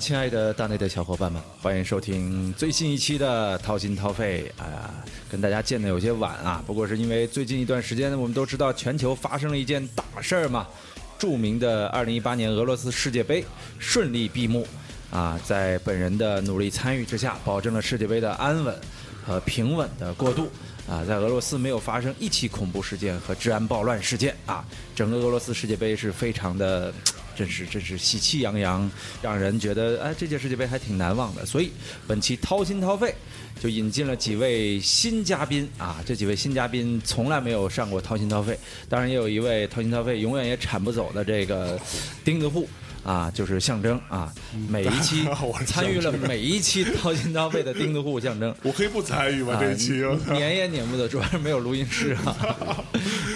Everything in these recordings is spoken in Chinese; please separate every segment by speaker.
Speaker 1: 亲爱的大内的小伙伴们，欢迎收听最新一期的《掏心掏肺》啊、跟大家见的有些晚啊，不过是因为最近一段时间，我们都知道全球发生了一件大事儿嘛，著名的2018年俄罗斯世界杯顺利闭幕啊，在本人的努力参与之下，保证了世界杯的安稳和平稳的过渡。啊，在俄罗斯没有发生一起恐怖事件和治安暴乱事件啊，整个俄罗斯世界杯是非常的，真是真是喜气洋洋，让人觉得哎，这届世界杯还挺难忘的。所以本期掏心掏肺就引进了几位新嘉宾啊，这几位新嘉宾从来没有上过掏心掏肺，当然也有一位掏心掏肺永远也铲不走的这个钉子户。啊，就是象征啊，每一期
Speaker 2: 我是
Speaker 1: 参与了每一期掏心掏肺的钉子户象征，
Speaker 2: 我可以不参与吗？
Speaker 1: 啊
Speaker 2: 这一期我操
Speaker 1: 撵也撵不走，主要是没有录音室 啊，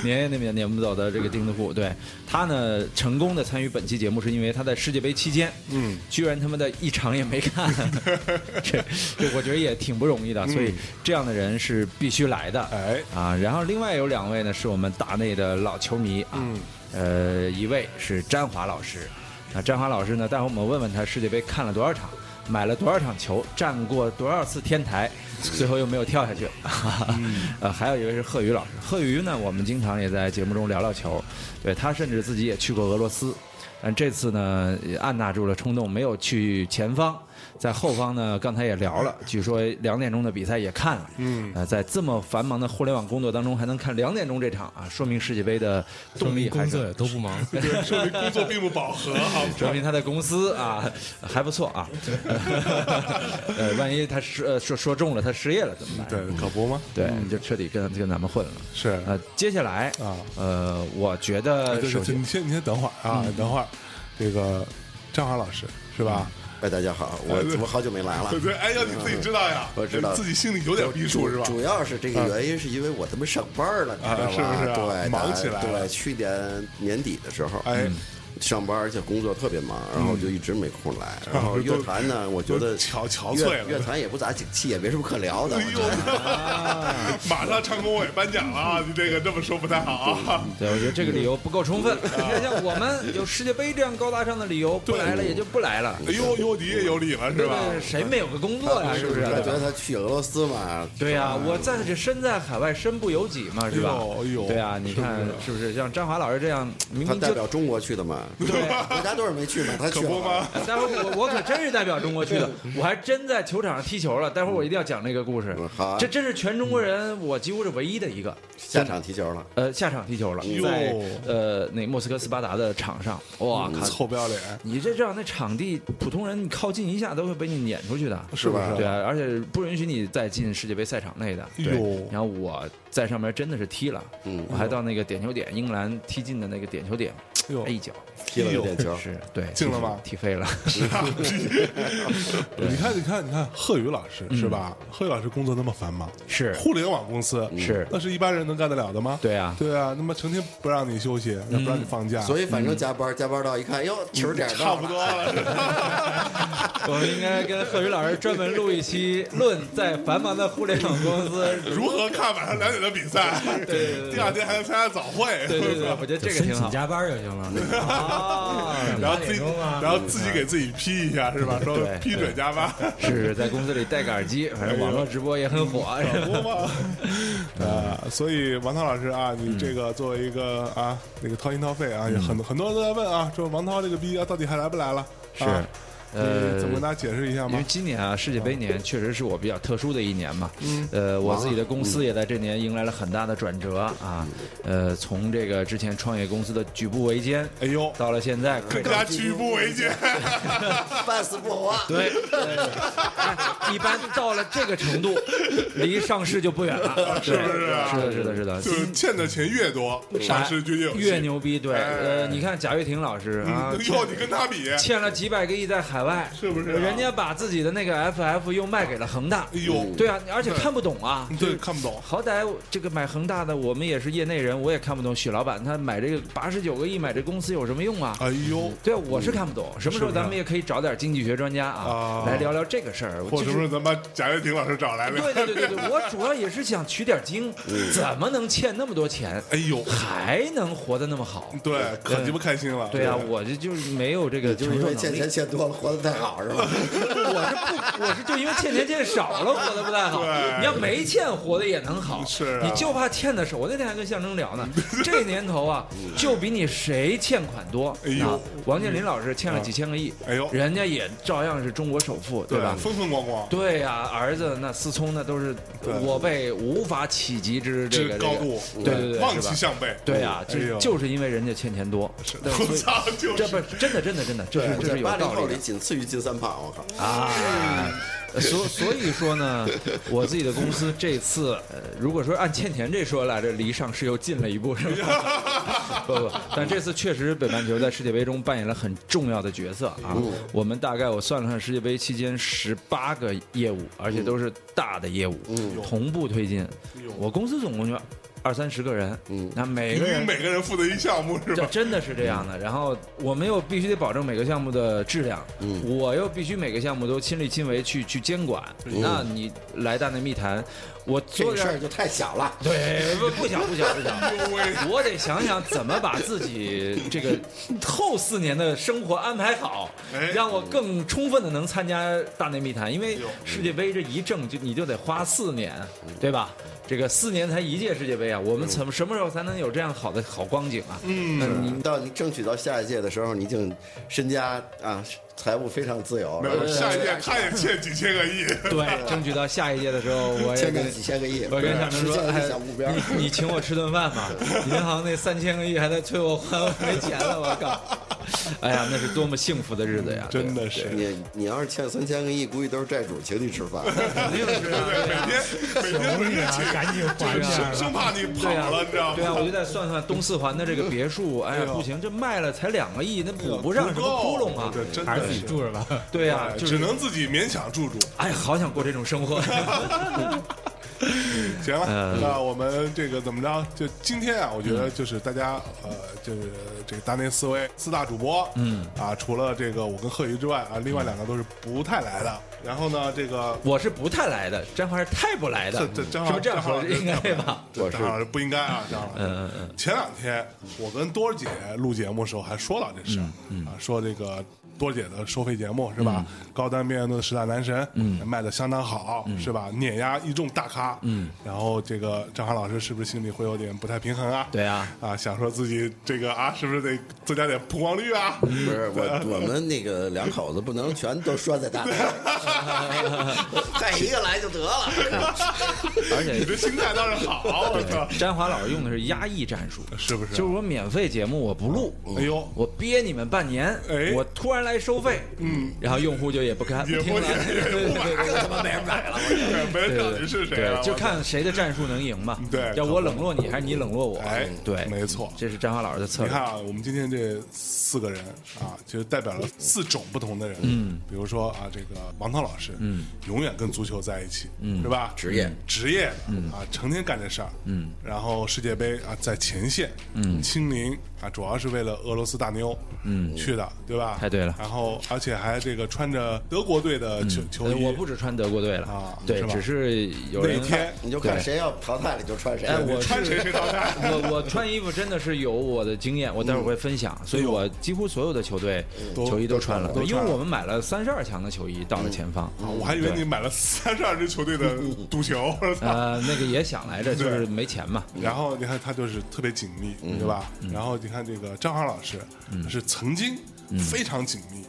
Speaker 1: 撵也撵撵不走的这个钉子户。对他呢，成功的参与本期节目，是因为他在世界杯期间，嗯，居然他妈的一场也没看， 这这我觉得也挺不容易的，所以这样的人是必须来的。
Speaker 2: 嗯哎
Speaker 1: 啊，然后另外有两位呢，是我们大内的老球迷啊，
Speaker 2: 嗯
Speaker 1: 呃，一位是詹华老师，啊，詹华老师呢，待会儿我们问问他世界杯看了多少场，买了多少场球，站过多少次天台，最后又没有跳下去。 呃，还有一位是贺宇老师，贺宇呢，我们经常也在节目中聊聊球，对他甚至自己也去过俄罗斯，但这次呢，也按捺住了冲动，没有去前方。在后方呢，刚才也聊了，据说两点钟的比赛也看了。嗯，呃，在这么繁忙的互联网工作当中，还能看两点钟这场啊，说明世界杯的动力还
Speaker 3: 工
Speaker 1: 是
Speaker 3: 作也都不忙，
Speaker 2: 对，说明工作并不饱和，好吗？
Speaker 1: 说明他的公司啊 还不错啊，呃，万一他失呃说说中了，他失业了怎么办？
Speaker 2: 嗯对，可不吗？
Speaker 1: 对，就彻底跟跟咱们混了。
Speaker 2: 是
Speaker 1: 呃，接下来
Speaker 2: 啊
Speaker 1: 呃，我觉
Speaker 2: 哎
Speaker 1: 得
Speaker 2: 对
Speaker 1: 首
Speaker 2: 对，
Speaker 1: 先
Speaker 2: 你先你先等会儿啊，等会儿，这个张华老师是吧？
Speaker 4: 哎，大家好，我我好久没来了。
Speaker 2: 对对，哎呀，你自己知道呀，
Speaker 4: 嗯我知道
Speaker 2: 你自己心里有点逼数是吧？
Speaker 4: 主要是这个原因是因为我他妈上班了，你知道吧？
Speaker 2: 是不是啊
Speaker 4: 对，
Speaker 2: 忙起来了
Speaker 4: 对，去年年底的时候，嗯
Speaker 2: 哎，嗯
Speaker 4: 上班而且工作特别忙，然后就一直没空来。然后乐坛呢，我觉得
Speaker 2: 啊都憔憔悴了
Speaker 4: 乐乐坛也不咋景气，也没什么可聊的。
Speaker 2: 哎呦， 马上唱工委颁奖了啊，你这个这么说不太好啊。
Speaker 1: 对，我觉得这个理由不够充分。像我们有世界杯这样高大上的理由，不来了也就不来了，
Speaker 2: 哎呦呦，你也有理了是
Speaker 1: 对
Speaker 2: 吧？
Speaker 1: 吧？谁没有个工 作
Speaker 4: 啊
Speaker 2: 哎
Speaker 1: 呀？是不是？
Speaker 4: 他觉得他去俄罗斯嘛，
Speaker 1: 对呀、我在这身在海外身不由己嘛，是吧
Speaker 2: 哎呦哎？呦
Speaker 1: 对啊，你看是不是像张华老师这样，明
Speaker 4: 他
Speaker 1: 明
Speaker 4: 代
Speaker 1: 就
Speaker 4: 表中国去 的嘛，
Speaker 1: 对。
Speaker 4: 国家队儿没去嘛，他
Speaker 2: 可
Speaker 4: 去
Speaker 2: 不
Speaker 4: 了
Speaker 2: 吗。？
Speaker 1: 待会儿我我可真是代表中国 去的，我还真在球场上踢球了。待会儿我一定要讲这个故事
Speaker 4: 嗯好啊，
Speaker 1: 这真是全中国人，我几乎是唯一的一个。
Speaker 4: 下场踢球了，
Speaker 1: 呃，下场踢球了，
Speaker 2: 哟
Speaker 1: 在呃那莫斯科斯巴达的场上，哇靠！
Speaker 2: 嗯臭不要脸，
Speaker 1: 你这这样那场地，普通人你靠近一下都会被你撵出去的，
Speaker 2: 是不是
Speaker 1: 对啊，而且不允许你再进世界杯赛场内的。
Speaker 2: 哎呦
Speaker 1: 对，然后我在上面真的是踢了，
Speaker 4: 嗯
Speaker 1: 我还到那个点球点，英格兰踢进的那个点球点，
Speaker 2: 哎呦
Speaker 1: 哎一脚，
Speaker 4: 踢了个点球，
Speaker 1: 是对，
Speaker 2: 哦进了吗
Speaker 1: 踢 飞了。
Speaker 2: 你看，你看，你看，贺宇老师是吧？贺宇老师工作那么繁忙，
Speaker 1: 嗯是嗯
Speaker 2: 互联网公司，
Speaker 1: 是
Speaker 2: 那是一般人能干得了的吗？
Speaker 1: 对啊嗯
Speaker 2: 对啊，那么成天不让你休息，也不让你放假，
Speaker 4: 所以反正加班，加班到一看，哟，球点儿到
Speaker 2: 差
Speaker 4: 了
Speaker 2: 不多 了。
Speaker 1: 我们应该跟贺宇老师专门录一期《论在繁忙的互联网公司》
Speaker 2: 如何看晚上两点的比赛？对
Speaker 1: 对对
Speaker 2: 第二天还要参加早会，
Speaker 1: 对对对，我觉得这个
Speaker 3: 申
Speaker 1: 挺
Speaker 3: 请
Speaker 1: 好。
Speaker 3: 加班就行了。
Speaker 1: 啊，
Speaker 2: 然后自己
Speaker 3: 八点钟啊，
Speaker 2: 然后自己给自己批一下是吧？说
Speaker 1: 对
Speaker 2: 批 准加班，
Speaker 1: 是在公司里戴个耳机，反正网络直播也很火。是吧
Speaker 2: 可不吗？
Speaker 1: 嗯
Speaker 2: 啊，所以王涛老师啊，你这个作为一个啊，那个掏心掏肺啊，
Speaker 1: 嗯
Speaker 2: 也很很多人都在问啊，说王涛这个逼啊，到底还来不来了？
Speaker 1: 是
Speaker 2: 啊
Speaker 1: 呃
Speaker 2: 你怎么跟大家解释一下
Speaker 1: 因为
Speaker 2: 吗？
Speaker 1: 今年啊，世界杯年确实是我比较特殊的一年嘛。呃，我自己的公司也在这年迎来了很大的转折啊。呃，从这个之前创业公司的举步维艰，
Speaker 2: 哎呦，
Speaker 1: 到了嗯现在
Speaker 2: 更加举步维艰。
Speaker 4: 半死不活。
Speaker 1: 对， 哎一般到了这个程 度，离上市就不远了，
Speaker 2: 是不是啊
Speaker 1: 对是的，是的，
Speaker 2: 就是
Speaker 1: 的。
Speaker 2: 是欠的钱越多，上市就越有戏
Speaker 1: 越。牛逼，对，
Speaker 2: 哎
Speaker 1: 呃，你看贾跃亭老师啊，
Speaker 2: 哟，你跟他比，哎
Speaker 1: 欠了几百个亿在海外，
Speaker 2: 是不是啊哎
Speaker 1: 人家把自己的那个 FF 又卖给了恒大，
Speaker 2: 呦，
Speaker 1: 对啊，而且看不懂啊，
Speaker 2: 对，看不懂，
Speaker 1: 好歹这个买恒大的，我们也是业内人，我也看不懂许老板他买这个八十九个亿买这公司有什么用啊？
Speaker 2: 哎呦，
Speaker 1: 对啊，我是看不懂。什么时候咱们也可以找点经济学专家啊
Speaker 2: 啊，
Speaker 1: 来聊聊这个事儿。
Speaker 2: 或
Speaker 1: 就是
Speaker 2: 者说咱把贾跃亭老师找来了，
Speaker 1: 对对对对对，我主要也是想取点经，
Speaker 2: 嗯
Speaker 1: 怎么能欠那么多钱，
Speaker 2: 哎呦，
Speaker 1: 还能活得那么好？
Speaker 2: 对，可鸡巴开心了，
Speaker 1: 对啊，我这就是没有这个
Speaker 4: 就是
Speaker 1: 承
Speaker 4: 因
Speaker 1: 受
Speaker 4: 为
Speaker 1: 能
Speaker 4: 欠
Speaker 1: 力
Speaker 4: 钱。欠多了，活活得太好是 吧？
Speaker 1: 我是 不，我是就因为欠钱欠少了，活得不太好。
Speaker 2: 对
Speaker 1: 你要没欠，活得也能好。
Speaker 2: 是啊
Speaker 1: 你就怕欠的少。我那天还跟象征聊 呢，这年头啊，就比你谁欠款多。
Speaker 2: 嗯哎呦
Speaker 1: 啊王健林老师欠了几千个亿，
Speaker 2: 哎呦啊
Speaker 1: 人家也照样是中国首富，对啊吧？
Speaker 2: 风风光光，
Speaker 1: 对呀、儿子那思聪那都是
Speaker 2: 对
Speaker 1: 我辈无法企及之这
Speaker 2: 这
Speaker 1: 个
Speaker 2: 高度，
Speaker 1: 这个对对对，
Speaker 2: 望
Speaker 1: 是吧
Speaker 2: 其项背，
Speaker 1: 对啊呀、
Speaker 2: 哎呦
Speaker 1: 就就是因为人家欠钱多，
Speaker 2: 是
Speaker 1: 对
Speaker 2: 我
Speaker 1: 所以
Speaker 2: 操就是
Speaker 1: 这不是真的真的真的，这是这
Speaker 4: 在
Speaker 1: 是有
Speaker 4: 八零
Speaker 1: 道
Speaker 4: 后
Speaker 1: 理
Speaker 4: 里
Speaker 1: 的。
Speaker 4: 仅次于金三胖，我靠！
Speaker 1: 啊，所所以说呢，我自己的公司这次，呃，如果说按欠钱这说来着，离上市又近了一步，是吧？不不，但这次确实北半球在世界杯中扮演了很重要的角色啊。我们大概我算了算，世界杯期间十八个业务，而且都是大的业务，同步推进。我公司总共就二三十个人，那每
Speaker 2: 平
Speaker 1: 个人
Speaker 2: 均每个人负责一项目 是
Speaker 1: 这
Speaker 2: 吧？
Speaker 1: 真的是这样的。然后我们又必须得保证每个项目的质量，
Speaker 4: 嗯
Speaker 1: 我又必须每个项目都亲力亲为去去监管。那你来大内密谈，我
Speaker 4: 嗯这
Speaker 1: 做
Speaker 4: 个事
Speaker 1: 点
Speaker 4: 儿就太小了，
Speaker 1: 对不不想不想不想
Speaker 2: 喂，
Speaker 1: 我得想想怎么把自己这个后四年的生活安排好
Speaker 2: 哎，
Speaker 1: 让我更充分的能参加大内密谈。因
Speaker 4: 哎
Speaker 1: 为世界杯这一挣就你就得花四年，
Speaker 4: 嗯
Speaker 1: 对吧？这个四年才一届世界杯啊，我们怎么什么时候才能有这样好的好光景啊？
Speaker 4: 哎嗯，你到你争取到下一届的时候，你已经身家啊财务非常自由，啊
Speaker 2: 没
Speaker 4: 然后
Speaker 2: 有，下一届他也欠几千 个亿，
Speaker 1: 对，争取到下一届的时候，我也
Speaker 4: 欠
Speaker 1: 跟
Speaker 4: 个几千个亿，
Speaker 1: 我跟小明
Speaker 4: 实
Speaker 1: 说
Speaker 4: 现，了
Speaker 1: 哎
Speaker 4: 这小目标。
Speaker 1: 你你请我吃顿饭吧，银行那三千个亿还在催我还，我没钱了，我靠！哎呀，那是多么幸福的日子呀！
Speaker 2: 真的是。
Speaker 4: 你你要是欠三千个亿，估计都是债主请你吃 饭。
Speaker 1: 肯定是啊， 对呀
Speaker 2: 对，每天每天
Speaker 3: 求
Speaker 2: 每
Speaker 3: 你
Speaker 2: 天
Speaker 3: 啊
Speaker 2: 请，，
Speaker 3: 赶紧还
Speaker 1: 这
Speaker 3: 点
Speaker 1: 是
Speaker 3: 儿
Speaker 2: 生生
Speaker 3: 吧。
Speaker 2: 怕你跑
Speaker 1: 对呀
Speaker 2: 了，你知道
Speaker 1: 对呀，啊
Speaker 2: 吗？
Speaker 1: 我就在算算东四环的这个别墅，哎呀，不行，这卖了才两个亿，那补啊不上什么窟窿啊！
Speaker 2: 对，真
Speaker 3: 还是
Speaker 2: 的
Speaker 3: 自己
Speaker 2: 是，
Speaker 3: 住着吧。
Speaker 1: 对呀，
Speaker 2: 哎
Speaker 1: 就是
Speaker 2: 只能自己勉强住住。
Speaker 1: 哎，好想过这种生活。
Speaker 2: 行
Speaker 1: 呃
Speaker 2: 了，那我们这个怎么着？就今天啊，我觉
Speaker 1: 嗯
Speaker 2: 得就是大家呃，就是这个大内四位四大主播，嗯啊，除了这个我跟贺宇之外啊，另外两个都是不太来的。然后呢，这个
Speaker 1: 我是不太来的，张华是太不来的，
Speaker 2: 这
Speaker 1: 是
Speaker 2: 这张
Speaker 1: 不是这样说？应该吧？
Speaker 2: 我是老师不应该啊，张老师。嗯嗯嗯。前两天我跟多儿姐录节目的时候还说到这事儿，
Speaker 1: 嗯
Speaker 2: 啊，说这个多儿姐的收费节目是吧？高端边缘的十大男神，嗯，卖的相当好，
Speaker 1: 嗯
Speaker 2: 是吧？碾压一众大咖，嗯。然后这个张涵老师是不是心里会有点不太平衡啊？
Speaker 1: 对啊，
Speaker 2: 啊，想说自己这个啊，是不是得增加点曝光率啊？
Speaker 4: 不是我，我们那个两口子不能全都拴在大腿 上，派一个来就得了。
Speaker 1: 而且
Speaker 2: 你这心态倒是好，我操，
Speaker 1: 詹华老师用的是压抑战术，
Speaker 2: 是不是？
Speaker 1: 就是我免费节目我不录，
Speaker 2: 哎呦，
Speaker 1: 我憋你们半年
Speaker 2: 哎，
Speaker 1: 我突然来收费，嗯，然后用户就也不看，
Speaker 2: 也不
Speaker 1: 听了，
Speaker 2: 也也 不买
Speaker 1: 对对对
Speaker 4: 更他妈没人买了。
Speaker 2: 对没人知道
Speaker 1: 对
Speaker 2: 你是谁
Speaker 1: 对
Speaker 2: 啊？
Speaker 1: 就
Speaker 2: 我操
Speaker 1: 看谁的战术能赢嘛。
Speaker 2: 对
Speaker 1: 要我冷落你还是你冷落我？
Speaker 2: 哎
Speaker 1: 对，
Speaker 2: 没错
Speaker 1: 这是詹华老师的策
Speaker 2: 你看
Speaker 1: 略。
Speaker 2: 啊，我们今天这四个人啊，就代表了四种不同的人。嗯，比如说啊，这个王涛老师，嗯，永远跟足球在一起，嗯，是吧？
Speaker 4: 职业
Speaker 2: 职业的，啊，成天干这事儿，嗯。然后世界杯啊，在前线，嗯，清零啊，主要是为了俄罗斯大妞，嗯，去的，对吧？
Speaker 1: 太对了
Speaker 2: 然后而且还这个穿着德国队的球球
Speaker 1: 呃
Speaker 2: 衣，
Speaker 1: 我不只穿德国队了
Speaker 2: 啊，
Speaker 1: 对
Speaker 2: 是，吧
Speaker 1: 只是有
Speaker 2: 那
Speaker 1: 人
Speaker 2: 天
Speaker 4: 你就看谁要淘汰了，你就穿谁。
Speaker 1: 哎我
Speaker 2: 穿谁谁淘汰。
Speaker 1: 我我穿衣服真的是有我的经验，我待会儿会分享，所以我几乎所有的球队
Speaker 2: 哎都
Speaker 1: 球衣都穿了，
Speaker 2: 都
Speaker 1: 对因为
Speaker 2: 穿了嗯
Speaker 1: 我们买了三十二强的球衣到了前方，
Speaker 2: 我还以为
Speaker 1: 对
Speaker 2: 你买了三十二支球队的赌球，我操！
Speaker 1: 呃那个也想来着，就
Speaker 2: 对
Speaker 1: 是没钱嘛，
Speaker 2: 然后你看他就是特别紧密，
Speaker 1: 嗯
Speaker 2: 对吧？然后你看这个张华老师是曾经
Speaker 1: 嗯
Speaker 2: 非常紧密，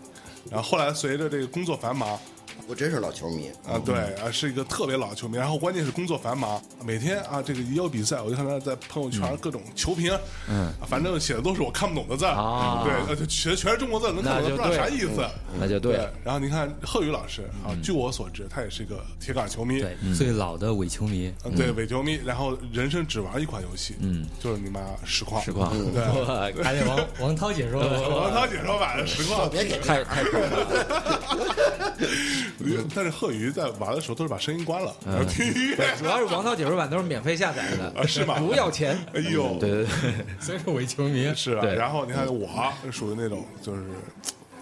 Speaker 2: 然后后来随着这个工作繁忙
Speaker 4: 我真是老球迷，
Speaker 1: 嗯
Speaker 2: 啊，对啊，是一个特别老球迷。然后关键是工作繁忙，每天啊这个一有比赛，我就看他在朋友圈各种球评，嗯，反正写的都是我看不懂的字儿
Speaker 1: 啊
Speaker 2: 对，呃就全全是中国字，能看
Speaker 1: 那
Speaker 2: 懂都
Speaker 1: 就
Speaker 2: 不知道
Speaker 1: 对
Speaker 2: 啥意思。
Speaker 1: 那就对嗯
Speaker 2: 对
Speaker 1: 了。，
Speaker 2: 然后你看贺宇老师啊，据我所知，他也是一个铁杆球迷，
Speaker 3: 对，最老的伪球迷，
Speaker 2: 嗯对伪球迷，然后人生只玩一款游戏，嗯，就是你妈实况，
Speaker 1: 实况，
Speaker 2: 对。
Speaker 1: 我
Speaker 3: 还得王王涛解说
Speaker 1: 嗯
Speaker 2: 王涛解说版的实况，
Speaker 4: 别给
Speaker 1: 太太恐怖了，嗯
Speaker 2: 但是贺宇在玩的时候都是把声音关了，然后听音乐。
Speaker 1: 主要是王涛解说版都是免费下载的，
Speaker 2: 啊是吗
Speaker 1: 不要钱，
Speaker 2: 哎呦，
Speaker 1: 对对对。
Speaker 3: 虽然是伪球迷，
Speaker 2: 是啊。
Speaker 1: 对
Speaker 2: 然后你看我属于那种就是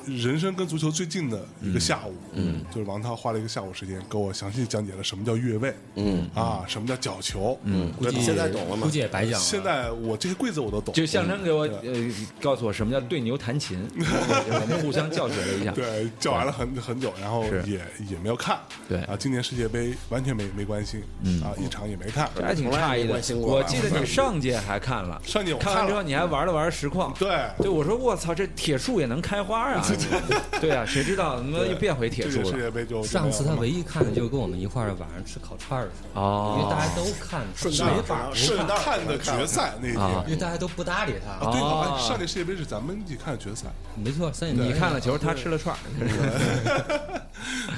Speaker 2: 人生跟足球最近的一个下午，嗯，就是王涛花了一个下午时间，给我详细讲解了什么叫越位，嗯啊，什么叫角球，嗯，
Speaker 3: 估计
Speaker 4: 现在懂了吗
Speaker 3: 估计也白讲了。
Speaker 1: 啊
Speaker 2: 现在我这些规则我都懂，
Speaker 1: 就象征给我呃告诉我什么叫对牛弹琴， 我们互相教学了一下。
Speaker 2: 对，叫完了很很久，然后
Speaker 1: 是
Speaker 2: 也也没有看。
Speaker 1: 对嗯
Speaker 2: 啊，今年世界杯完全没没关心，啊，一场也没看。
Speaker 1: 这还挺诧异
Speaker 4: 从来没
Speaker 1: 的
Speaker 4: 关心，过
Speaker 1: 我记得你上届还看了，
Speaker 2: 上届我
Speaker 1: 看
Speaker 2: 看
Speaker 1: 完之后
Speaker 2: 了
Speaker 1: 你还玩了玩实况，
Speaker 2: 对
Speaker 1: 对我说我操，这铁树也能开花 啊！对啊，谁知道他妈又变回铁
Speaker 2: 这
Speaker 1: 树
Speaker 2: 届世
Speaker 1: 了
Speaker 2: 界杯就
Speaker 3: 上次
Speaker 2: 就没有
Speaker 3: 他
Speaker 2: 了
Speaker 3: 唯一看的就是跟我们一块儿晚上吃烤串儿的时候，因为大
Speaker 1: 哦，
Speaker 3: 家都看，
Speaker 4: 顺道
Speaker 3: 没法不
Speaker 4: 顺
Speaker 3: 看
Speaker 4: 道
Speaker 2: 看的决赛那一天
Speaker 1: 啊
Speaker 3: 因为大家都不搭理他。
Speaker 2: 啊，对
Speaker 1: 啊
Speaker 2: 了，哎上届世界杯是咱们一起看的决赛，
Speaker 3: 没错，三眼
Speaker 1: 你
Speaker 3: 迷
Speaker 1: 看了球，他吃了串儿，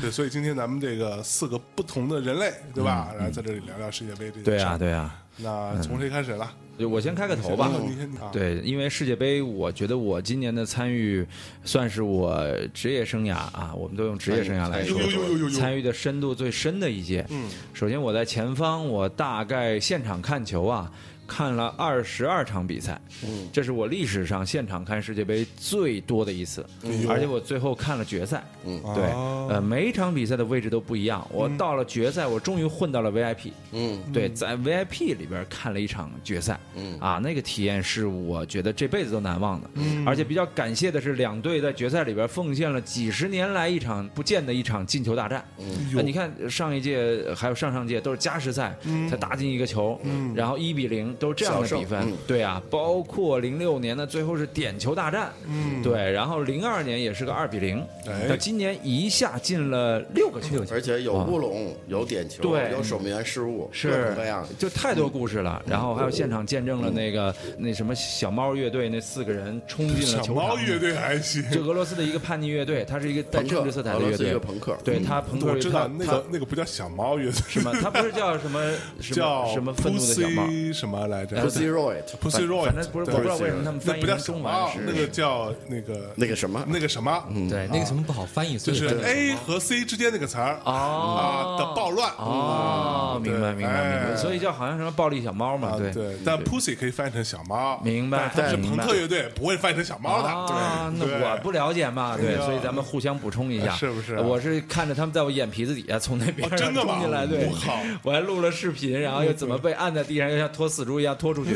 Speaker 2: 对，所以今天咱们这个四个不同的人类，对吧？然后在这里聊聊世界杯这
Speaker 1: 嗯
Speaker 2: 件
Speaker 1: 对
Speaker 2: 事
Speaker 1: 啊
Speaker 2: 儿。
Speaker 1: 对啊，
Speaker 2: 那从谁开始了？
Speaker 1: 就我先开个头吧。
Speaker 2: 你先啊，
Speaker 1: 对，因为世界杯，我觉得我今年的参与算是我职业生涯啊，我们都用职业生涯来
Speaker 4: 参与
Speaker 1: 说
Speaker 2: 哎呦呦，呦呦呦，
Speaker 1: 参与的深度最深的一届。嗯，首先我在前方，我大概现场看球啊，看了二十二场比赛，嗯，这是我历史上现场看世界杯最多的一次，
Speaker 2: 嗯
Speaker 1: 而且我最后看了决赛，嗯，对，
Speaker 2: 哦
Speaker 1: 呃，每一场比赛的位置都不一样。我到了决赛，我终于混到了 VIP，
Speaker 4: 嗯，
Speaker 1: 对，在 VIP 里边看了一场决赛，嗯啊，那个体验是我觉得这辈子都难忘的，嗯，而且比较感谢的是，两队在决赛里边奉献了几十年来一场不见的一场进球大战，嗯，你看上一届还有上上届都是加时赛才打进一个球，嗯，然后一比零都是这样的
Speaker 4: 小胜
Speaker 1: 比分，
Speaker 4: 嗯
Speaker 1: 对啊，包括零六年的最后是点球大战，嗯，对，然后零二年也是个二比零，
Speaker 2: 哎
Speaker 1: 到今年一下进了六个球，
Speaker 4: 而且有乌龙，有点球，
Speaker 1: 啊对
Speaker 4: 有守门员失误，各
Speaker 1: 是
Speaker 4: 种各样的。
Speaker 1: 就太多故事了。然后还有现场见证了那个那什么小猫乐队那四个人冲进了
Speaker 2: 小
Speaker 1: 球
Speaker 2: 猫
Speaker 1: 场。
Speaker 2: 乐队还行，
Speaker 1: 就俄罗斯的一个叛逆乐队，它是一个带
Speaker 4: 朋克
Speaker 1: 政治色彩的
Speaker 4: 俄
Speaker 1: 乐
Speaker 4: 罗斯
Speaker 1: 队，
Speaker 4: 一个朋克
Speaker 1: 对他朋克乐
Speaker 2: 我
Speaker 1: 队，
Speaker 2: 知道
Speaker 1: 它
Speaker 2: 那个那个不叫小猫乐队，
Speaker 1: 它什么，它不是叫什么 什
Speaker 2: 叫
Speaker 1: 么什么愤怒的小猫，
Speaker 2: Pussy 什么来着
Speaker 4: Pussy Riot，
Speaker 2: Pussy Roy，
Speaker 1: 反正不是我不知道为什么他们
Speaker 2: 那
Speaker 1: 翻译
Speaker 2: 不叫
Speaker 1: 成
Speaker 2: 小
Speaker 1: 中
Speaker 2: 猫
Speaker 1: 文，是
Speaker 2: 那个叫那个
Speaker 4: 那个什么嗯
Speaker 2: 那个什么，
Speaker 3: 对那个什么不好翻译，
Speaker 2: 就
Speaker 3: 所以
Speaker 2: 是哎
Speaker 3: 翻译成
Speaker 2: A 和 C 之间那个词儿
Speaker 1: 哦
Speaker 2: 啊的暴乱
Speaker 1: 哦，明白明白明白，所以叫好像什么暴力小猫嘛，
Speaker 2: 嗯哎啊
Speaker 1: 对
Speaker 2: 对，但 Pussy 可以翻译成小猫，
Speaker 1: 明白
Speaker 2: 但是朋
Speaker 1: 明白
Speaker 2: 克乐队不会翻译成小猫
Speaker 1: 啊
Speaker 2: 的，，
Speaker 1: 那
Speaker 2: 对对
Speaker 1: 我不了解嘛，对，
Speaker 2: 对啊
Speaker 1: 所以咱们互相补充一下，
Speaker 2: 是不是
Speaker 1: 我是看着他们在我眼皮子底下从那边
Speaker 2: 哦真的 吗
Speaker 1: 冲进来，对
Speaker 2: 我靠，
Speaker 1: 我还录了视频，然后又怎么被按在地上，又像拖死猪一样拖 出去。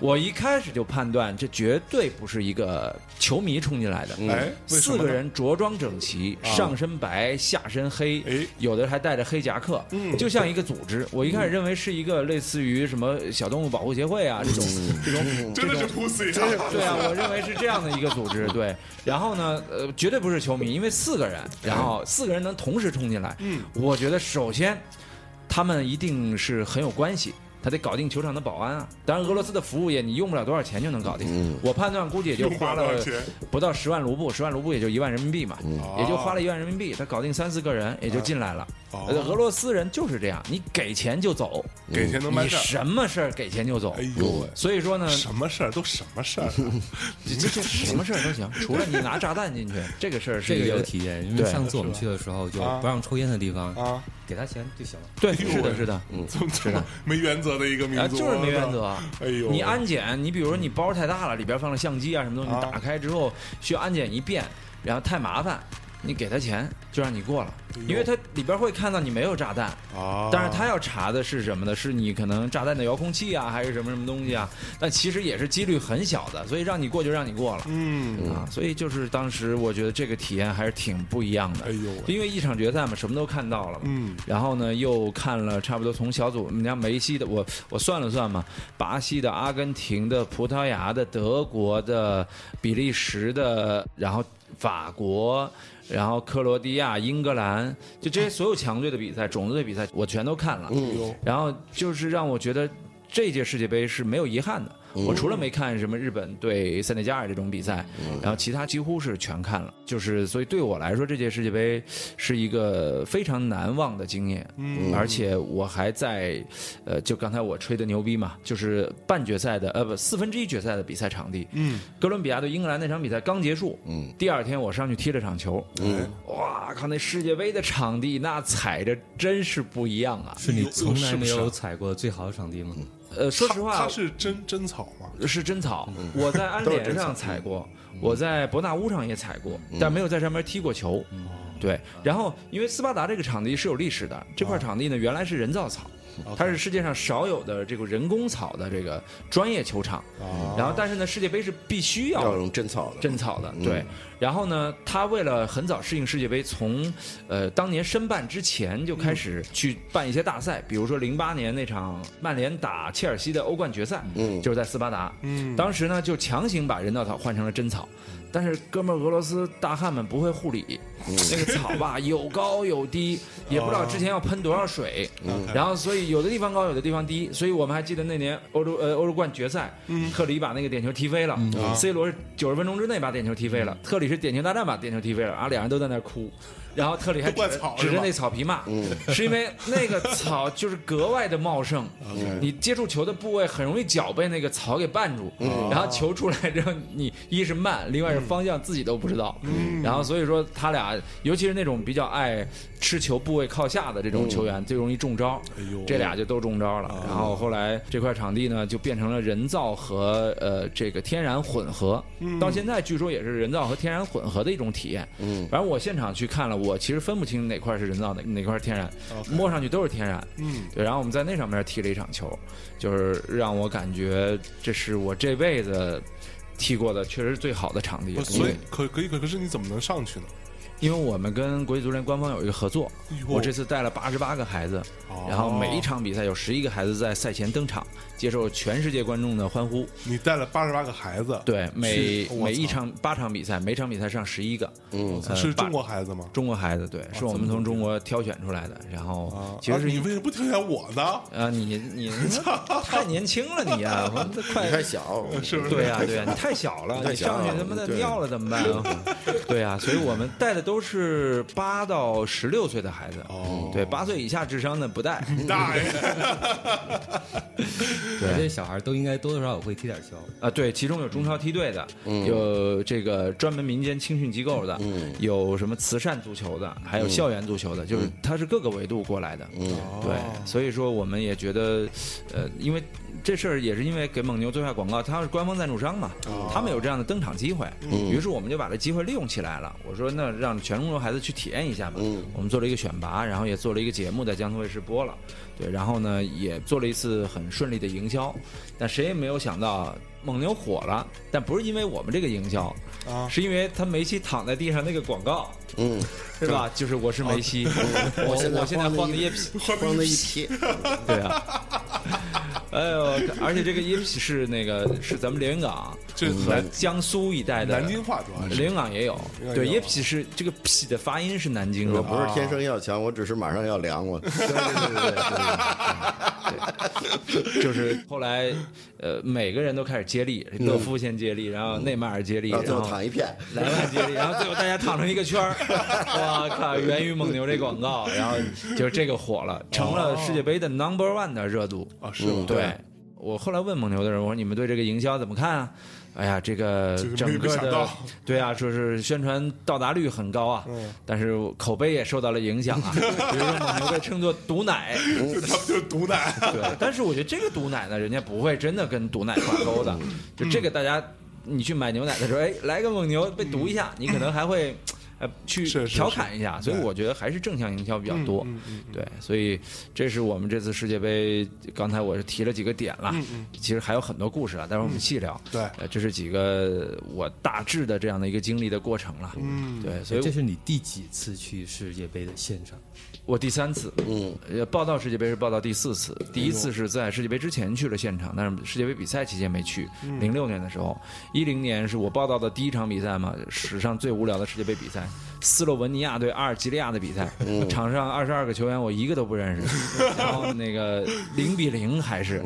Speaker 1: 我一开始就判断这绝对不是一个球迷冲进来的，
Speaker 2: 哎为什
Speaker 1: 四
Speaker 2: 么呢啊
Speaker 1: 个人着装整齐，上身白，下身黑
Speaker 2: 哎，嗯
Speaker 1: 有的还带着黑夹克，就像一个组织。我一开始认为是一个类似于什么小动物保护协会啊这种
Speaker 2: 嗯
Speaker 1: 这种
Speaker 2: 真的是 Pussy，啊
Speaker 1: 对啊，我认为是这样的一个组 织。对，然后呢，呃，绝对不是球迷，因为四个人，然后四个人能同时冲进来，嗯，我觉得首先他们一定是很有关系。他得搞定球场的保安啊！当然，俄罗斯的服务业你用不了多少钱就能搞定。我判断估计也就花
Speaker 2: 嗯用不了
Speaker 1: 了
Speaker 2: 多少钱嗯
Speaker 1: 不到十万卢布，十万卢布也就一万人民币嘛，也就花了一万人民币，他搞定三四个人也就进来了。
Speaker 2: 哦
Speaker 1: 呃俄罗斯人就是这样，你给钱就走，
Speaker 2: 给钱能
Speaker 1: 你
Speaker 2: 办事儿，
Speaker 1: 什么事儿给钱就走
Speaker 2: 哎。呦喂。
Speaker 1: 所以说呢，
Speaker 2: 什么事儿都什么事儿，
Speaker 1: 这这什么事儿都行，除了你拿炸弹进去，这个事儿是
Speaker 3: 这个
Speaker 1: 一
Speaker 3: 有体验，因为
Speaker 1: 对
Speaker 3: 上次我们去的时候就不让抽烟的地方
Speaker 2: 啊，
Speaker 3: 给他钱就行了。
Speaker 1: 对，
Speaker 2: 呦
Speaker 1: 是的， 是的，
Speaker 2: 怎么这么没原则的一个民
Speaker 1: 啊，
Speaker 2: 族？
Speaker 1: 就是没原则。
Speaker 2: 哎呦，
Speaker 1: 你安检，你比如说你包太大了，里边放了相机啊什么东西，
Speaker 2: 啊
Speaker 1: 打开之后需要安检一遍，然后太麻烦，你给他钱就让你过了，
Speaker 2: 哎呦
Speaker 1: 因为他里边会看到你没有炸弹，
Speaker 2: 啊，
Speaker 1: 但是他要查的是什么呢？是你可能炸弹的遥控器啊，还是什么什么东西啊？但其实也是几率很小的，所以让你过就让你过了。
Speaker 2: 嗯，
Speaker 1: 啊，所以就是当时我觉得这个体验还是挺不一样的。
Speaker 2: 哎呦喂
Speaker 1: 因为一场决赛嘛，什么都看到了嘛。
Speaker 2: 嗯，
Speaker 1: 然后呢，又看了差不多从小组，你像梅西的，我我算了算嘛，巴西的、阿根廷的、葡萄牙的、德国的、比利时的，然后法国。然后克罗地亚、英格兰，就这些所有强队的比赛、种子队比赛，我全都看了。
Speaker 2: 有
Speaker 1: 然后就是让我觉得这届世界杯是没有遗憾的。我除了没看什么日本对塞内加尔这种比赛，然后其他几乎是全看了。就是所以对我来说，这届世界杯是一个非常难忘的经验。嗯，而且我还在，呃，就刚才我吹的牛逼嘛，就是半决赛的呃不四分之一决赛的比赛场地，嗯，哥伦比亚对英格兰那场比赛刚结束，嗯，第二天我上去踢了场球，嗯，哇靠，那世界杯的场地那踩着真是不一样啊，
Speaker 3: 是你
Speaker 2: 有
Speaker 3: 从来没
Speaker 2: 是不
Speaker 3: 有
Speaker 2: 是
Speaker 3: 踩过最好的场地吗？
Speaker 1: 呃，说实话
Speaker 2: 它，是真真草吗？
Speaker 1: 是真草。我在安联上踩过，我在伯纳乌上也踩过，但没有在上面踢过球。对，然后因为斯巴达这个场地是有历史的，这块场地呢原来是人造草，它是世界上少有的这个人工草的这个专业球场。然后，但是呢，世界杯是必须
Speaker 4: 要
Speaker 1: 要
Speaker 4: 用真草的，
Speaker 1: 真草的，对。然后呢，他为了很早适应世界杯，从呃当年申办之前就开始去办一些大赛，比如说零八年那场曼联打切尔西的欧冠决赛，
Speaker 4: 嗯
Speaker 1: 就是在斯巴达，
Speaker 2: 嗯
Speaker 1: 当时呢就强行把人造草换成了真草。但是哥们儿，俄罗斯大汉们不会护理，
Speaker 2: 嗯
Speaker 1: 那个草 吧有高有低，也不知道
Speaker 2: 哦
Speaker 1: 之前要喷多少水，
Speaker 2: 嗯
Speaker 1: 嗯然后所以有的地方高，有的地方低，所以我们还记得那年欧洲呃欧洲冠决赛，
Speaker 2: 嗯
Speaker 1: 特里把那个点球踢飞了，C 嗯
Speaker 2: 啊
Speaker 1: 罗是九十分钟之内把点球踢飞了，
Speaker 2: 嗯
Speaker 1: 特里是点球大战把点球踢飞了，然后两人都在那儿哭，然后特里还
Speaker 2: 都怪
Speaker 1: 指着
Speaker 2: 草是
Speaker 1: 指着
Speaker 2: 吧
Speaker 1: 那草皮骂，
Speaker 2: 嗯
Speaker 1: 是因为那个草就是格外的茂盛，
Speaker 2: 嗯
Speaker 1: 你接触球的部位很容易脚被那个草给绊住，
Speaker 2: 嗯
Speaker 1: 然后球出来之后，你一是慢，另外是方向自己都不知道，
Speaker 2: 嗯
Speaker 1: 然后所以说他俩，尤其是那种比较爱吃球部位靠下的这种球员，最容易中招
Speaker 2: 嗯哎呦，哦
Speaker 1: 这俩就都中招了。然后后来这块场地呢，就变成了人造和呃这个天然混合，
Speaker 2: 嗯
Speaker 1: 到现在据说也是人造和天然混合的一种体验。
Speaker 4: 嗯
Speaker 1: 反正我现场去看了，我其实分不清哪块是人造的，哪块是天然，摸上去都是天然。
Speaker 2: 嗯，
Speaker 1: 对，然后我们在那上面踢了一场球，就是让我感觉这是我这辈子踢过的确实是最好的场地
Speaker 2: 不
Speaker 1: 了。
Speaker 2: 是所
Speaker 1: 因
Speaker 2: 以
Speaker 1: 为
Speaker 2: 可可以可可是你怎么能上去呢？
Speaker 1: 因为我们跟国际足联官方有一个合作，
Speaker 2: 哎呦
Speaker 1: 我这次带了八十八个孩子，
Speaker 2: 哦
Speaker 1: 然后每一场比赛有十一个孩子在赛前登场，接受全世界观众的欢呼。
Speaker 2: 你带了八十八个孩子，
Speaker 1: 对，每
Speaker 2: 是我操
Speaker 1: 每一场八场比赛，每场比赛上十一个
Speaker 4: 嗯，
Speaker 1: 呃
Speaker 2: 是
Speaker 1: 把
Speaker 2: 中国孩子吗？
Speaker 1: 中国孩子，对，是我
Speaker 2: 这么
Speaker 1: 们
Speaker 2: 多
Speaker 1: 从中国挑选出来的。然
Speaker 2: 啊
Speaker 1: 后，其实
Speaker 2: 啊
Speaker 1: 是
Speaker 2: 你
Speaker 1: 因
Speaker 2: 为什么不挑选我 呢？
Speaker 1: 啊，你 你太年轻了，你啊，我这快
Speaker 4: 你还小，
Speaker 1: 哎
Speaker 2: 是不是？
Speaker 1: 对呀、啊对呀、你太小了，
Speaker 4: 太
Speaker 1: 你
Speaker 4: 小
Speaker 1: 上
Speaker 4: 了
Speaker 1: 去他妈的
Speaker 4: 对
Speaker 1: 尿了怎么办啊？ 对呀、所以我们带的都是八到十六岁的孩子，
Speaker 2: 哦
Speaker 1: 对，八岁以下智商的不 带。
Speaker 2: 你大爷！
Speaker 3: 我这小孩都应该多多少少会踢点球。
Speaker 1: 啊，对，其中有中超梯队的，有这个专门民间青训机构的，有什么慈善足球的，还有校园足球的，就是它是各个维度过来的。对，所以说我们也觉得，呃，因为这事儿也是因为给蒙牛做下广告，他是官方赞助商嘛，他们有这样的登场机会，于是我们就把这机会利用起来了。我说那让全中国孩子去体验一下吧，我们做了一个选拔，然后也做了一个节目在江苏卫视播了，对，然后呢也做了一次很顺利的营销，但谁也没有想到。蒙牛火了，但不是因为我们这个营销，
Speaker 2: 啊
Speaker 1: 是因为他梅西躺在地上那个广告，
Speaker 4: 嗯，
Speaker 1: 是吧？就是我是梅西，哦我我现在晃的也
Speaker 4: 慌的一 批，
Speaker 1: 对啊。哎呦，而且这个音是那个是咱们连云港
Speaker 2: 这
Speaker 1: 和
Speaker 2: 南
Speaker 1: 江苏一带的， 啊
Speaker 2: 南京话主要
Speaker 1: 连
Speaker 2: 是
Speaker 1: 云港也有
Speaker 2: 连云港也有。
Speaker 1: 对，
Speaker 2: 啊
Speaker 1: 也匹是这个匹的发音是南京的，
Speaker 4: 我不是天生要强，我只是马上要凉， 我
Speaker 1: 就是后来呃每个人都开始接力，
Speaker 2: 嗯
Speaker 1: 勒夫先接力，然后内马尔接力，
Speaker 4: 然后最
Speaker 1: 然
Speaker 4: 后
Speaker 1: 后
Speaker 4: 躺一片，
Speaker 1: 莱万接力，然后最后大家躺成一个 圈儿，我靠，源于蒙牛这广告，然后就这个火了，成了世界杯的 number one 的热度。
Speaker 2: 啊，是吗？
Speaker 1: 对，我后来问蒙牛的人，我说你们对这个营销怎么看啊？哎呀，这个
Speaker 2: 这个没
Speaker 1: 整
Speaker 2: 没
Speaker 1: 个
Speaker 2: 想
Speaker 1: 的
Speaker 2: 到
Speaker 1: 对啊，说是宣传到达率很高啊，
Speaker 2: 嗯
Speaker 1: 但是口碑也受到了影 响啊。比如说蒙牛被称作“毒奶”，
Speaker 2: 就他们就是毒奶， 啊
Speaker 1: 对，但是我觉得这个毒奶呢，人家不会真的跟毒奶挂钩的，
Speaker 2: 嗯
Speaker 1: 就这个大家你去买牛奶的时候，哎，来个蒙牛被毒一下，你可能还会。呃，去
Speaker 2: 嗯是是
Speaker 1: 调侃一下，所以
Speaker 2: 对
Speaker 1: 我觉得还是正向营销比较多。
Speaker 2: 嗯嗯
Speaker 1: 对，所以这是我们这次世界杯，刚才我是提了几个点了，其实还有很多故事啊，待会儿我们细聊。
Speaker 2: 嗯对
Speaker 1: 呃，这是几个我大致的这样的一个经历的过程了。
Speaker 2: 嗯
Speaker 1: 对，所
Speaker 3: 所
Speaker 1: 以
Speaker 3: 以
Speaker 1: 我
Speaker 3: 这是你第几次去世界杯的现场？
Speaker 1: 我第三次，
Speaker 4: 嗯，
Speaker 1: 呃，报道世界杯是报道第四次，第一次是在世界杯之前去了现场，但是世界杯比赛期间没去。
Speaker 2: 嗯
Speaker 1: 零六年的时候，一零年是我报道的第一场比赛嘛，史上最无聊的世界杯比赛，斯洛文尼亚对阿尔及利亚的比赛，
Speaker 2: 嗯
Speaker 1: 场上二十二个球员我一个都不认识，然后那个零比零还是，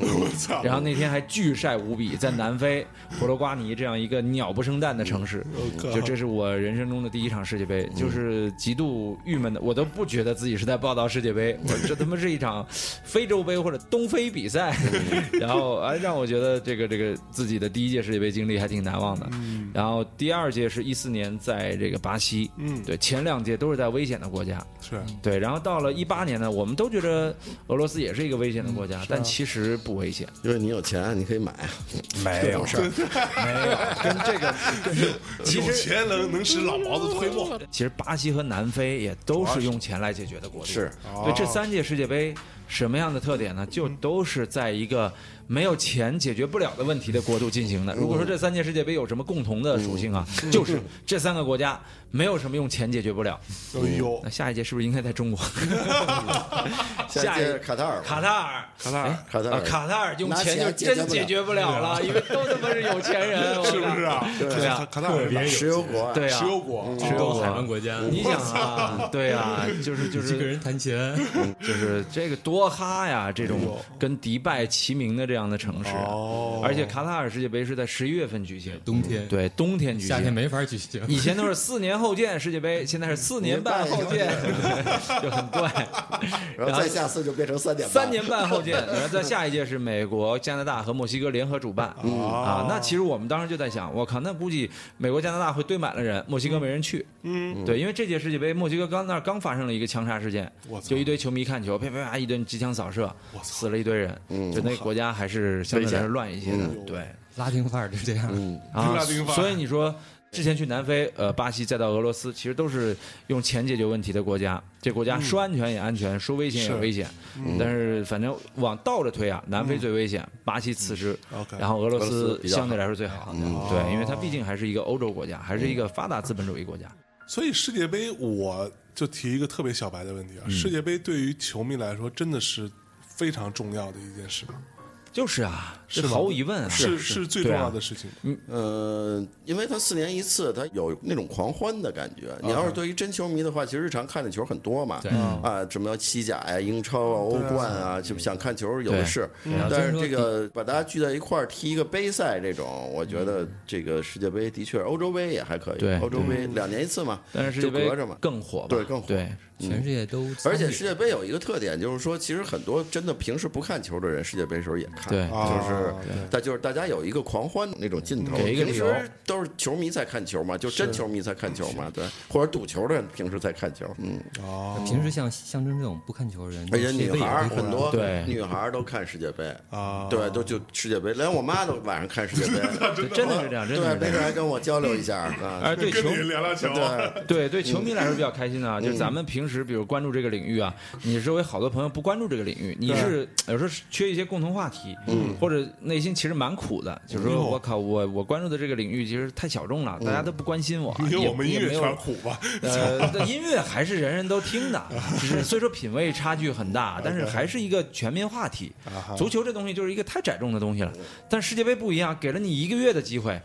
Speaker 1: 然后那天还巨晒无比，在南非婆罗瓜尼这样一个鸟不生蛋的城市，
Speaker 2: 我靠
Speaker 1: 就这是我人生中的第一场世界杯，就是极度郁闷的，我都不觉得自己是在报道世界杯，我这他妈是一场非洲杯或者东非比赛， 然后哎让我觉得这个这个自己的第一届世界杯经历还挺难忘的。然后第二届是一四年在这个巴西，
Speaker 2: 嗯
Speaker 1: 对，前两届都是在危险的国家，
Speaker 2: 是
Speaker 1: 对，然后到了一八年呢，我们都觉得俄罗斯也是一个危险的国家，但其实不危险。
Speaker 4: 因为你有钱，你可以买啊。
Speaker 1: 没有事儿，没有，跟这 个其
Speaker 2: 有
Speaker 1: 实
Speaker 2: 钱能能使老毛子退步，
Speaker 1: 其实巴西和南非也都是用钱来解决的国度。
Speaker 4: 是
Speaker 1: 所以这三届世界杯什么样的特点呢？就都是在一个没有钱解决不了的问题的国度进行的。如果说这三届世界杯有什么共同的属性啊， 就是这三个国家没有什么用钱解决不了。
Speaker 2: 哎呦
Speaker 1: 那，下一届是不是应该在中国？
Speaker 4: 下
Speaker 1: 下
Speaker 4: 一
Speaker 1: 一
Speaker 4: 届卡塔尔吧，
Speaker 1: 卡塔尔，卡塔尔，
Speaker 4: 卡塔尔
Speaker 1: 卡塔尔用
Speaker 4: 拿
Speaker 1: 钱
Speaker 4: 钱
Speaker 1: 就
Speaker 4: 解决
Speaker 1: 真
Speaker 4: 不
Speaker 1: 解
Speaker 4: 了
Speaker 1: 决不了了，因为都他妈是有钱人，我
Speaker 2: 是
Speaker 1: 跟你
Speaker 2: 不是
Speaker 1: 讲
Speaker 2: 啊？
Speaker 1: 嗯对啊
Speaker 2: 卡卡塔尔也
Speaker 4: 石油国啊，
Speaker 1: 对啊，
Speaker 2: 石油国，
Speaker 3: 是都海湾国家，
Speaker 4: 嗯
Speaker 1: 你想啊，对啊，就是就
Speaker 3: 这
Speaker 1: 是
Speaker 3: 个人谈钱，
Speaker 4: 嗯
Speaker 1: 就是这个多哈呀，这
Speaker 3: 哎
Speaker 1: 种跟迪拜齐名的这样的城市，啊
Speaker 2: 哦
Speaker 1: 而且卡塔尔世界杯是在十一月份举行，
Speaker 3: 冬天，
Speaker 1: 对，冬天举
Speaker 3: 夏天
Speaker 1: 行。
Speaker 3: 没法举行。
Speaker 1: 以前都是四年后见世界杯，现在是四年半后见， 就很怪。
Speaker 4: 然后再下次就变成三点
Speaker 1: 三年半后见，然后在下一届是美国、加拿大和墨西哥联合主办。啊，那其实我们当时就在想，我靠，那估计美国、加拿大会堆满了人，墨西哥没人去。嗯，对，因为这届世界杯，墨西哥刚那儿刚发生了一个枪杀事件
Speaker 2: 我，操
Speaker 1: 就一堆球迷看球，啪啪啪一顿机枪扫射，死了一堆人。就那个国家还是相对来说乱一些的，对
Speaker 3: 拉丁范儿就这样，
Speaker 4: 嗯
Speaker 1: 啊
Speaker 2: 拉丁，化
Speaker 1: 所以你说。之前去南非、呃巴西，再到俄罗斯，其实都是用钱解决问题的国家。这国家说安全也安全，说危险也
Speaker 2: 嗯是嗯
Speaker 1: 危险。
Speaker 4: 嗯
Speaker 1: 但是反正往倒着推啊，南非最危险，巴西次之，
Speaker 2: OK 哦
Speaker 1: 然后俄罗
Speaker 4: 俄罗斯
Speaker 1: 斯
Speaker 4: 比较好嗯
Speaker 1: 相对来说最好。对，因为它毕竟还是一个欧洲国家，还是一个发达资本主义国家。
Speaker 2: 所以世界杯，我就提一个特别小白的问题啊，世界杯对于球迷来说真的是非常重要的一件事，
Speaker 1: 就是啊，这
Speaker 2: 吗
Speaker 1: 毫无疑问啊，
Speaker 2: 是是最重要的事情吗。
Speaker 4: 呃，因为他四年一次，他有那种狂欢的感觉。你
Speaker 1: 啊
Speaker 4: 要是对于真球迷的话，其实日常看的球很多嘛，啊，什么西甲呀、英超啊、欧冠啊，就想看球有的是。
Speaker 1: 嗯
Speaker 4: 但是这个把大家聚在一块儿踢一个杯赛这种，我觉得这个世界杯的确，欧洲杯也还可以
Speaker 1: 嗯对，
Speaker 4: 欧洲杯两年一次嘛，
Speaker 1: 但是世界
Speaker 4: 就
Speaker 1: 杯
Speaker 4: 隔着嘛
Speaker 1: 更火吧，
Speaker 4: 对更火
Speaker 1: 对，
Speaker 3: 全世界都参与，
Speaker 4: 嗯而且世界杯有一个特点，就是说，其实很多真的平时不看球的人，世界杯时候也看，
Speaker 1: 对
Speaker 4: 就是
Speaker 2: 啊
Speaker 4: 大就是大家有一个狂欢那种劲头。
Speaker 1: 给一个
Speaker 4: 平
Speaker 1: 理由
Speaker 4: 时都是球迷在看球嘛，就真球迷在看球嘛，对，或者赌球的人平时在看球，嗯，
Speaker 2: 哦
Speaker 3: 平时像象征这种不看球的人，
Speaker 4: 而且女孩儿
Speaker 3: 世界杯也会看
Speaker 4: 很多
Speaker 1: 对，
Speaker 4: 女孩儿都看世界杯，
Speaker 2: 啊，
Speaker 4: 嗯对，都就世界杯，连我妈都晚上看世界杯，
Speaker 1: 对真的是这样，真的是
Speaker 4: 对，没
Speaker 1: 这
Speaker 4: 事
Speaker 1: 样。
Speaker 4: 还跟我交流 一下啊
Speaker 1: 而，对
Speaker 2: 跟
Speaker 1: 球
Speaker 2: 你聊聊球，啊
Speaker 1: 对
Speaker 4: 对，
Speaker 1: 对，球迷来说比较开心的
Speaker 2: 嗯
Speaker 1: 啊，就是咱们平时比如关注这个领域啊，你周围好多朋友不关注这个领域，你是有时候是缺一些共同话题，嗯，或者内心其实蛮苦的，就是
Speaker 2: 哎呦嗯
Speaker 1: 说我靠，我我关注的这个领域其实太小众了，大家都不关心我，
Speaker 2: 因为
Speaker 1: 也
Speaker 2: 我们音
Speaker 1: 也
Speaker 2: 乐
Speaker 1: 没有
Speaker 2: 圈苦吧，
Speaker 1: 呃，但音乐还是人人都听的，只是虽说品味差距很大，但是还是一个全民话题。足球这东西就是一个太窄众的东西了，但世界杯不一样，给了你一个月的机会，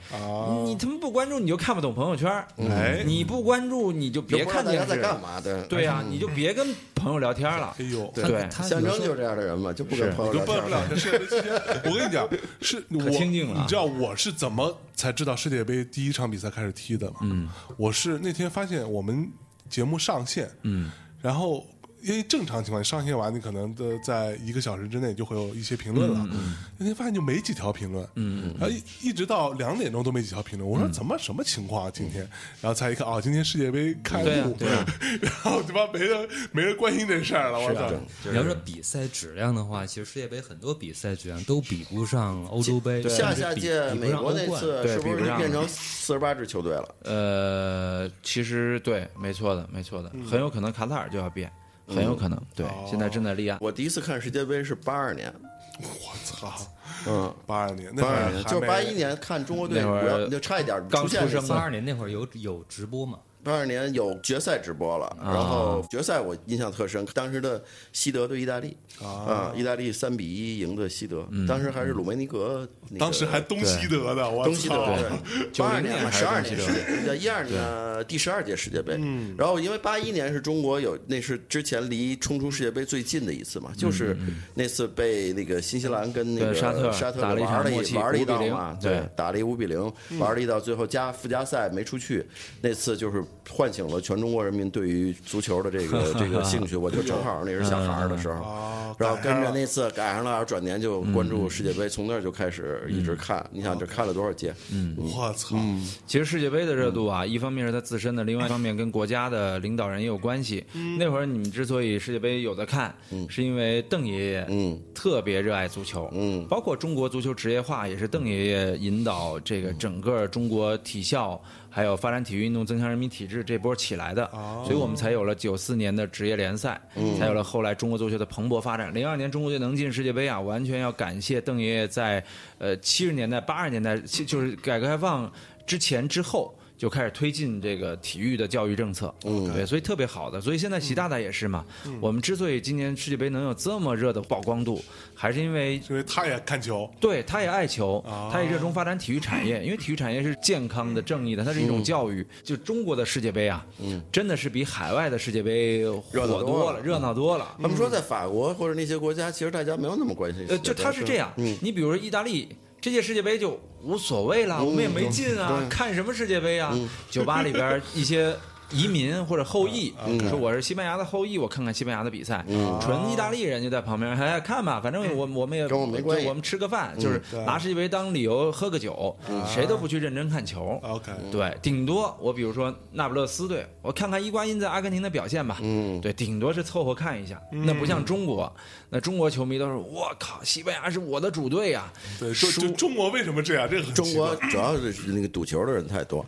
Speaker 1: 你他妈不关注你就看不懂朋友圈，
Speaker 2: 哎
Speaker 1: 你不关注你就
Speaker 4: 就
Speaker 1: 别
Speaker 4: 不知道
Speaker 1: 看
Speaker 4: 大
Speaker 1: 电
Speaker 4: 家
Speaker 1: 视，
Speaker 4: 在干嘛，对，
Speaker 1: 对呀、你就别跟朋友聊天了
Speaker 2: 哎。呦，
Speaker 4: 对
Speaker 1: 对
Speaker 3: 他
Speaker 4: 象
Speaker 3: 比如
Speaker 4: 征
Speaker 3: 说
Speaker 4: 就是这样的人嘛，就不跟
Speaker 1: 是
Speaker 4: 朋友
Speaker 2: 就
Speaker 4: 聊天
Speaker 2: 办
Speaker 4: 儿
Speaker 2: 不了这世界杯期间，我跟你讲，是我
Speaker 1: 清静了啊
Speaker 2: 你知道我是怎么才知道世界杯第一场比赛开始踢的吗？嗯，我是那天发现我们节目上线，嗯，然后。因为正常情况，上线完你可能的在一个小时之内就会有一些评论
Speaker 1: 嗯
Speaker 2: 了。那天发现就没几条评论，嗯，然后一一直到两点钟都没几条评
Speaker 1: 嗯
Speaker 2: 论。我说怎么什么情况啊？今天，然后才一看哦，今天世界杯开
Speaker 1: 对啊
Speaker 2: 幕
Speaker 1: 对啊， 啊
Speaker 2: 然后他妈没人没人关心这事儿了。我操！
Speaker 3: 你要说比赛质量的话，其实世界杯很多比赛质量都比不上欧洲杯，甚至
Speaker 4: 下下
Speaker 3: 比
Speaker 4: 届
Speaker 3: 比不
Speaker 4: 美
Speaker 3: 上
Speaker 4: 国那
Speaker 3: 欧冠
Speaker 4: 次
Speaker 1: 对
Speaker 4: 是不
Speaker 1: 比
Speaker 4: 是
Speaker 1: 不上
Speaker 4: 变成四十八支球队了？
Speaker 1: 呃，其实对，没错的，没错的，很有可能卡塔尔就要变，很有可能。对，现在正在立案。
Speaker 4: 我第一次看世界杯是八二年，
Speaker 2: 我操！
Speaker 4: 嗯，
Speaker 2: 八二年，那
Speaker 4: 八
Speaker 2: 会
Speaker 4: 二
Speaker 2: 儿
Speaker 4: 年
Speaker 2: 还
Speaker 4: 就是
Speaker 2: 没
Speaker 4: 八一，年看中国队，
Speaker 1: 那会儿
Speaker 4: 我要就差一点
Speaker 1: 刚
Speaker 4: 出现
Speaker 1: 出生
Speaker 4: 了。
Speaker 1: 嘛
Speaker 3: 八二年那会儿有有直播 嘛，
Speaker 4: 八二年有决赛直播了，然后决赛我印象特深，当时的西德对意大利啊，意大利三比一赢的西德，当时还是鲁梅尼格那个，
Speaker 2: 当时还东西德的，我
Speaker 4: 东西德
Speaker 2: 操
Speaker 4: 啊对，
Speaker 1: 90
Speaker 4: 八二年嘛，
Speaker 1: 年还
Speaker 4: 十
Speaker 1: 是
Speaker 4: 二
Speaker 1: 东西嗯
Speaker 4: 年
Speaker 1: 德
Speaker 4: 世界，一二年第十二届世界杯。然后因为八一年是中国有那是之前离冲出世界杯最近的一次嘛，就是那次被那个新西兰跟那个
Speaker 1: 嗯对沙特
Speaker 4: 沙特
Speaker 1: 打了一
Speaker 4: 玩
Speaker 1: 场
Speaker 4: 了
Speaker 1: 默
Speaker 4: 一
Speaker 1: 契
Speaker 4: 玩了一道
Speaker 1: 5-0
Speaker 4: 嘛，
Speaker 1: 对嗯
Speaker 4: 对，打了一五比零，玩了一道，最后加附加赛没出去，那次就是 唤醒了全中国人民对于足球的这个这个兴趣。我就正好那是小孩儿的时候，
Speaker 2: 啊！
Speaker 1: 哦
Speaker 4: 然后
Speaker 2: 赶
Speaker 4: 跟
Speaker 2: 上
Speaker 4: 着
Speaker 2: 了
Speaker 4: 那次赶上了，转年
Speaker 1: 嗯
Speaker 4: 就关注世界杯，从那儿就开始一直看。你想这看了多少届？嗯，
Speaker 2: 我操，
Speaker 1: 其实世界杯的热度啊，一方面是它自身的，另外一方面跟国家的领导人也有关系。那会儿你们之所以世界杯有的看，是因为邓爷爷
Speaker 4: 嗯
Speaker 1: 特别热爱足球，
Speaker 4: 嗯
Speaker 1: 包括中国足球职业化也是邓爷爷引导这
Speaker 4: 嗯
Speaker 1: 个整个中国体校还有发展体育运动、增强人民体制这波起来的，
Speaker 4: 哦
Speaker 1: 所以我们才有了九四年的职业联赛，
Speaker 4: 嗯
Speaker 1: 才有了后来中国足球的蓬勃发展。零二年中国队能进世界杯啊，完全要感谢邓爷爷在呃七十年代、八十年代，其就是改革开放之前之后。就开始推进这个体育的教育政策，嗯，对，嗯所以特别好的。所以现在习大大也是嘛。我们之所以今年世界杯能有这么热的曝光度，还是因为
Speaker 2: 因为他也看球，
Speaker 1: 对，他也爱球，他也热衷发展体育产 业，因为体育产业是健康的、正义的，它是一种教育。就中国的世界杯啊，真的是比海外的世界杯火
Speaker 4: 热闹
Speaker 1: 多
Speaker 4: 多
Speaker 1: 了，嗯
Speaker 4: 了
Speaker 1: 热闹多了。
Speaker 4: 他们说在法国或者那些国家，其实大家没有那么关心世界
Speaker 1: 呃，
Speaker 4: 杯。
Speaker 1: 就他是这样，
Speaker 4: 嗯
Speaker 1: 你比如说意大利。这届世界杯就无所谓了，我们也
Speaker 4: 嗯
Speaker 1: 没劲啊，看什么世界杯啊？酒吧里边一些移民或者后裔，
Speaker 4: 嗯
Speaker 1: 说我是西班牙的后裔，我看看西班牙的比赛。纯意大利人就在旁边，哎，看吧，反正我我们也
Speaker 4: 跟我没关系嗯
Speaker 1: 就我们吃个饭，就是拿世界杯当理由喝个酒，谁都不去认真看球。
Speaker 2: OK
Speaker 4: 嗯
Speaker 1: 对，顶多我比如说那不勒斯队，我看看伊瓜因在阿根廷的表现吧。嗯，对，顶多是凑合看一下。那不像中国，那中国球迷都是我靠，西班牙是我的主队啊呀、
Speaker 2: 对，就
Speaker 1: 输
Speaker 2: 就中国为什么这样？这个很
Speaker 4: 中
Speaker 2: 奇怪
Speaker 4: 国主要是那个赌球的人 太多，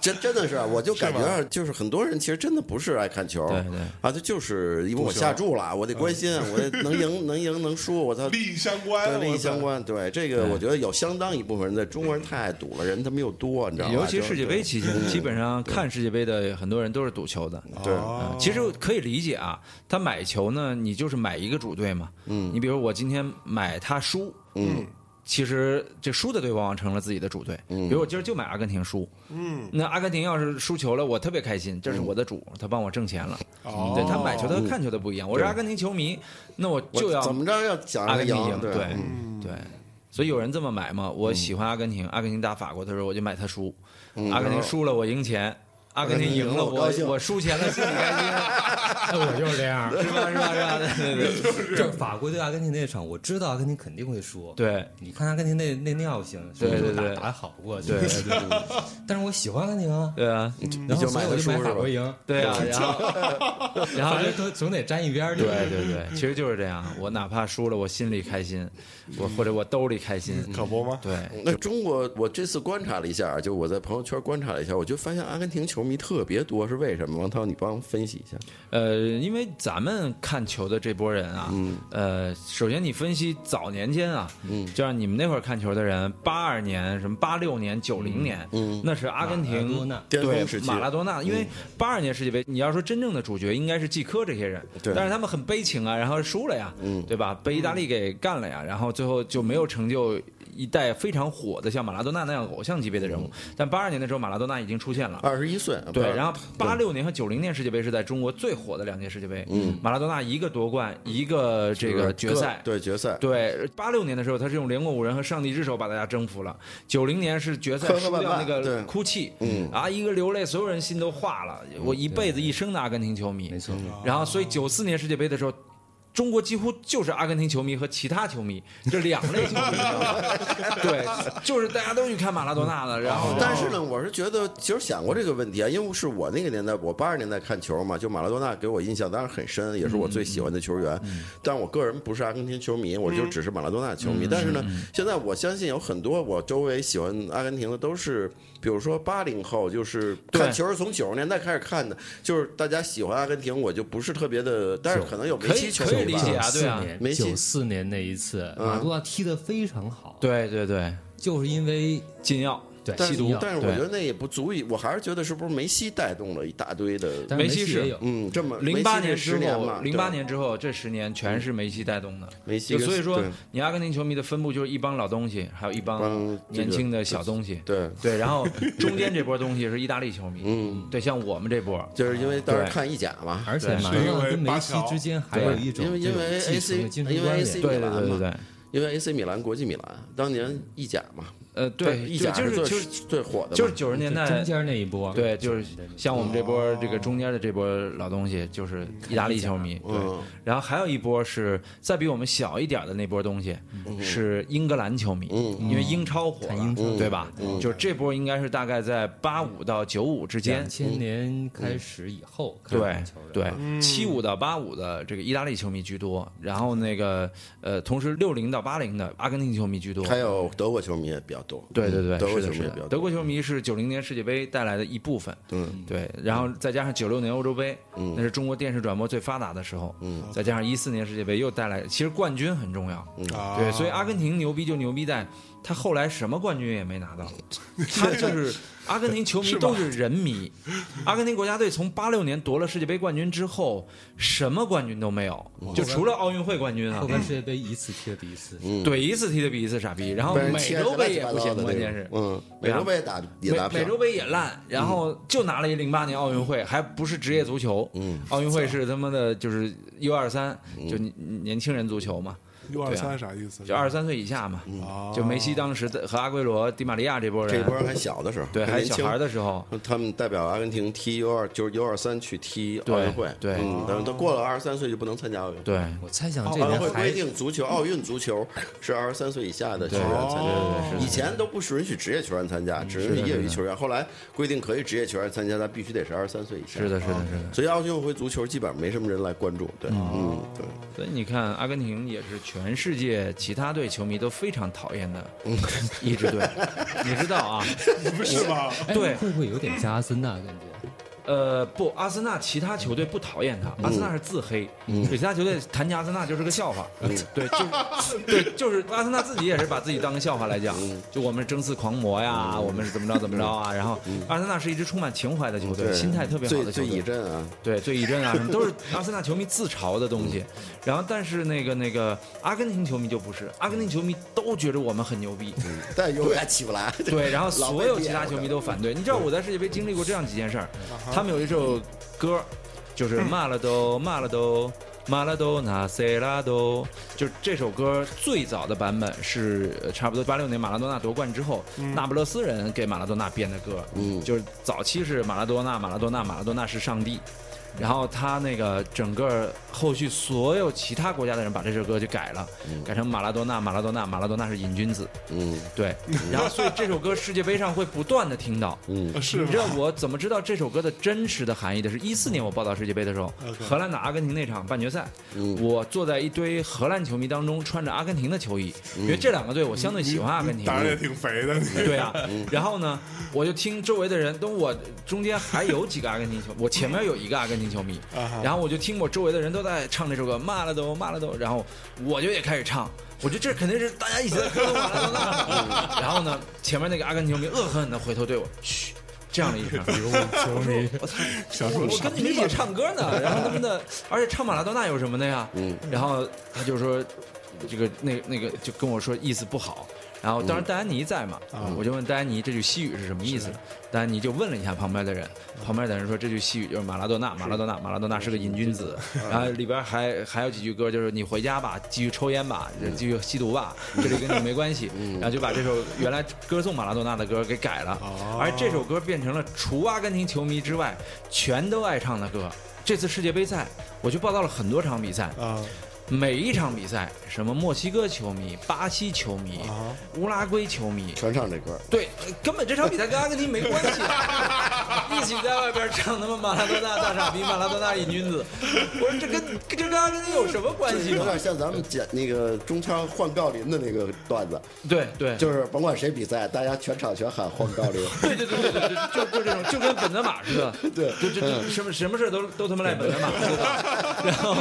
Speaker 4: 真真的是，啊我就感觉就是很多人其实真的不是爱看球，
Speaker 1: 对嗯对
Speaker 4: 啊，他就是因为我下注了，我得关心，我得能赢能赢能输，我操，
Speaker 2: 利益相关，
Speaker 4: 对利益
Speaker 2: 我操
Speaker 4: 相。关，对这个我觉得有相当一部分人在中国人太爱赌了，人他们又多，你知道吗？
Speaker 1: 尤其
Speaker 4: 就是嗯
Speaker 1: 世界杯期间，基本上看世界杯的很多人都是赌球的。
Speaker 4: 对
Speaker 2: 哦
Speaker 1: 嗯，其实可以理解啊，他买球呢，你就是买一个主队嘛。嗯，你比如我今天买他输，嗯，其实这输的队往往成了自己的主队。嗯，比如我今儿就买阿根廷输，嗯，那阿根廷要是输球了，我特别开心，这是我的主，他帮我挣钱了。
Speaker 2: 哦
Speaker 1: 对他买球他看球他不一样，我是阿根廷球迷，那我就要
Speaker 4: 我怎么着要想
Speaker 1: 阿
Speaker 4: 让他
Speaker 1: 根廷赢，
Speaker 4: 赢，
Speaker 1: 对对。所以有人这么买嘛？我喜欢阿根廷，阿根廷打法国的时候我就买他输，阿根廷输了我赢钱，阿根廷赢了
Speaker 4: 嗯阿根廷赢了我
Speaker 1: 我
Speaker 4: 高兴
Speaker 1: 我输钱了心里开心，
Speaker 5: 哎，我就是 这样。
Speaker 1: 是吧是吧是吧？对对对
Speaker 3: 就是法国对阿根廷那场，我知道阿根廷肯定会输。，
Speaker 1: 对，
Speaker 3: 你看阿根廷那那尿性，
Speaker 1: 对对
Speaker 3: 是不是
Speaker 1: 对
Speaker 3: 打打得好不过去。
Speaker 1: 对
Speaker 3: 对对对。 但是我喜欢阿根廷啊，
Speaker 1: 对啊，
Speaker 3: 然后
Speaker 4: 就
Speaker 3: 所
Speaker 4: 买
Speaker 3: 以
Speaker 4: 他
Speaker 3: 我就买
Speaker 4: 输是
Speaker 3: 法
Speaker 4: 吧
Speaker 3: 国赢。
Speaker 1: 对啊，然后 然后
Speaker 3: 反
Speaker 1: 就
Speaker 3: 正都总得沾一边儿去。
Speaker 1: 对对对，其实就是这样。我哪怕输了，我心里开心，我或者我兜里开心，
Speaker 4: 嗯
Speaker 2: 可不吗？
Speaker 1: 对。
Speaker 4: 那中国，我这次观察了一下，就我在朋友圈观察了一下，我就发现阿根廷球迷特别多，是为什么？王涛，你帮我分析一下。
Speaker 1: 呃，因为咱们看球的这波人啊，
Speaker 4: 嗯
Speaker 1: 呃，首先你分析早年间啊，就像你们那会儿看球的人，八二年、什么八六年、九零年，那是阿根
Speaker 3: 马拉多
Speaker 1: 廷
Speaker 3: 纳
Speaker 4: 嗯巅
Speaker 1: 对
Speaker 4: 峰时期嗯
Speaker 1: 马拉多纳，因为八二年世界杯，你要说真正的主角应该是季科这些人，
Speaker 4: 对嗯
Speaker 1: 但是他们很悲情啊，然后输了呀，对吧？被意大利给干了呀，然后最后就没有成就。一代非常火的像马拉多纳那样偶像级别的人物，
Speaker 4: 嗯
Speaker 1: 但八二年的时候马拉多纳已经出现了，
Speaker 4: 二十一岁，
Speaker 1: 对，然
Speaker 4: 后
Speaker 1: 后八六年和九零年世界杯是在中国最火的两届世界杯，嗯，马拉多纳一个夺冠，一个这个决赛。
Speaker 4: 对决赛，
Speaker 1: 对，八六年的时候，他是用连过五人和上帝之手把大家征服了。九零年是决赛
Speaker 4: 磕磕
Speaker 1: 输
Speaker 4: 绊
Speaker 1: 掉那
Speaker 4: 绊
Speaker 1: 个
Speaker 4: 对嗯
Speaker 1: 哭泣，嗯啊，一个流泪，所有人心都化了。我一辈子一生的阿根廷球迷，
Speaker 3: 没错。
Speaker 1: 嗯
Speaker 2: 哦
Speaker 1: 然后，所以九四年世界杯的时候，中国几乎就是阿根廷球迷和其他球迷这两类球迷， 对，就是大家都去看马拉多纳了。然后，
Speaker 4: 哦但是呢，我是觉得其实想过这个问题啊，因为是我那个年代，我八十年代看球嘛，就马拉多纳给我印象当然很深，也是
Speaker 1: 嗯
Speaker 4: 我最喜欢的球员。但我个人不是阿根廷球迷，我
Speaker 1: 嗯
Speaker 4: 就只是马拉多纳球迷。但是呢，现在我相信有很多我周围喜欢阿根廷的都是，比如说八零后，就是看球是从九十年代开始看的，就是大家喜欢阿根廷，我就不是特别的，但是可能有梅
Speaker 1: 可以
Speaker 4: 西球
Speaker 1: 可以理
Speaker 4: 迷
Speaker 1: 解
Speaker 4: 吧。
Speaker 1: 啊对啊嗯
Speaker 4: 梅西
Speaker 3: 九四年那一次，马杜拉踢得非常好，，
Speaker 1: 对对对，
Speaker 3: 就是因为
Speaker 1: 禁药。
Speaker 3: 对
Speaker 4: 但
Speaker 3: 吸毒
Speaker 4: 但是我
Speaker 1: 对
Speaker 4: 觉得那也不足以，我还是觉得是不是梅西带动了一大堆的。
Speaker 3: 但是
Speaker 1: 梅西
Speaker 3: 西
Speaker 1: 是
Speaker 3: 也有，
Speaker 4: 嗯，这么
Speaker 1: 零八
Speaker 4: 梅西这
Speaker 1: 年
Speaker 4: 十
Speaker 1: 之
Speaker 4: 年
Speaker 1: 后
Speaker 4: 嘛，，
Speaker 1: 零八
Speaker 4: 对
Speaker 1: 年之后这十年全是梅西带动的。
Speaker 4: 梅西
Speaker 1: 就
Speaker 4: 跟，
Speaker 1: 所以说嗯
Speaker 4: 对，
Speaker 1: 你阿根廷球迷的分布就是一帮老东西，还有一帮
Speaker 4: 帮这个
Speaker 1: 年轻的小东西。
Speaker 4: 对嗯
Speaker 1: 对，然后中间这波东西是意大利球迷，嗯，对，像我们这波，
Speaker 4: 就是因为当时
Speaker 1: 对
Speaker 4: 看意甲嘛，
Speaker 3: 而且马
Speaker 2: 是因
Speaker 3: 杜拉
Speaker 2: 为
Speaker 3: 跟梅
Speaker 2: 巴
Speaker 3: 西
Speaker 2: 乔
Speaker 3: 之间还有一种
Speaker 4: 因为
Speaker 3: 这
Speaker 4: 因
Speaker 3: 种
Speaker 4: 为
Speaker 3: 继
Speaker 4: AC
Speaker 3: 承的精神
Speaker 4: 因为
Speaker 3: 关
Speaker 4: AC
Speaker 3: 联。
Speaker 1: 对
Speaker 4: 米
Speaker 1: 对
Speaker 4: 兰
Speaker 1: 对对
Speaker 4: 嘛，
Speaker 1: 对，
Speaker 4: 因为 AC 米兰国际米兰当年意甲嘛，
Speaker 1: 呃，对，
Speaker 4: 意
Speaker 1: 就
Speaker 4: 甲
Speaker 1: 就是
Speaker 4: 最
Speaker 1: 就是
Speaker 4: 最火的嘛，
Speaker 1: 就是九十年代
Speaker 3: 中间那一波，
Speaker 1: 对，就是像我们这波
Speaker 4: 哦
Speaker 1: 这个中间的这波老东西，就是意大利球迷。对，
Speaker 4: 嗯
Speaker 1: 然后还有一波是再比我们小一点的那波东西，
Speaker 4: 嗯
Speaker 1: 是英格兰球迷，因为英超火了，对吧？
Speaker 4: 嗯
Speaker 1: 就这波应该是大概在八五到九五之间
Speaker 3: 两。千年开始以后开始
Speaker 1: 嗯对
Speaker 3: 看球的，
Speaker 1: 对，七五到八五的这个意大利球迷居多，然后那个呃，同时六零到八零的阿根廷球迷居多，
Speaker 4: 还有德国球迷也比较多，
Speaker 1: 对对对，
Speaker 4: 德国
Speaker 1: 是
Speaker 4: 球
Speaker 1: 的
Speaker 4: 迷
Speaker 1: 是
Speaker 4: 也
Speaker 1: 的
Speaker 4: 比较
Speaker 1: 德
Speaker 4: 多，
Speaker 1: 国球迷是九零年世界杯带来的一部分，
Speaker 4: 嗯，
Speaker 1: 对，然后再加上九六年欧洲杯，那是中国电视转播最发达的时候，嗯，再加上一四年世界杯又带来，其实冠军很重要，
Speaker 4: 嗯
Speaker 2: 啊
Speaker 1: 对，所以阿根廷牛逼就牛逼在，他后来什么冠军也没拿 到，他就是阿根廷球迷都是人迷，阿根廷国家队从八六年夺了世界杯冠军之后，什么冠军都没有，
Speaker 4: 嗯
Speaker 1: 就除了奥运会冠军啊嗯
Speaker 3: 后，边世界杯一次踢的比一次，
Speaker 1: 怼一次踢的比一次傻逼，然后
Speaker 4: 被
Speaker 1: 嗯
Speaker 4: 人
Speaker 1: 美
Speaker 4: 切得
Speaker 1: 洲
Speaker 4: 乱
Speaker 1: 杯
Speaker 4: 七
Speaker 1: 也
Speaker 4: 八
Speaker 1: 不
Speaker 4: 糟
Speaker 1: 行，
Speaker 4: 的
Speaker 1: 关
Speaker 4: 那
Speaker 1: 键
Speaker 4: 种
Speaker 1: 是，
Speaker 4: 嗯，美洲杯打也
Speaker 1: 美
Speaker 4: 打
Speaker 1: 美
Speaker 4: 票嗯
Speaker 1: 洲，杯也烂，然后就拿了一零八年奥运会，还不是职业足球。嗯，奥运会是他妈的，就是 U 二三，
Speaker 4: 嗯
Speaker 1: 就年年轻人足球嘛，
Speaker 2: ，U 二三啥意思？
Speaker 1: 啊就二十三岁以下嘛。
Speaker 2: 啊，
Speaker 1: 就梅西当时的和阿圭罗、迪玛利亚这波
Speaker 4: 嗯这
Speaker 1: 人，
Speaker 4: 波还小的时候，
Speaker 1: 对还
Speaker 4: 年
Speaker 1: 小
Speaker 4: 轻
Speaker 1: 孩的时候，
Speaker 4: 他们代表阿根廷踢 U 二，就是 U 二三去踢奥运会。
Speaker 1: 对对
Speaker 4: 嗯，但是他过了二十三岁就不能参加奥运会。
Speaker 1: 对
Speaker 3: 我猜想这
Speaker 4: 奥运
Speaker 3: 年
Speaker 4: 会
Speaker 3: 还
Speaker 4: 规定，足球奥运足球是二十三岁以下的球员参
Speaker 2: 对
Speaker 4: 加，以前都不允许职业球员参加，
Speaker 1: 嗯
Speaker 4: 只允许业余球员。后来规定可以职业球员参加，但必须得是二十三岁以下。啊
Speaker 1: 是的，是哦的，是的。
Speaker 4: 所以奥运会足球基本上没什么人来关注。对，嗯，对，
Speaker 1: 所以你看，阿根廷也是全世界其他队球迷都非常讨厌的
Speaker 4: 嗯
Speaker 1: 一支队，你知道啊？
Speaker 2: 不 是吧？
Speaker 3: 哎
Speaker 1: 对
Speaker 3: 会不会有点像阿森纳感觉？
Speaker 1: 呃，不，阿森纳其他球队不讨厌他，阿森纳是自黑，
Speaker 4: 嗯
Speaker 1: 对其他球队谈起阿森纳就是个笑话，对， 就是，对，就是阿森纳自己也是把自己当个笑话来讲，
Speaker 4: 嗯
Speaker 1: 就我们是争四狂魔呀，我们是怎么着怎么着啊，然后阿森纳是一支充满情怀的球队，
Speaker 4: 嗯对
Speaker 1: 心态特别好
Speaker 4: 最
Speaker 1: 的球
Speaker 4: 最
Speaker 1: 队
Speaker 4: 以，阵啊，
Speaker 1: 对，最一阵啊，什么都是阿森纳球迷自嘲的东西。
Speaker 4: 嗯
Speaker 1: 然后，但是那个那个阿根廷球迷就不是，阿根廷球迷都觉得我们很牛逼，
Speaker 4: 但永远起不来。
Speaker 1: 对，然后
Speaker 4: 嗯 老
Speaker 1: 所
Speaker 4: 被
Speaker 1: 有
Speaker 4: 点
Speaker 1: 其他
Speaker 4: 我
Speaker 1: 球迷
Speaker 4: 的
Speaker 1: 都反对。你知道我在世界杯经历过这样几件事儿，
Speaker 2: 啊
Speaker 1: 他 们有一首歌，就是骂了都 骂了都。马拉多纳塞拉多，就是这首歌最早的版本是呃差不多八六年马拉多纳夺冠之后，那不勒斯人给马拉多纳编的歌，
Speaker 4: 嗯
Speaker 1: 就是早期是马拉多纳，马拉多纳，马拉多纳是上帝，然后他那个整个后续所有其他国家的人把这首歌就改了，改成马拉多纳，马拉多纳，马拉多纳是瘾君子，
Speaker 4: 嗯
Speaker 1: 对，然后所以这首歌世界杯上会不断的听到。
Speaker 4: 嗯，
Speaker 2: 哦是
Speaker 1: 你知
Speaker 2: 吧
Speaker 1: 道我怎么知道这首歌的真实的含义的？是一四年我报道世界杯的时候
Speaker 2: OK，
Speaker 1: 荷兰打阿根廷那场半决赛，
Speaker 4: 嗯
Speaker 1: 我坐在一堆荷兰球迷当中，穿着阿根廷的球衣，因为这两个队我相对喜欢阿根廷。
Speaker 2: 当然也挺肥的，你
Speaker 1: 对啊，然后呢，我就听周围的人，都我中间还有几个阿根廷球，我前面有一个阿根廷球迷，然后我就听我周围的人都在唱这首歌，骂了都骂了都，然后我就也开始唱，我觉得这肯定是大家一起在歌骂了都骂了，然后呢，前面那个阿根廷球迷恶狠狠的回头对我，嘘。这样的一声，我说 我操，
Speaker 2: 想说
Speaker 1: 我我跟你们一起唱歌呢，然后他们的，而且唱马拉多纳有什么的呀？
Speaker 4: 嗯
Speaker 1: 然后他就说，这个那那个就跟我说意思不好。然后当时戴安妮在嘛，我就问戴安妮这句西语嗯啊是什么意思，戴安妮就问了一下旁边的人，旁边的人说这句西语就是马拉多纳，马拉多纳，马拉多纳是个瘾君子。然后里边还还有几句歌，就是你回家吧，继续抽烟吧，继续吸毒吧，这里跟你没关系。然后就把这首原来歌颂马拉多纳的歌给改了，而这首歌变成了除阿根廷球迷之外全都爱唱的歌。这次世界杯赛，我去报道了很多场比赛，
Speaker 2: 啊
Speaker 1: 每一场比赛，什么墨西哥球迷、巴西球迷、
Speaker 2: 啊
Speaker 1: 乌拉圭球迷，
Speaker 4: 全唱这歌，
Speaker 1: 对，呃根本这场比赛跟阿根廷没关系，一起在外边唱他妈马拉多纳大傻逼、马拉多纳瘾君子，我说这跟这跟阿根廷有什么关系
Speaker 4: 有
Speaker 1: 吗？
Speaker 4: 点像咱们讲那个中超换郜林的那个段子。
Speaker 1: 对对，
Speaker 4: 就是甭管谁比赛，大家全场全喊黄高 龄。
Speaker 1: 对对对对对，就就这种，就跟本泽马似的，
Speaker 4: 对嗯
Speaker 1: 就就就什么什么事都都他妈赖本泽马， 对吧？然后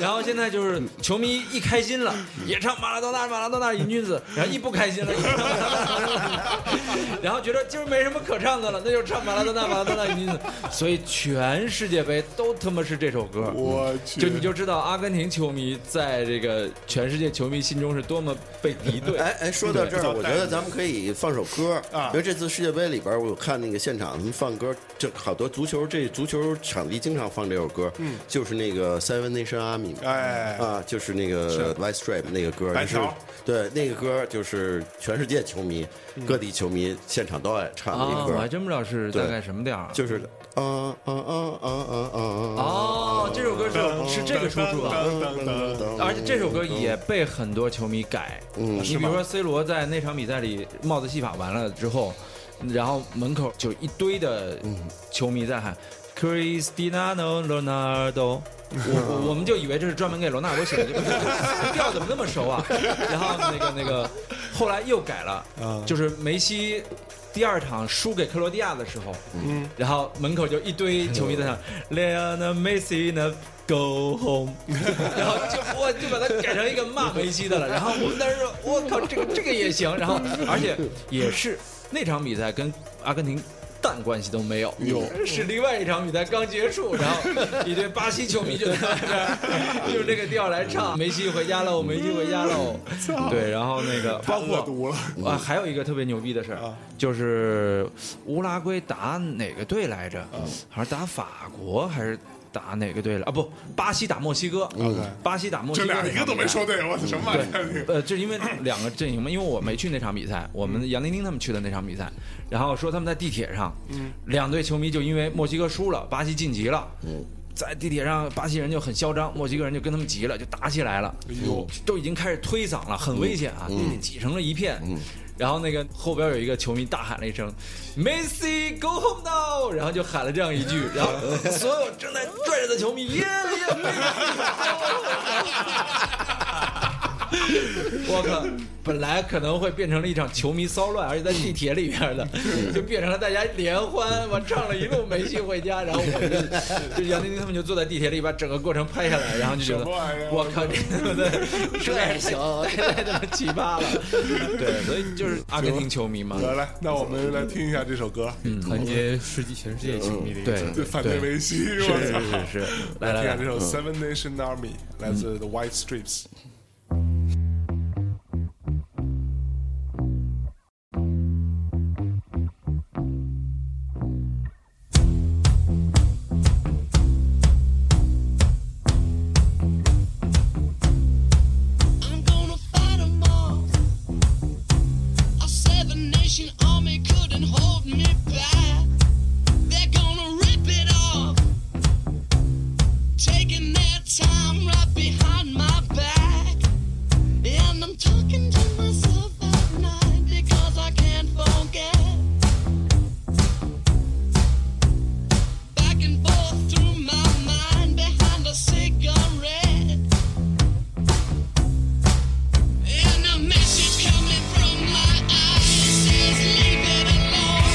Speaker 1: 然后现在就是球迷一开心了，也唱马拉多纳马拉多纳瘾君子，然后一不开心了，也唱马拉多纳马拉多纳 然后觉得今儿没什么可唱的了，那就唱马拉多纳马拉多纳瘾君子，所以全世界杯都他妈是这首歌，
Speaker 2: 我去，
Speaker 1: 就你就知道阿根廷球迷在这个全世界球迷心中是多么被敌对。
Speaker 4: 哎哎，说到这儿，
Speaker 2: 对
Speaker 4: 我觉得咱们可以放首歌
Speaker 2: 啊
Speaker 4: 因为这次世界杯里边，我有看那个现场，他们放歌，就好多足球这足球场地经常放这首歌，嗯，就是那个 Seven Nation Army 嘛。
Speaker 2: 哎
Speaker 4: 啊、啊，就是那个 White Stripe 那个歌，
Speaker 2: 白
Speaker 4: 就是
Speaker 2: 条
Speaker 4: 对那个歌就是全世界球迷、
Speaker 2: 嗯
Speaker 4: 各地球迷现场都爱唱的一
Speaker 1: 啊，
Speaker 4: 歌，
Speaker 1: 我还真不知道是大概什么调儿啊。
Speaker 4: 就是啊啊啊啊啊啊
Speaker 1: 哦，这首歌是是这个出处啊。
Speaker 2: 噔噔噔噔
Speaker 1: 而且这首歌 也被很多球迷改，嗯，你比如说 C 罗在那场比赛里帽子戏法完了之后，然后门口就一堆的球迷在喊 Cristiano Ronaldo，我我我们就以为这是专门给罗纳尔多写的，就 调怎么那么熟啊？然后那个那个后来又改了，就是梅西。第二场输给克罗地亚的时候，嗯，然后门口就一堆球迷在 那 Lionel Messi 呢 Go home，然后就我就把它改成一个骂梅西的了。然后我们当时说，我靠，这个这个也行。然 后而且也是那场比赛跟阿根廷。蛋关系都没有，是另外一场比赛刚结束，然 后一堆巴西球迷就在那边，就是那个调来唱梅西回家喽，梅西回家喽，对，然后那个包括
Speaker 2: 恶毒了，
Speaker 1: 啊，还有一个特别牛逼的事儿，就是乌拉圭打哪个队来着？好像打法国还是打哪个队了？啊，不，巴西打墨西哥。巴西打墨西
Speaker 2: 这
Speaker 1: 哥，
Speaker 2: 俩一个都没说。对，我
Speaker 1: 嗯
Speaker 2: 操，什么玩意儿？这个
Speaker 1: 呃，这因为两个阵营嘛，因为我没去那场比赛，我们杨玲玲他们去的那场比赛，然后说他们在地铁上，两队球迷就因为墨西哥输了，巴西晋级了，在地铁上巴西人就很嚣张，墨西哥人就跟他们急了，就打起来了，都已经开始推搡了，很危险啊，地铁挤成了一片。然后那个后边有一个球迷大喊了一声 “Messi go home now”，然后就喊了这样一句，然后所有正在拽着的球迷耶耶 我靠！本来可能会变成了一场球迷骚乱，而且在地铁里边 的， 就变成了大家联欢，我唱了一路梅西回家，然后我 就就杨丁丁他们就坐在地铁里把整个过程拍下来，然后就觉得
Speaker 2: 什么玩意儿
Speaker 1: 我靠，这对不对？这也行，太他妈奇葩了。 对，所以就是阿根廷球迷嘛，
Speaker 2: 来来，那我们来听一下这首歌，
Speaker 3: 团结世界全世界球迷的一个
Speaker 1: 嗯对
Speaker 2: 就反对梅西，
Speaker 1: 是嗯
Speaker 2: 我操！
Speaker 1: 是是，来来
Speaker 2: 听一下
Speaker 1: 来
Speaker 2: 这。首 Seven Nation Army 来
Speaker 1: 嗯
Speaker 2: 自 The White Stripes。
Speaker 5: I'm gonna fight 'em all. A seven-nation army couldn't hold me back. They're gonna rip it off, taking their time right behind my back. And I'm talking to myself at night because I can't forget. Back and forth through my mind behind a cigarette. And a message coming from my eyes says, leave it alone.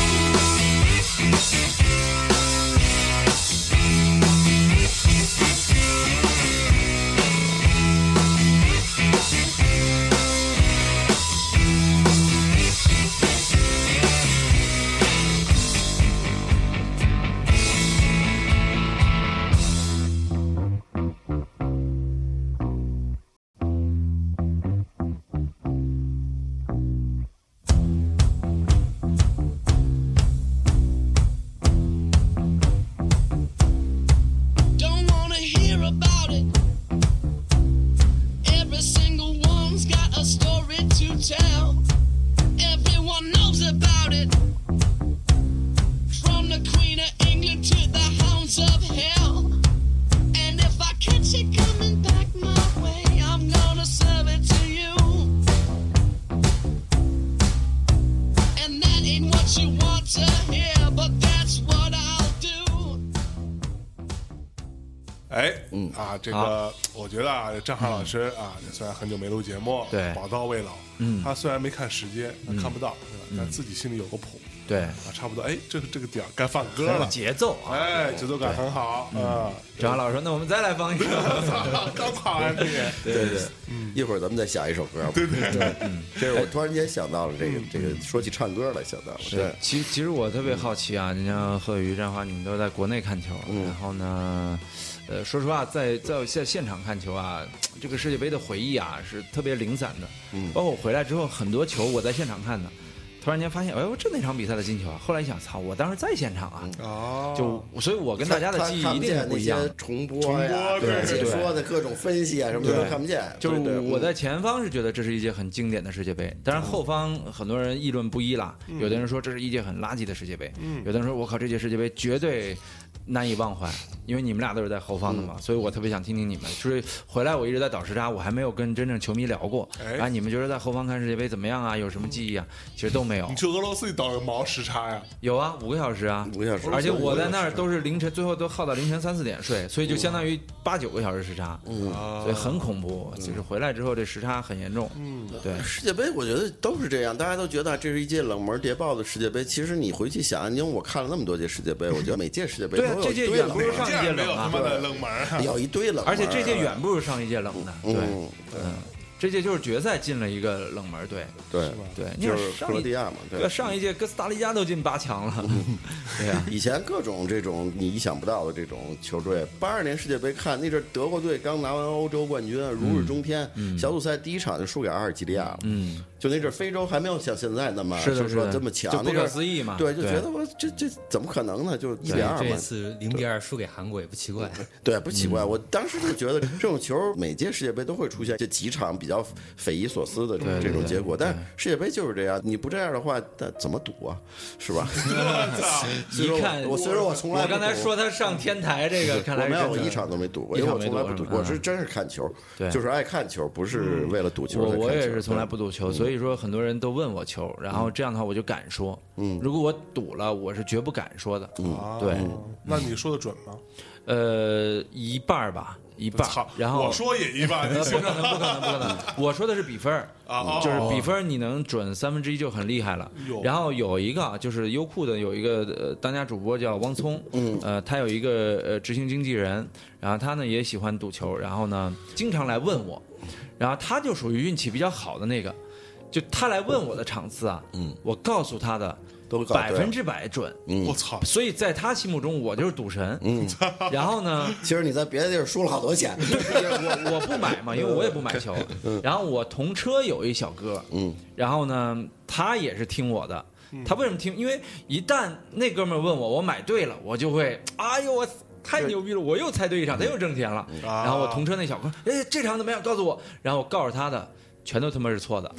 Speaker 5: Don't wanna hear about it. Every single one's got a story to tell. Everyone knows about it. From the Queen of England to the hounds of hell. And if I catch it coming back my way, I'm gonna serve it to you. And that ain't what you want to hear, but that's what I'll do.
Speaker 2: 哎，
Speaker 1: 嗯
Speaker 2: 啊，这个我觉得啊，张翰老师啊，虽然很久没录节目，
Speaker 1: 对嗯
Speaker 2: 宝刀未老，嗯，他虽然没看时间，他看不到，对吧？但自己心里有个谱，
Speaker 1: 对，
Speaker 2: 啊，差不多，哎，这个这个点儿该放歌
Speaker 1: 还有
Speaker 2: 了，
Speaker 1: 节奏啊！
Speaker 2: 哎，节奏感很好啊，
Speaker 1: 张老师说：“那我们再来放一首。
Speaker 2: 操 刚好安利，
Speaker 4: 对对，一会儿咱们再想一首歌吧。对对对，
Speaker 1: 嗯
Speaker 4: 这
Speaker 1: 哎
Speaker 4: 是我突然间想到了这个这个，说起唱歌来想到了，对”，
Speaker 1: 其其实我特别好奇啊，
Speaker 4: 嗯
Speaker 1: 你像贺宇、战华，你们都在国内看球，啊然后呢，呃，说实话，在在在现场看球啊，这个世
Speaker 4: 嗯
Speaker 1: 界杯的回忆啊是特别零散的。包括我回来之后，很多球我在现场看的，突然间发现，哎呦，这哪场比赛的进球啊？后来一想，操，我当时在现场啊，
Speaker 2: 哦，
Speaker 1: 就所以，我跟大家的
Speaker 4: 嗯看
Speaker 1: 记
Speaker 4: 看
Speaker 1: 忆一
Speaker 4: 不
Speaker 1: 定是
Speaker 4: 见
Speaker 1: 不
Speaker 4: 那
Speaker 1: 一样
Speaker 4: 些
Speaker 1: 的。
Speaker 4: 重播
Speaker 2: 重播
Speaker 4: 呀、
Speaker 2: 对
Speaker 4: 解说的各种分析啊，什么的
Speaker 2: 对
Speaker 4: 都看不见。
Speaker 1: 就是
Speaker 4: 对对嗯
Speaker 1: 我在前方是觉得这是一届很经典的世界杯，当然后方很多人议论不一啦。
Speaker 4: 嗯
Speaker 1: 有的人说这是一届很垃圾的世界杯，有的人说我靠，这届世界杯绝对难以忘怀，因为你们俩都是在后方的
Speaker 4: 嗯
Speaker 1: 嘛，所以我特别想听听你们。就是回来我一直在倒时差，我还没有跟真正球迷聊过。
Speaker 2: 哎
Speaker 1: 啊，你们觉得在后方看世界杯怎么样啊？有什么记忆啊？其实都没有
Speaker 2: 你。去俄罗斯你倒个毛时差呀？
Speaker 1: 有啊，五个小时啊，
Speaker 4: 五个小时
Speaker 1: 而且我在那儿都是凌晨，最后都耗到凌晨三四点睡，所以就相当于八九个小时时差，嗯，所以很恐怖。
Speaker 4: 嗯
Speaker 1: 就是回来之后这时差很严重，嗯，对，
Speaker 4: 世界杯我觉得都是这样，大家都觉得啊这是一届冷门谍报的世界杯。其实你回去想，因为我看了那么多届世界杯，我觉得每届世界杯都
Speaker 1: 对啊
Speaker 4: 有
Speaker 1: 这
Speaker 4: 一
Speaker 1: 届
Speaker 4: 堆
Speaker 1: 远
Speaker 4: 冷
Speaker 1: 不
Speaker 4: 门
Speaker 1: 如
Speaker 4: 儿
Speaker 1: 上
Speaker 2: 这
Speaker 1: 一
Speaker 2: 样
Speaker 1: 届
Speaker 2: 没有
Speaker 1: 冷
Speaker 2: 他
Speaker 1: 啊
Speaker 2: 妈，的冷门儿啊！
Speaker 4: 有一堆冷门儿，啊
Speaker 1: 而且这届远不如上一届冷的，对，嗯，这届就是决赛进了一个冷门队，
Speaker 4: 对，
Speaker 1: 对，你
Speaker 4: 就
Speaker 1: 想
Speaker 4: 是克
Speaker 1: 上
Speaker 4: 罗
Speaker 1: 一
Speaker 4: 地亚嘛，
Speaker 1: 对上一届哥斯达黎加都进八强 了，对啊呀，
Speaker 4: 以前各种这种你意想不到的这种球队，八二年世界杯看那阵儿德国队刚拿完欧洲冠军，如日中天，小组赛第一场就输给阿尔及利亚了。
Speaker 1: 嗯，
Speaker 4: 就那阵儿非洲还没有像现在那么
Speaker 1: 是的
Speaker 4: 就是说
Speaker 1: 的
Speaker 4: 这么强，
Speaker 1: 就不
Speaker 4: 那阵儿
Speaker 1: 可思议嘛
Speaker 4: 对，就
Speaker 1: 对
Speaker 4: 觉得我这这怎么可能呢？就一比二
Speaker 3: 这
Speaker 4: 嘛。
Speaker 3: 次零比二输给韩国也不奇怪。
Speaker 4: 对，不奇怪。
Speaker 1: 嗯
Speaker 4: 我当时就觉得这种球每届世界杯都会出现这几场比较匪夷所思的这种这种结果，但是世界杯就是这样，你不这样的话，那怎么赌啊？是吧？
Speaker 2: 我操！
Speaker 4: 虽说
Speaker 1: 一看
Speaker 4: 我虽说我从来
Speaker 1: 我
Speaker 4: 不
Speaker 1: 刚才
Speaker 4: 赌
Speaker 1: 说他上天台这个，看来
Speaker 4: 我
Speaker 1: 是
Speaker 4: 没有，
Speaker 1: 真
Speaker 4: 我
Speaker 1: 的
Speaker 4: 一场都没赌过，
Speaker 1: 一
Speaker 4: 因为
Speaker 1: 场
Speaker 4: 我
Speaker 1: 没
Speaker 4: 从来
Speaker 1: 赌
Speaker 4: 不赌
Speaker 1: 是，吧
Speaker 4: 我是真是看球，
Speaker 1: 对嗯
Speaker 4: 就是爱看球，不是为了赌球
Speaker 1: 我
Speaker 4: 才看球。嗯
Speaker 1: 我也是从来不
Speaker 4: 对嗯
Speaker 1: 赌球，所以说很多人都问我球，然后这样的话我就敢说。嗯，如果我赌了，我是绝不敢说的。
Speaker 4: 嗯
Speaker 2: 啊
Speaker 1: 对，
Speaker 2: 那你说的准吗？
Speaker 1: 呃，一半儿吧，一半儿
Speaker 2: 操！。
Speaker 1: 然后
Speaker 2: 我说也一半，
Speaker 1: 呃，
Speaker 2: 你
Speaker 1: 不可
Speaker 2: 信
Speaker 1: 能，
Speaker 2: 吗？
Speaker 1: 不可能，不可能！我说的是比分儿
Speaker 2: 啊
Speaker 1: 就是
Speaker 2: 哦
Speaker 1: 比分儿你能准三分之一就很厉害了
Speaker 2: 哟。
Speaker 1: 然后有一个啊，就是优酷的有一个呃当家主播叫汪聪，嗯，呃，他有一个呃执行经纪人，然后他呢也喜欢赌球，然后呢经常来问我，然后他就属于运气比较好的那个，就他来问我的场次啊，嗯，我告诉他的
Speaker 4: 都搞
Speaker 1: 百
Speaker 4: 对
Speaker 1: 分之百准，
Speaker 2: 我操！
Speaker 1: 所以在他心目中我就是赌神，嗯，然后呢。
Speaker 4: 其实你在别的地儿输了好 多钱，
Speaker 1: 我我不买嘛，因为我也不买球。
Speaker 4: 嗯
Speaker 1: 然后我同车有一小哥，嗯，然后呢，他也是听我的。
Speaker 4: 嗯
Speaker 1: 他为什么听？因为一旦那哥们儿问我，我买对了，我就会，哎呦我。太牛逼了！我又猜对一场，他又挣钱
Speaker 4: 嗯
Speaker 1: 了。然后我
Speaker 4: 啊
Speaker 1: 同车那小哥，哎，这场怎么样？告诉我。然后我告诉他的，全都他妈是错 的。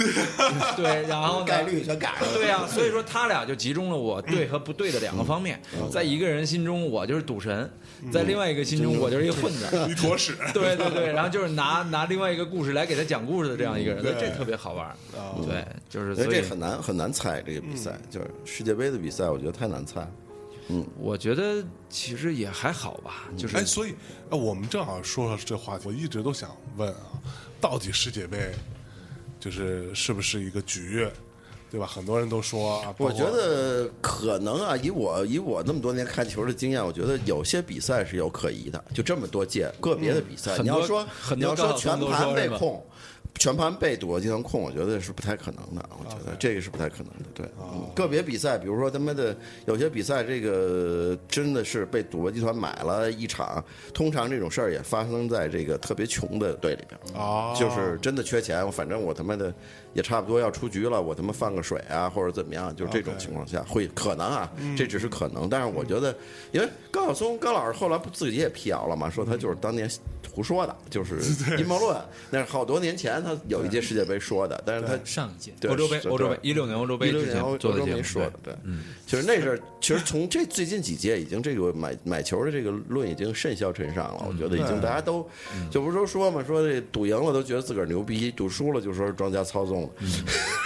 Speaker 1: 对，然后呢
Speaker 4: 概率全改了。
Speaker 1: 对呀、啊所以说他俩就集中了我对和不对的两个方面，在一个人心中我就是赌神，
Speaker 4: 嗯
Speaker 1: 在另外一个心中我就是一混子。
Speaker 2: 一坨屎。
Speaker 1: 对对对，然后就是拿拿另外一个故事来给他讲故事的这样一个人，
Speaker 2: 对
Speaker 1: 这特别好玩儿。对，就是
Speaker 4: 所以
Speaker 1: 所以嗯
Speaker 4: 嗯哎这很难很难猜这个比赛，就是世界杯的比赛，我觉得太难猜了。
Speaker 1: 我觉得其实也还好吧，就是
Speaker 2: 哎，所以呃我们正好说说这话题，我一直都想问啊，到底世界杯就是是不是一个局，对吧？很多人都说啊，包括
Speaker 4: 我觉得可能啊，以我以我那么多年看球的经验，我觉得有些比赛是有可疑的，就这么多届个别的比赛，
Speaker 1: 嗯很
Speaker 4: 你
Speaker 1: 多
Speaker 4: 要说
Speaker 1: 很
Speaker 4: 你
Speaker 1: 多
Speaker 4: 要说
Speaker 1: 高晓松
Speaker 4: 全
Speaker 1: 都
Speaker 4: 盘
Speaker 1: 说
Speaker 4: 被
Speaker 1: 是吧
Speaker 4: 控，全盘被赌进行控，我觉得是不太可能的。我觉得这个是不太可能的。对，
Speaker 1: 哦
Speaker 4: 嗯个别比赛，比如说他妈的有些比赛，这个真的是被赌博集团买了一场，通常这种事儿也发生在这个特别穷的队里边。
Speaker 2: 啊，
Speaker 4: 就是真的缺钱，我反正我他妈的也差不多要出局了，我他妈放个水啊，或者怎么样，就是这种
Speaker 2: OK
Speaker 4: 情况下会可能啊，这只是可能，但是我觉得，因为高晓松高老师后来不自己也辟谣了嘛，说他就是当年胡说的，就是阴谋论，那是好多年前他有一届世界杯说的，但是他
Speaker 3: 上一届
Speaker 4: 对
Speaker 1: 欧洲杯
Speaker 4: 是，
Speaker 1: 欧洲杯一六年欧洲杯
Speaker 4: 一六
Speaker 1: 之
Speaker 4: 年欧
Speaker 1: 前
Speaker 4: 洲
Speaker 1: 做的节
Speaker 4: 没
Speaker 1: 目
Speaker 4: 说的
Speaker 1: 对，
Speaker 4: 对，就是那阵儿，其实从这最近几届已经这个买买球的这个论已经甚嚣尘上了，我觉得已经大家都就不是都说嘛，说这赌赢了都觉得自个儿牛逼，赌输了就说是庄家操纵了，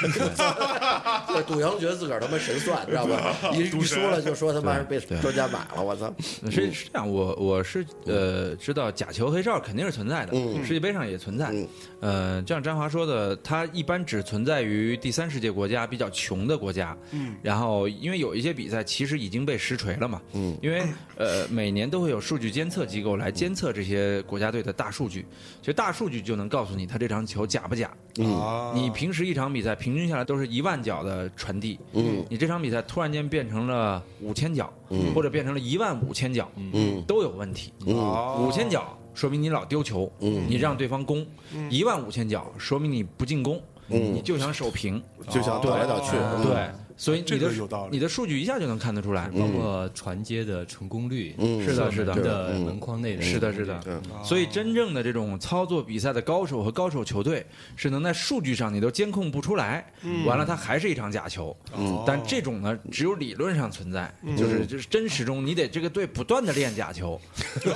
Speaker 4: 对，赌赢了觉得自个儿他妈神算，知道吧？一一输了就说他妈是被庄家买了，我操！
Speaker 1: 是是这样，我我是呃知道假球黑哨肯定是存在的，世界杯上也存在。呃，就像张华说的，它一般只存在于第三世界国家比较穷的国家。嗯，然后因为有一些比赛其实已经被实锤了嘛。嗯，因为呃每年都会有数据监测机构来监测这些国家队的大数据，其实大数据就能告诉你他这场球假不假。
Speaker 2: 啊，
Speaker 1: 你平时一场比赛平均下来都是一万脚的传递，嗯，你这场比赛突然间变成了五千脚，嗯，或者变成了一万五千脚，嗯，都有问题。五千脚说明你老丢球，嗯，你让对方攻；一万五千脚说明你不进攻，嗯，你就想守平，
Speaker 4: 就想倒来倒去，
Speaker 1: 嗯
Speaker 4: 嗯
Speaker 1: 对，嗯所以你
Speaker 2: 啊这
Speaker 1: 的
Speaker 2: 个有道理
Speaker 1: 你的数据一下就能看得出来，
Speaker 3: 包括传接的成功率，
Speaker 4: 嗯
Speaker 1: 是的是的
Speaker 3: 射门的门框内的，
Speaker 1: 是的，是的
Speaker 4: 对。
Speaker 1: 所以，真正的这种操作比赛的高手和高手球队，是能在数据上你都监控不出来，完了它还是一场假球。
Speaker 2: 嗯哦嗯
Speaker 1: 但这种呢，只有理论上存在，就是就是真实中，你得这个队不断的练假球，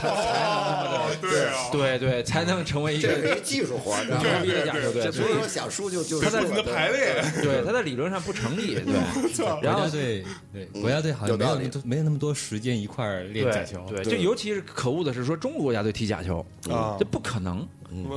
Speaker 2: 哦，对
Speaker 1: 对
Speaker 2: 啊，
Speaker 1: 对，才能成为一
Speaker 6: 这
Speaker 1: 个
Speaker 6: 是一技术活，知道
Speaker 1: 牛
Speaker 6: 吗？
Speaker 1: 逼的假球队。
Speaker 6: 这不是说想输就就
Speaker 2: 他
Speaker 6: 输
Speaker 2: 在你的
Speaker 6: 了
Speaker 4: 啊
Speaker 2: 排
Speaker 6: 对
Speaker 2: 列，
Speaker 1: 对，它在理论上不成立。对，然
Speaker 3: 国
Speaker 1: 后嗯
Speaker 3: 家队对国家队好像没有那多没有那么多时间一块儿练假球，
Speaker 1: 对，就尤其是可恶的是说中国国家队踢假球
Speaker 2: 啊
Speaker 1: 这不可能，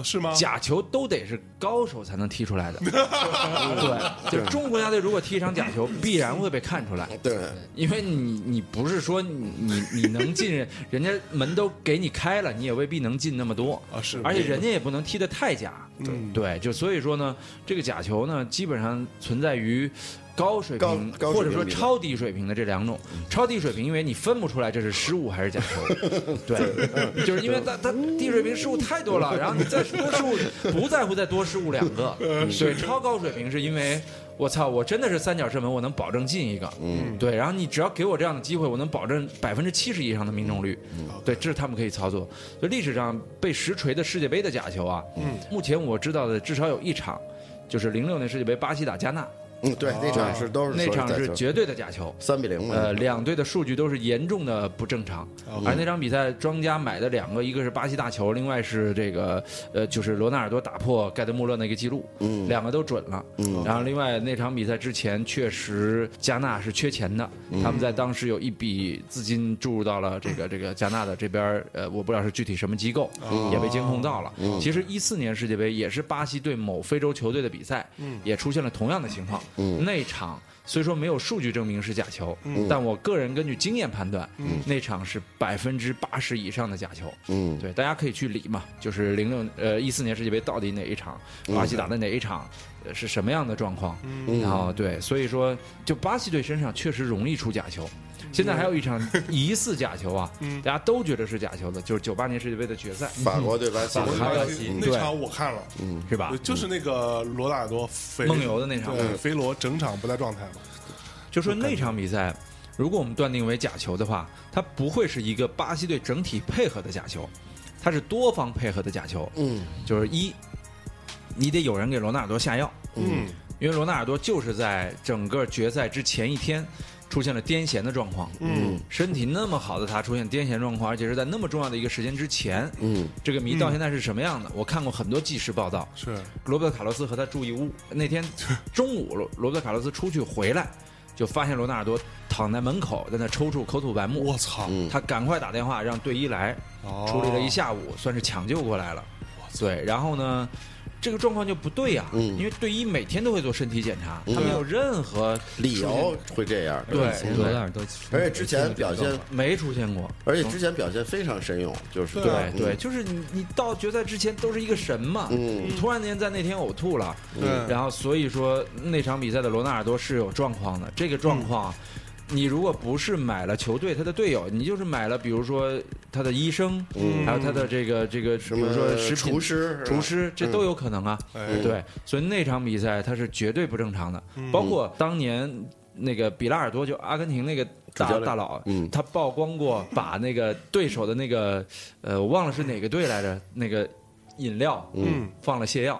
Speaker 2: 是吗？
Speaker 1: 假球都得是高手才能踢出来 的。对，就是中国家队如果踢一场假球，必然会被看出来，
Speaker 4: 对，
Speaker 1: 因为你你不是说你你你能进人，人家门都给你开了，你也未必能进那么多
Speaker 2: 啊是
Speaker 1: 而且人家也不能踢得太假。
Speaker 2: 嗯
Speaker 1: 对，就所以说呢，这个假球呢，基本上存在于。高水平
Speaker 4: 高高
Speaker 1: 或
Speaker 4: 水平
Speaker 1: 者说
Speaker 4: 比赛
Speaker 1: 超低水平的嗯这两种，超低水平，因为你分不出来这是失误还是假 球，对，就是因为它它低水平失误太多了，然后你再多失误，不在乎再多失误两个，对，超高水嗯平是因为我操，我真的是三角射门，我能保证进一个，嗯，对，然后你只要给我这样的机会，我能保证百分之七十以上的命中率，对，这是他们可以操作。就历史上被实锤的世界杯的假球啊，嗯，目前我知道的至少有一场，就是零六年世界杯巴西打加纳
Speaker 4: 嗯，对，那场是都是嗯
Speaker 1: 那场是
Speaker 4: 说
Speaker 1: 绝对的假球。
Speaker 4: 三比零嘛，
Speaker 1: 呃，两队的数据都是严重的不正常，
Speaker 4: 哦
Speaker 1: 而那场比赛庄家买的两个，一个是巴西大球，另外是这个呃，就是罗纳尔多打破盖德穆勒那个记录，
Speaker 4: 嗯
Speaker 1: 两个都准了。
Speaker 4: 嗯
Speaker 1: 然后另外那场比赛之前确实加纳是缺钱的，
Speaker 4: 嗯
Speaker 1: 他们在当时有一笔资金注入到了这个这个加纳的这边儿，呃，我不知道是具体什么机构，
Speaker 4: 哦
Speaker 1: 也被监控到了。
Speaker 4: 嗯
Speaker 1: 其实一四年世界杯也是巴西对某非洲球队的比赛，
Speaker 4: 嗯
Speaker 1: 也出现了同样的情况，那场。虽说没有数据证明是假球，但我个人根据经验判断，那场是百分之八十以上的假球。
Speaker 4: 嗯
Speaker 1: 对，大家可以去理嘛，就是零六呃一四年世界杯到底哪一场，巴西打的哪一场，呃是什么样的状况？然后对，所以说就巴西队身上确实容易出假球。现在还有一场疑似假球啊，大家都觉得是假球的，就是九八年世界杯的决赛，
Speaker 4: 法国对巴西，
Speaker 1: 法国
Speaker 2: 那
Speaker 1: 巴西
Speaker 2: 那场我看了，
Speaker 1: 是吧嗯
Speaker 2: 对？就是那个罗纳尔多飞
Speaker 1: 梦游的那场
Speaker 2: 对，飞罗整场不在状态嘛。
Speaker 1: 就说那场比赛，如果我们断定为假球的话，它不会是一个巴西队整体配合的假球，它是多方配合的假球。
Speaker 4: 嗯
Speaker 1: 就是一，你得有人给罗纳尔多下药，
Speaker 2: 嗯，
Speaker 1: 因为罗纳尔多就是在整个决赛之前一天出现了癫痫的状况。
Speaker 2: 嗯，
Speaker 1: 身体那么好的他出现癫痫状况，而且是在那么重要的一个时间之前，
Speaker 4: 嗯
Speaker 1: 这个谜到现在是什么样的？我看过很多纪实报道，
Speaker 2: 是
Speaker 1: 罗伯特·卡洛斯和他住一屋。那天中午，罗罗伯特·卡洛斯出去回来，就发现罗纳尔多躺在门口，在那抽搐、口吐白沫。
Speaker 2: 我操，
Speaker 4: 嗯
Speaker 1: 他赶快打电话让队医来，
Speaker 2: 哦
Speaker 1: 处理了一下午，算是抢救过来了。对，然后呢，这个状况就不对呀、
Speaker 4: 嗯
Speaker 1: 因为队医每天都会做身体检查，他没有任何
Speaker 4: 理由会这样，
Speaker 1: 对
Speaker 3: 以前罗纳
Speaker 1: 对
Speaker 3: 尔多，
Speaker 4: 而且之前表现，
Speaker 1: 没出现过。
Speaker 4: 而且之啊前表现非常神勇，就是
Speaker 2: 对
Speaker 1: 对对，，就是你你到决赛之前都是一个神嘛，
Speaker 4: 嗯
Speaker 1: 你突然间在那天呕吐了，
Speaker 2: 对
Speaker 1: 然后所以说那场比赛的罗纳尔多是有状况的，这个状况。你如果不是买了球队他的队友，你就是买了，比如说他的医生，还有他的这个这个，
Speaker 4: 嗯什
Speaker 1: 比
Speaker 4: 么
Speaker 1: 如说食品
Speaker 4: 厨师
Speaker 1: 呃
Speaker 4: 啊哎
Speaker 1: 厨师这都有可能啊，
Speaker 2: 嗯
Speaker 1: 对，所以那场比赛它是绝对不正常的，
Speaker 4: 嗯
Speaker 1: 包括当年那个比拉尔多，就阿根廷那个
Speaker 4: 主
Speaker 1: 大
Speaker 4: 教练
Speaker 1: 大佬，
Speaker 4: 嗯
Speaker 1: 他曝光过把那个对手的那个呃，我忘了是哪个队来着，那个饮料
Speaker 2: 嗯
Speaker 1: 放了泻药，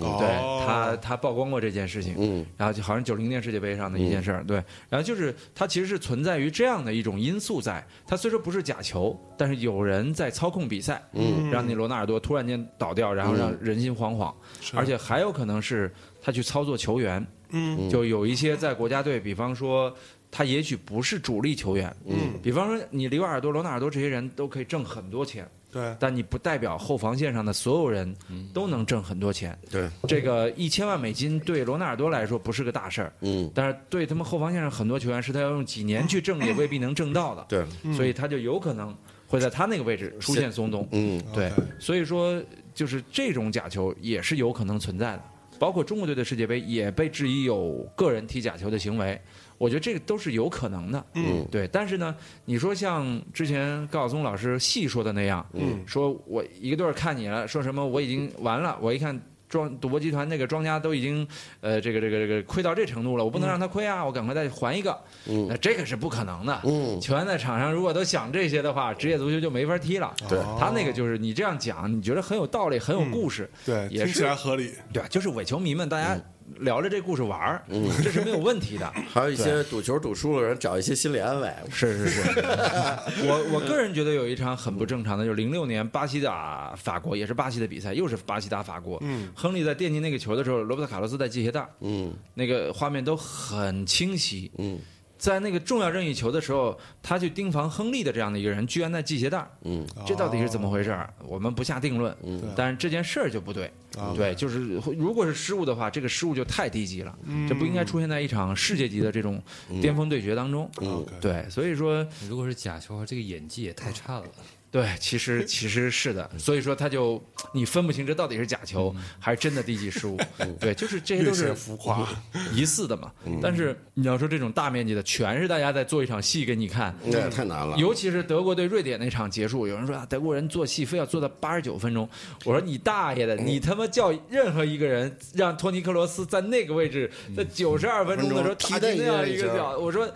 Speaker 2: 哦
Speaker 1: 对他他曝光过这件事情，
Speaker 4: 嗯
Speaker 1: 然后就好像九零年世界杯上的一件事儿，对，然后就是它其实是存在于这样的一种因素在，它虽说不是假球，但是有人在操控比赛，嗯，让你罗纳尔多突然间倒掉，然后让人心惶惶，而且还有可能是他去操作球员，
Speaker 2: 嗯，
Speaker 1: 就有一些在国家队，比方说。他也许不是主力球员，嗯，比方说你里瓦尔多、罗纳尔多这些人都可以挣很多钱，
Speaker 2: 对，
Speaker 1: 但你不代表后防线上的所有人都能挣很多钱。
Speaker 4: 对，
Speaker 1: 这个一千万美金对罗纳尔多来说不是个大事儿，
Speaker 4: 嗯
Speaker 1: 但是对他们后防线上很多球员是他要用几年去挣也未必能挣到的，
Speaker 4: 对，
Speaker 1: 所以他就有可能会在他那个位置出现松动。
Speaker 4: 嗯
Speaker 1: 对
Speaker 2: OK，
Speaker 1: 所以说就是这种假球也是有可能存在的，包括中国队的世界杯也被质疑有个人踢假球的行为，我觉得这个都是有可能的。
Speaker 4: 嗯
Speaker 1: 对，但是呢，你说像之前高晓松老师细说的那样，
Speaker 2: 嗯
Speaker 1: 说我一个队儿看你了，说什么我已经完了，我一看庄赌博集团那个庄家都已经呃这个这个这个亏到这程度了，我不能让他亏啊，我赶快再还一个。那这个是不可能的。
Speaker 4: 嗯
Speaker 1: 球员在场上如果都想这些的话，职业足球就没法踢了。
Speaker 4: 对
Speaker 1: 他那个就是你这样讲，你觉得很有道理，很有故
Speaker 4: 嗯
Speaker 1: 事，
Speaker 2: 对，
Speaker 1: 也
Speaker 2: 听
Speaker 1: 是
Speaker 2: 起来合理。
Speaker 1: 对，就是伪球迷们，大家聊着这故事玩儿，
Speaker 4: 嗯
Speaker 1: 这是没有问题的。
Speaker 4: 还有一些赌球赌输了的人找一些心理安慰，
Speaker 1: 是是 是，我我个人觉得有一场很不正常的，就是零六年巴西打法国，也是巴西的比赛，又是巴西打法国。嗯，亨利在惦记那个球的时候，罗伯特卡洛斯在系鞋带，
Speaker 4: 嗯
Speaker 1: 那个画面都很清晰。
Speaker 4: 嗯，
Speaker 1: 在那个重要任意球的时候，他去盯防亨利的这样的一个人，居然在系鞋带，
Speaker 4: 嗯，
Speaker 1: 这到底是
Speaker 2: 啊
Speaker 1: 怎么回事儿？我们不下定论。哦嗯，哦但是这件事儿就不对。对，就是如果是失误的话，这个失误就太低级了，这不应该出现在一场世界级的这种巅峰对决当中。
Speaker 4: 嗯
Speaker 2: OK
Speaker 1: 对，所以说。
Speaker 3: 如果是假球的话，这个演技也太差了。
Speaker 1: 对，其实其实是的，所以说他就你分不清这到底是假球
Speaker 4: 嗯
Speaker 1: 还是真的低级失误， 对，就是这些
Speaker 2: 略
Speaker 1: 都
Speaker 2: 显
Speaker 1: 是
Speaker 2: 浮夸，
Speaker 1: 疑似的嘛。
Speaker 4: 嗯
Speaker 1: 但是你要说这种大面积的，全是大家在做一场戏给你看，
Speaker 4: 嗯那也太难了。
Speaker 1: 尤其是德国对瑞典那场结束，有人说啊，德国人做戏非要做到八十九分钟，我说你大爷的，
Speaker 4: 嗯
Speaker 1: 你他妈叫任何一个人让托尼克罗斯在那个位置，在九十二分钟的时候
Speaker 4: 嗯分钟
Speaker 1: 打
Speaker 4: 踢
Speaker 1: 进那样
Speaker 4: 那一
Speaker 1: 一个
Speaker 4: 下
Speaker 1: 脚，我说，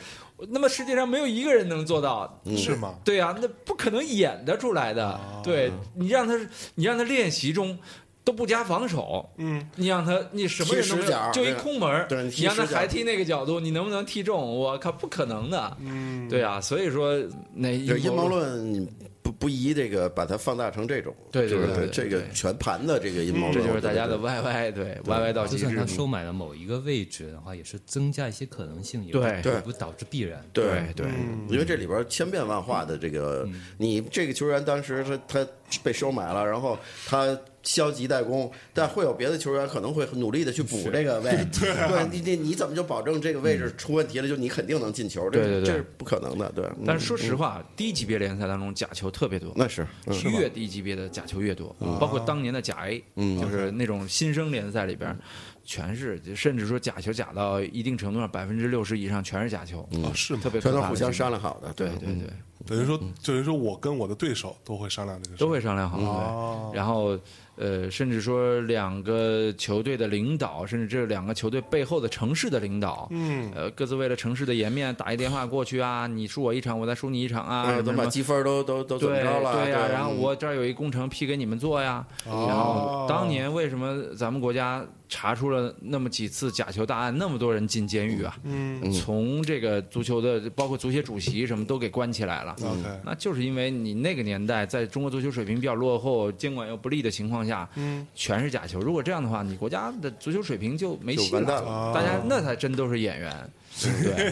Speaker 1: 那么世界上没有一个人能做到，
Speaker 4: 嗯
Speaker 2: 是吗？
Speaker 1: 对啊，那不可能演得出来的。对你让他，你让他练习中都不加防守，
Speaker 2: 嗯，
Speaker 1: 你让他你什么人都
Speaker 4: 踢
Speaker 1: 没
Speaker 4: 十脚
Speaker 1: 有，就一
Speaker 4: 对
Speaker 1: 空门儿
Speaker 4: 对你踢
Speaker 1: 你让他
Speaker 4: 十脚
Speaker 1: 还踢那个角度，你能不能踢中？我靠，不可能的。
Speaker 2: 嗯，
Speaker 1: 对啊，所以说那
Speaker 4: 就阴谋，论，你不不宜这个把它放大成这种，
Speaker 1: 对对
Speaker 4: 就是
Speaker 1: 对对
Speaker 4: 这个
Speaker 1: 对
Speaker 4: 全盘的这个阴谋论，
Speaker 1: 这就是大家的
Speaker 4: 我觉得
Speaker 1: YY 对 YY 到极
Speaker 3: 就算
Speaker 1: 致
Speaker 3: 他。收买了某一个位置的话，也是增加一些可能性，也不
Speaker 1: 对
Speaker 4: 对
Speaker 3: 也不导致必然。
Speaker 1: 对对，
Speaker 2: 嗯
Speaker 4: 因为这里边千变万化的这个，
Speaker 1: 嗯
Speaker 4: 你这个球员当时他他被收买了，然后他消极怠工，但会有别的球员可能会努力的去补这个位，对,、
Speaker 1: 啊
Speaker 4: 你你你怎么就保证这个位置出问题了，就你肯定能进球？
Speaker 1: 嗯
Speaker 4: 这
Speaker 1: 对对对
Speaker 4: 这是不可能的，对。嗯
Speaker 1: 但是说实话，低级别联赛当中假球特别多。
Speaker 4: 那是，嗯
Speaker 1: 越低级别的假球越多，包括当年的甲 A，就是
Speaker 4: 嗯
Speaker 1: 那种新生联赛里边，全是，甚至说假球假到一定程度上，百分之六十以上全是假球，
Speaker 2: 哦，是吗
Speaker 1: 特？别可
Speaker 4: 全
Speaker 1: 怕
Speaker 4: 都
Speaker 1: 的
Speaker 4: 互
Speaker 1: 情
Speaker 4: 相
Speaker 1: 况
Speaker 4: 商量好的，
Speaker 1: 对
Speaker 4: 嗯
Speaker 1: 对对，
Speaker 2: 等于说，等于说我跟我的对手都会商量这个
Speaker 1: 嗯
Speaker 2: 事，
Speaker 1: 都会商
Speaker 4: 嗯
Speaker 1: 量好。
Speaker 2: 哦
Speaker 1: 对，然后呃，甚至说两个球队的领导，甚至这两个球队背后的城市的领导，嗯，呃，各自为了城市的颜面打一电话过去啊，你输我一场，我再输你一场啊，
Speaker 4: 哎
Speaker 1: 什么
Speaker 4: 都
Speaker 1: 什
Speaker 4: 把
Speaker 1: 么
Speaker 4: 积分都都都怎么
Speaker 1: 对
Speaker 4: 着了？
Speaker 1: 对呀、
Speaker 4: 嗯哦
Speaker 1: 然后我这儿有一工程批给你们做呀。然后当年为什么咱们国家查出了那么几次假球大案，那么多人进监狱啊？嗯，从这个足球的，包括足协主席什么都给关起来
Speaker 4: 嗯
Speaker 1: 了。
Speaker 2: OK，
Speaker 1: 那就是因为你那个年代在中国足球水平比较落后、监管又不力的情况下，嗯，全是假球。如果这样的话，你国家的足球水平就没戏
Speaker 4: 就完蛋了哦
Speaker 1: 大家那才真都是演 员，对，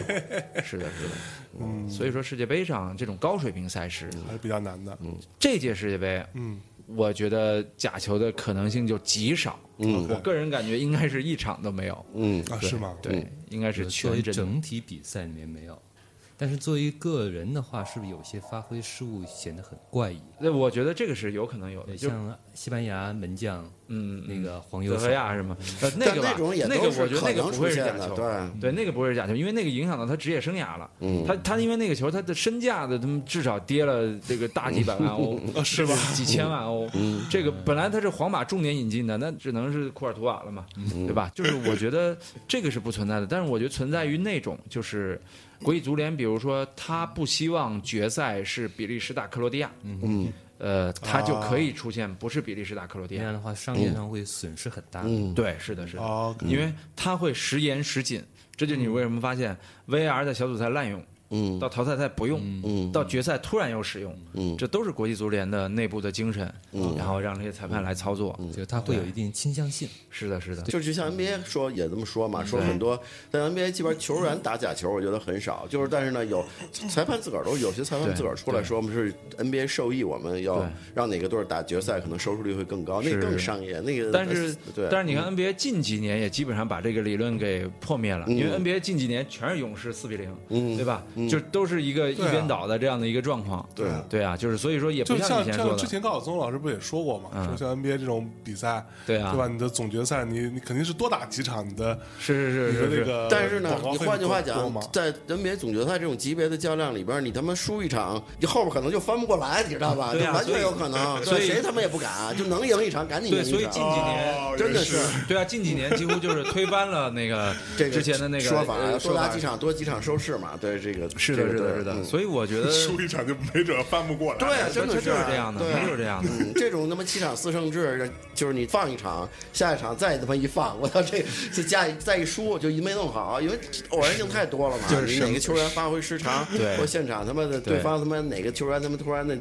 Speaker 1: 是的，是的。嗯，所以说世界杯上这种高水平赛
Speaker 4: 嗯
Speaker 1: 事，
Speaker 2: 还是比较难的。
Speaker 1: 这届世界杯，
Speaker 2: 嗯，
Speaker 1: 我觉得假球的可能性就极少。
Speaker 4: 嗯
Speaker 1: 我个人感觉应该是一场都没有。
Speaker 4: 嗯，
Speaker 2: 啊，是吗？
Speaker 1: 对，应该是
Speaker 3: 作为
Speaker 1: 全真的。
Speaker 3: 整体比赛里面没有，但是作为个人的话，是不是有些发挥失误显得很怪异？
Speaker 1: 那我觉得这个是有可能有的，
Speaker 3: 对，
Speaker 1: 就
Speaker 3: 像西班牙门将，
Speaker 1: 嗯
Speaker 3: 那个嗯黄
Speaker 1: 德
Speaker 3: 油
Speaker 1: 赫
Speaker 3: 手，
Speaker 1: 亚什么，呃，那
Speaker 4: 但
Speaker 1: 个吧
Speaker 4: 那种也
Speaker 1: 那
Speaker 4: 都
Speaker 1: 个我
Speaker 4: 是
Speaker 1: 觉得
Speaker 4: 可
Speaker 1: 那个
Speaker 4: 能
Speaker 1: 不
Speaker 4: 出
Speaker 1: 会是
Speaker 4: 现
Speaker 1: 假
Speaker 4: 的，
Speaker 1: 球，
Speaker 4: 对，
Speaker 1: 对，那个不会是假球，因为那个影响到他职业生涯了。
Speaker 4: 嗯
Speaker 1: 他他因为那个球，他的身价的他们至少跌了这个大几百万欧，是吧？ 几千万欧。这个本来他是皇马重点引进的，那只能是库尔图瓦了嘛，对吧？就是我觉得这个是不存在的，但是我觉得存在于那种就是。国际足联，比如说，他不希望决赛是比利时打克罗地亚，
Speaker 4: 嗯，
Speaker 1: 呃，他就可以出现不是比利时打克罗地
Speaker 3: 那
Speaker 1: 亚
Speaker 3: 样，的话商业上会损失很大。
Speaker 4: 嗯，
Speaker 1: 对，是的，是的，
Speaker 2: 哦，OK
Speaker 1: 因为它会时严时紧，这就是你为什么发现 VR 在小组赛滥用，
Speaker 4: 嗯
Speaker 1: 到淘汰赛不用，
Speaker 4: 嗯
Speaker 1: 到决赛突然又使用，
Speaker 4: 嗯
Speaker 1: 这都是国际足联的内部的精神，然后让这些裁判来操作。
Speaker 3: 就它会有一定倾向性，
Speaker 1: 是的，是的，
Speaker 4: 嗯就是就像
Speaker 1: 嗯
Speaker 4: NBA 说也这么说嘛，说很多在 NBA 这边球员打假球，我觉得很少。就是但是呢，有
Speaker 1: 嗯
Speaker 4: 裁判自个儿都有些裁判自个儿出来说，我们是 NBA 受益，我们要
Speaker 1: 对
Speaker 4: 让哪个队儿打决赛，可能收视率会更高，那
Speaker 1: 是
Speaker 4: 更商业。那个
Speaker 1: 但是，
Speaker 4: 对，
Speaker 1: 但是你看 NBA 近几
Speaker 4: 嗯
Speaker 1: 年也基本上把这个理论给破灭了，因为 NBA 近几年全是勇士四比零，对吧？就都是一个一
Speaker 2: 对啊
Speaker 1: 边倒的这样的一个状况。
Speaker 4: 对
Speaker 1: 对啊，就是所以说也
Speaker 2: 就
Speaker 1: 不
Speaker 2: 像
Speaker 1: 以前说
Speaker 2: 像之
Speaker 1: 的，嗯
Speaker 2: 前高晓松老师不也说过嘛，说像 NBA 这种比赛，
Speaker 1: 对啊
Speaker 2: 对吧？你的总决赛，你你肯定是多打几场，你的
Speaker 1: 是是是
Speaker 2: 你的
Speaker 1: 是
Speaker 2: 那
Speaker 1: 是，
Speaker 2: 个
Speaker 4: 但是呢
Speaker 2: 广，告
Speaker 4: 你
Speaker 2: 费
Speaker 4: 换句话
Speaker 2: 多多
Speaker 4: 讲
Speaker 2: 嘛，
Speaker 4: 在 NBA 总决赛这种级别的较量里边，你他妈输一场，你后边可能就翻不过来，你知道吧？
Speaker 1: 对啊
Speaker 4: 就完
Speaker 1: 所以
Speaker 4: 全有可能，对
Speaker 1: 所以
Speaker 4: 谁他妈也不敢，就能赢一场赶紧赢
Speaker 1: 对，
Speaker 4: 一
Speaker 1: 所以
Speaker 4: 场。
Speaker 1: 近几年。
Speaker 2: 哦
Speaker 4: 真的
Speaker 2: 也
Speaker 4: 是
Speaker 1: 对啊，近几年几乎就是推翻了那个
Speaker 4: 这个
Speaker 1: 之前的那个
Speaker 4: 说法，
Speaker 1: 呃
Speaker 4: 多
Speaker 1: 说
Speaker 4: 打
Speaker 1: 法
Speaker 4: 几场，多几场收视嘛。对，这个
Speaker 1: 是的，
Speaker 4: 这个
Speaker 1: 是的，
Speaker 4: 对
Speaker 1: 是的。
Speaker 4: 嗯
Speaker 1: 所以我觉得
Speaker 2: 输一场就没准翻不过来。
Speaker 4: 对，真的
Speaker 1: 这就是这样的，
Speaker 4: 对
Speaker 1: 这就是这样的。
Speaker 4: 嗯，这种他妈七场四胜制，就是你放一场，下一场再他妈一放，我操，这 这加一再一输就一没弄好，因为偶然性太多了嘛。
Speaker 1: 就是
Speaker 4: 你哪个球员发挥失常，
Speaker 1: 对
Speaker 4: 或现场他妈的
Speaker 1: 对
Speaker 4: 对方他妈哪个球员他妈突然的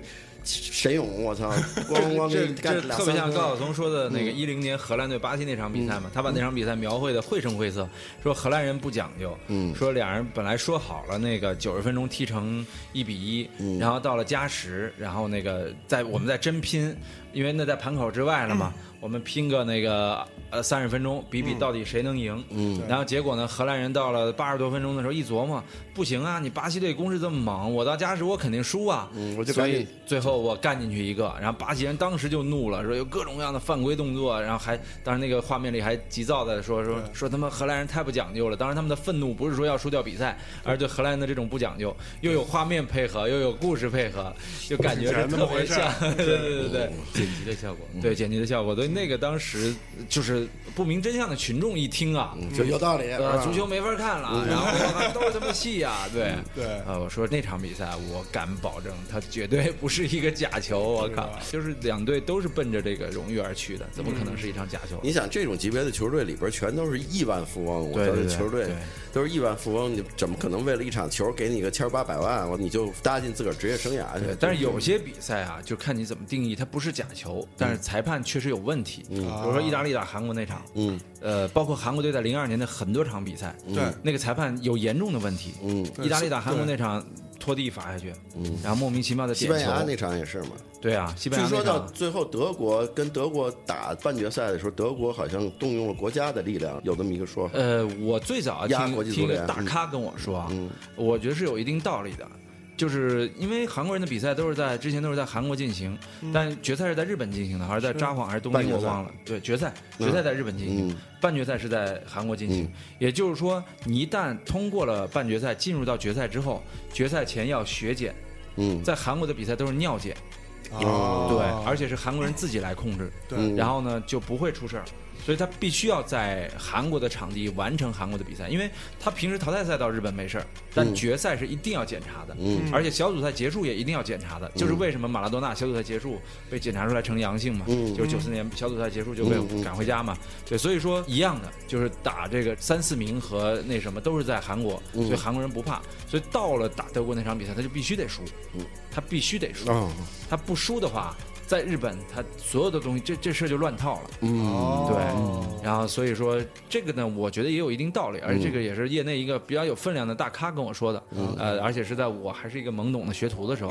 Speaker 4: 神 勇，我操，咣咣给
Speaker 1: 这
Speaker 4: 你
Speaker 1: 这
Speaker 4: 干两
Speaker 1: 特别
Speaker 4: 三嗯
Speaker 1: 像
Speaker 4: 分
Speaker 1: 高晓松说的那个一零年荷兰对巴西那场比赛嘛，他把那场比赛描绘的绘声绘色，说荷兰人不讲究，
Speaker 4: 嗯
Speaker 1: 说俩人本来说好了那个九十分钟踢成一比一、
Speaker 4: 嗯
Speaker 1: 然后到了加时，然后那个在我们在真拼，因为那在盘口之外了嘛，
Speaker 4: 嗯
Speaker 1: 我们拼个那个呃三十分钟，比比到底谁能赢，嗯，然后结果呢，荷兰人到了八十多分钟的时候一琢磨，不行啊，你巴西队攻势这么猛，我到加时我肯定输啊，
Speaker 4: 嗯我就
Speaker 1: 所
Speaker 4: 赶紧
Speaker 1: 以最后我干进去一个，然后巴西人当时就怒了，说有各种各样的犯规动作，然后还当时那个画面里还急躁的说说说他们荷兰人太不讲究了。当然他们的愤怒不是说要输掉比赛，而是对荷兰人的这种不讲究，又有画面配合，又有故事配合，就感觉是特别像，对对对
Speaker 4: 哦
Speaker 1: 对
Speaker 3: 剪辑的效果。
Speaker 1: 对剪辑的效果。所以那个当时就是不明真相的群众一听啊，
Speaker 4: 就有道理。
Speaker 1: 呃，足球没法看
Speaker 4: 嗯
Speaker 1: 了，然后我靠都是他妈戏呀、对
Speaker 2: 对
Speaker 1: 呃，我说那场比赛，我敢保证，它绝对不是一个假球，我靠，就是两队都是奔着这个荣誉而去的，怎么可
Speaker 4: 嗯
Speaker 1: 能是一场假球？
Speaker 4: 你想这种级别的球队里边全都是亿万富翁，我
Speaker 1: 对
Speaker 4: 说
Speaker 1: 对
Speaker 4: 这
Speaker 1: 对
Speaker 4: 球队
Speaker 1: 对
Speaker 4: 都是亿万富翁，你怎么可能为了一场球给你个千八百万，我你就搭进自个儿职业生涯去
Speaker 1: 对？但是有些比赛啊，就看你怎么定义，它不是假球，但是裁判确实有问题。嗯，比如说意大利打韩国那场，
Speaker 4: 嗯，
Speaker 1: 呃，包括韩国队在零二年的很多场比赛，
Speaker 2: 对
Speaker 1: 那个裁判有严重的问题。
Speaker 4: 嗯，
Speaker 1: 意大利打韩国那场拖地罚下去，嗯，然后莫名其妙的
Speaker 4: 西
Speaker 1: 点
Speaker 4: 班牙那
Speaker 1: 球，
Speaker 4: 场也是嘛。
Speaker 1: 对啊，西班牙
Speaker 4: 据
Speaker 1: 那
Speaker 4: 说
Speaker 1: 场
Speaker 4: 到最后，德国跟德国打半决赛的时候，德国好像动用了国家的力量，有这么一个说法。
Speaker 1: 呃，我最早
Speaker 4: 压
Speaker 1: 听
Speaker 4: 国际足
Speaker 1: 听一个
Speaker 4: 联嗯
Speaker 1: 大咖跟我说啊，我觉得是有一定道理的，就是因为韩国人的比赛都是在之前都是在韩国进行，但决赛是在日本进行的，还是在札幌还是东
Speaker 4: 嗯半
Speaker 1: 京
Speaker 4: 决
Speaker 1: 我
Speaker 4: 赛
Speaker 1: 忘了。对，决赛决赛在日本进行
Speaker 4: 嗯，
Speaker 1: 半决赛是在韩国进行
Speaker 4: 嗯。
Speaker 1: 也就是说，你一旦通过了半决赛，进入到决赛之后，决赛前要血检，
Speaker 4: 嗯，
Speaker 1: 在韩国的比赛都是尿检，
Speaker 2: 啊，
Speaker 1: 对，而且是韩国人自己来控制。
Speaker 4: 嗯
Speaker 2: 对
Speaker 1: 然后呢就不会出事儿。所以他必须要在韩国的场地完成韩国的比赛，因为他平时淘汰赛到日本没事儿，但决赛是一定要检查的，
Speaker 4: 嗯
Speaker 1: 而且小组赛结束也一定要检查的，就是为什么马拉多纳小组赛结束被检查出来呈阳性嘛，
Speaker 4: 嗯
Speaker 1: 就是九四年小组赛结束就被赶回家嘛，对，所以说一样的，就是打这个三四名和那什么都是在韩国，
Speaker 4: 嗯
Speaker 1: 所以韩国人不怕，所以到了打德国那场比赛他就必须得输，
Speaker 4: 嗯
Speaker 1: 他必须得输，
Speaker 4: 哦，
Speaker 1: 他不输的话，在日本他所有的东西，这这事儿就乱套了。
Speaker 4: 嗯，
Speaker 1: 对，
Speaker 2: 哦
Speaker 1: 然后所以说这个呢，我觉得也有一定道理，而
Speaker 4: 嗯
Speaker 1: 且这个也是业内一个比较有分量的大咖跟我说的，呃，而且是在我还是一个懵懂的学徒的时候，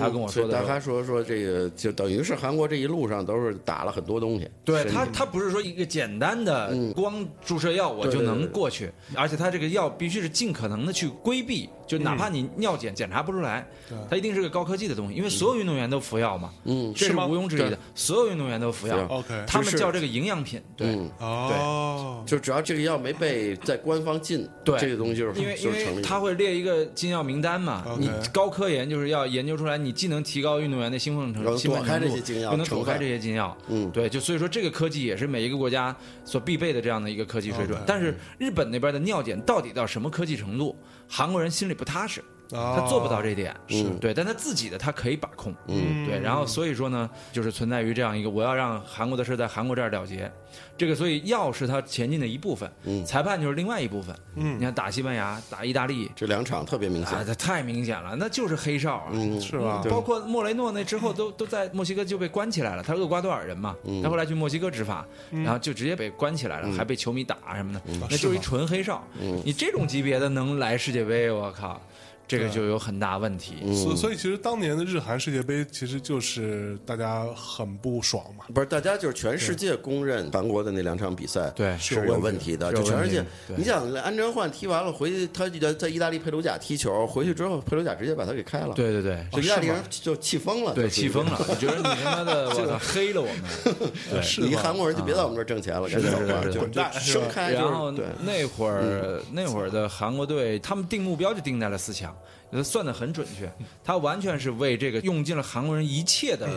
Speaker 1: 他跟我
Speaker 4: 哎所
Speaker 1: 说
Speaker 4: 以
Speaker 1: 的
Speaker 4: 大
Speaker 1: 时候。
Speaker 4: 咖说说这个，就等于是韩国这一路上都是打了很多东西。
Speaker 1: 对他，他不是说一个简单的
Speaker 4: 嗯
Speaker 1: 光注射药我就能过去，而且他这个药必须是尽可能的去规避，就
Speaker 4: 嗯
Speaker 1: 哪怕你尿检检查不出来，它一定是个高科技的东西，因
Speaker 4: 嗯
Speaker 1: 为所有运动员都服药嘛，嗯，这
Speaker 2: 是
Speaker 1: 是
Speaker 2: 吗
Speaker 1: 毋庸置疑的
Speaker 2: 对，
Speaker 1: 所有运动员都服药
Speaker 4: 是啊
Speaker 2: ，OK
Speaker 1: 他们
Speaker 4: 就是
Speaker 1: 叫这个营养品，对，
Speaker 4: 嗯
Speaker 2: 哦，
Speaker 4: 就只要这个药没被在官方禁，
Speaker 1: 对
Speaker 4: 这个东西就是
Speaker 1: 因为因
Speaker 4: 嗯就是成
Speaker 1: 为
Speaker 4: 立的。
Speaker 1: 他会列一个禁药名单嘛
Speaker 2: OK
Speaker 1: 你高科研就是要研究出来，你既能提高运动员的兴奋
Speaker 4: 然
Speaker 1: 程，
Speaker 4: 后
Speaker 1: 兴奋
Speaker 4: 躲开
Speaker 1: 程
Speaker 4: 这些
Speaker 1: 度，
Speaker 4: 禁药
Speaker 1: 又能躲
Speaker 4: 成
Speaker 1: 开
Speaker 4: 分
Speaker 1: 这些禁药。
Speaker 4: 嗯
Speaker 1: 对，就所以说这个科技也是每一个国家所必备的这样的一个科技水准
Speaker 2: OK。
Speaker 1: 但
Speaker 4: 嗯
Speaker 1: 是日本那边的尿检到底到什么科技程度，韩国人心里不踏实。
Speaker 2: 哦
Speaker 1: 他做不到这一点，
Speaker 4: 是
Speaker 1: 对，但他自己的他可以把控，嗯，对，然后所以说呢，就是存在于这样一个，我要让韩国的事在韩国这儿了结，这个所以药是他前进的一部分，
Speaker 4: 嗯
Speaker 1: 裁判就是另外一部分，
Speaker 2: 嗯
Speaker 1: 你看打西班牙、打意大利，
Speaker 4: 这两场特别明
Speaker 1: 啊
Speaker 4: 显，，
Speaker 1: 这太明显了，那就是黑哨啊，
Speaker 4: 嗯，
Speaker 2: 是吧？
Speaker 1: 包括莫雷诺那之后都都在墨西哥就被关起来了，他是厄瓜多尔人嘛，
Speaker 4: 嗯
Speaker 1: 他后来去墨西哥执法，然后就直接被关起来了，还被啊
Speaker 4: 嗯
Speaker 1: 球迷打什么的，那就是一纯黑哨。你这种级别的能来世界杯，我靠！这个就有很大问题。
Speaker 4: 嗯
Speaker 2: 所以所以其实当年的日韩世界杯其实就是大家很不爽嘛，
Speaker 4: 不是，大家就是全世界公认韩国的那两场比赛，
Speaker 1: 对
Speaker 4: 是
Speaker 2: 是有
Speaker 4: 有
Speaker 2: 问
Speaker 4: 问
Speaker 2: 题
Speaker 4: 题的。
Speaker 1: 是有
Speaker 4: 就全世界
Speaker 1: 问题，对
Speaker 4: 你想安贞焕踢完了回去，他在意大利佩鲁贾踢球，回去之后佩鲁贾直接把他给开了，，
Speaker 1: 对对对，
Speaker 4: 就意大利人就气疯了，
Speaker 1: 对，
Speaker 4: 哦就是
Speaker 1: 气疯了，我觉得你他妈 的，我操，黑了我们。
Speaker 2: 是
Speaker 4: 你一
Speaker 2: 吧
Speaker 4: 韩国人就别在我们这儿挣钱了，赶紧
Speaker 1: 是
Speaker 4: 走
Speaker 1: 是
Speaker 4: 吧，
Speaker 1: 是
Speaker 4: 就是就
Speaker 2: 滚蛋是吧
Speaker 4: 生开，
Speaker 1: 然
Speaker 4: 就
Speaker 1: 后
Speaker 4: 是对。嗯
Speaker 1: 那会儿那会儿的韩国队，他们定目标就定在了四强，算的很准确，他完全是为这个用尽了韩国人一切的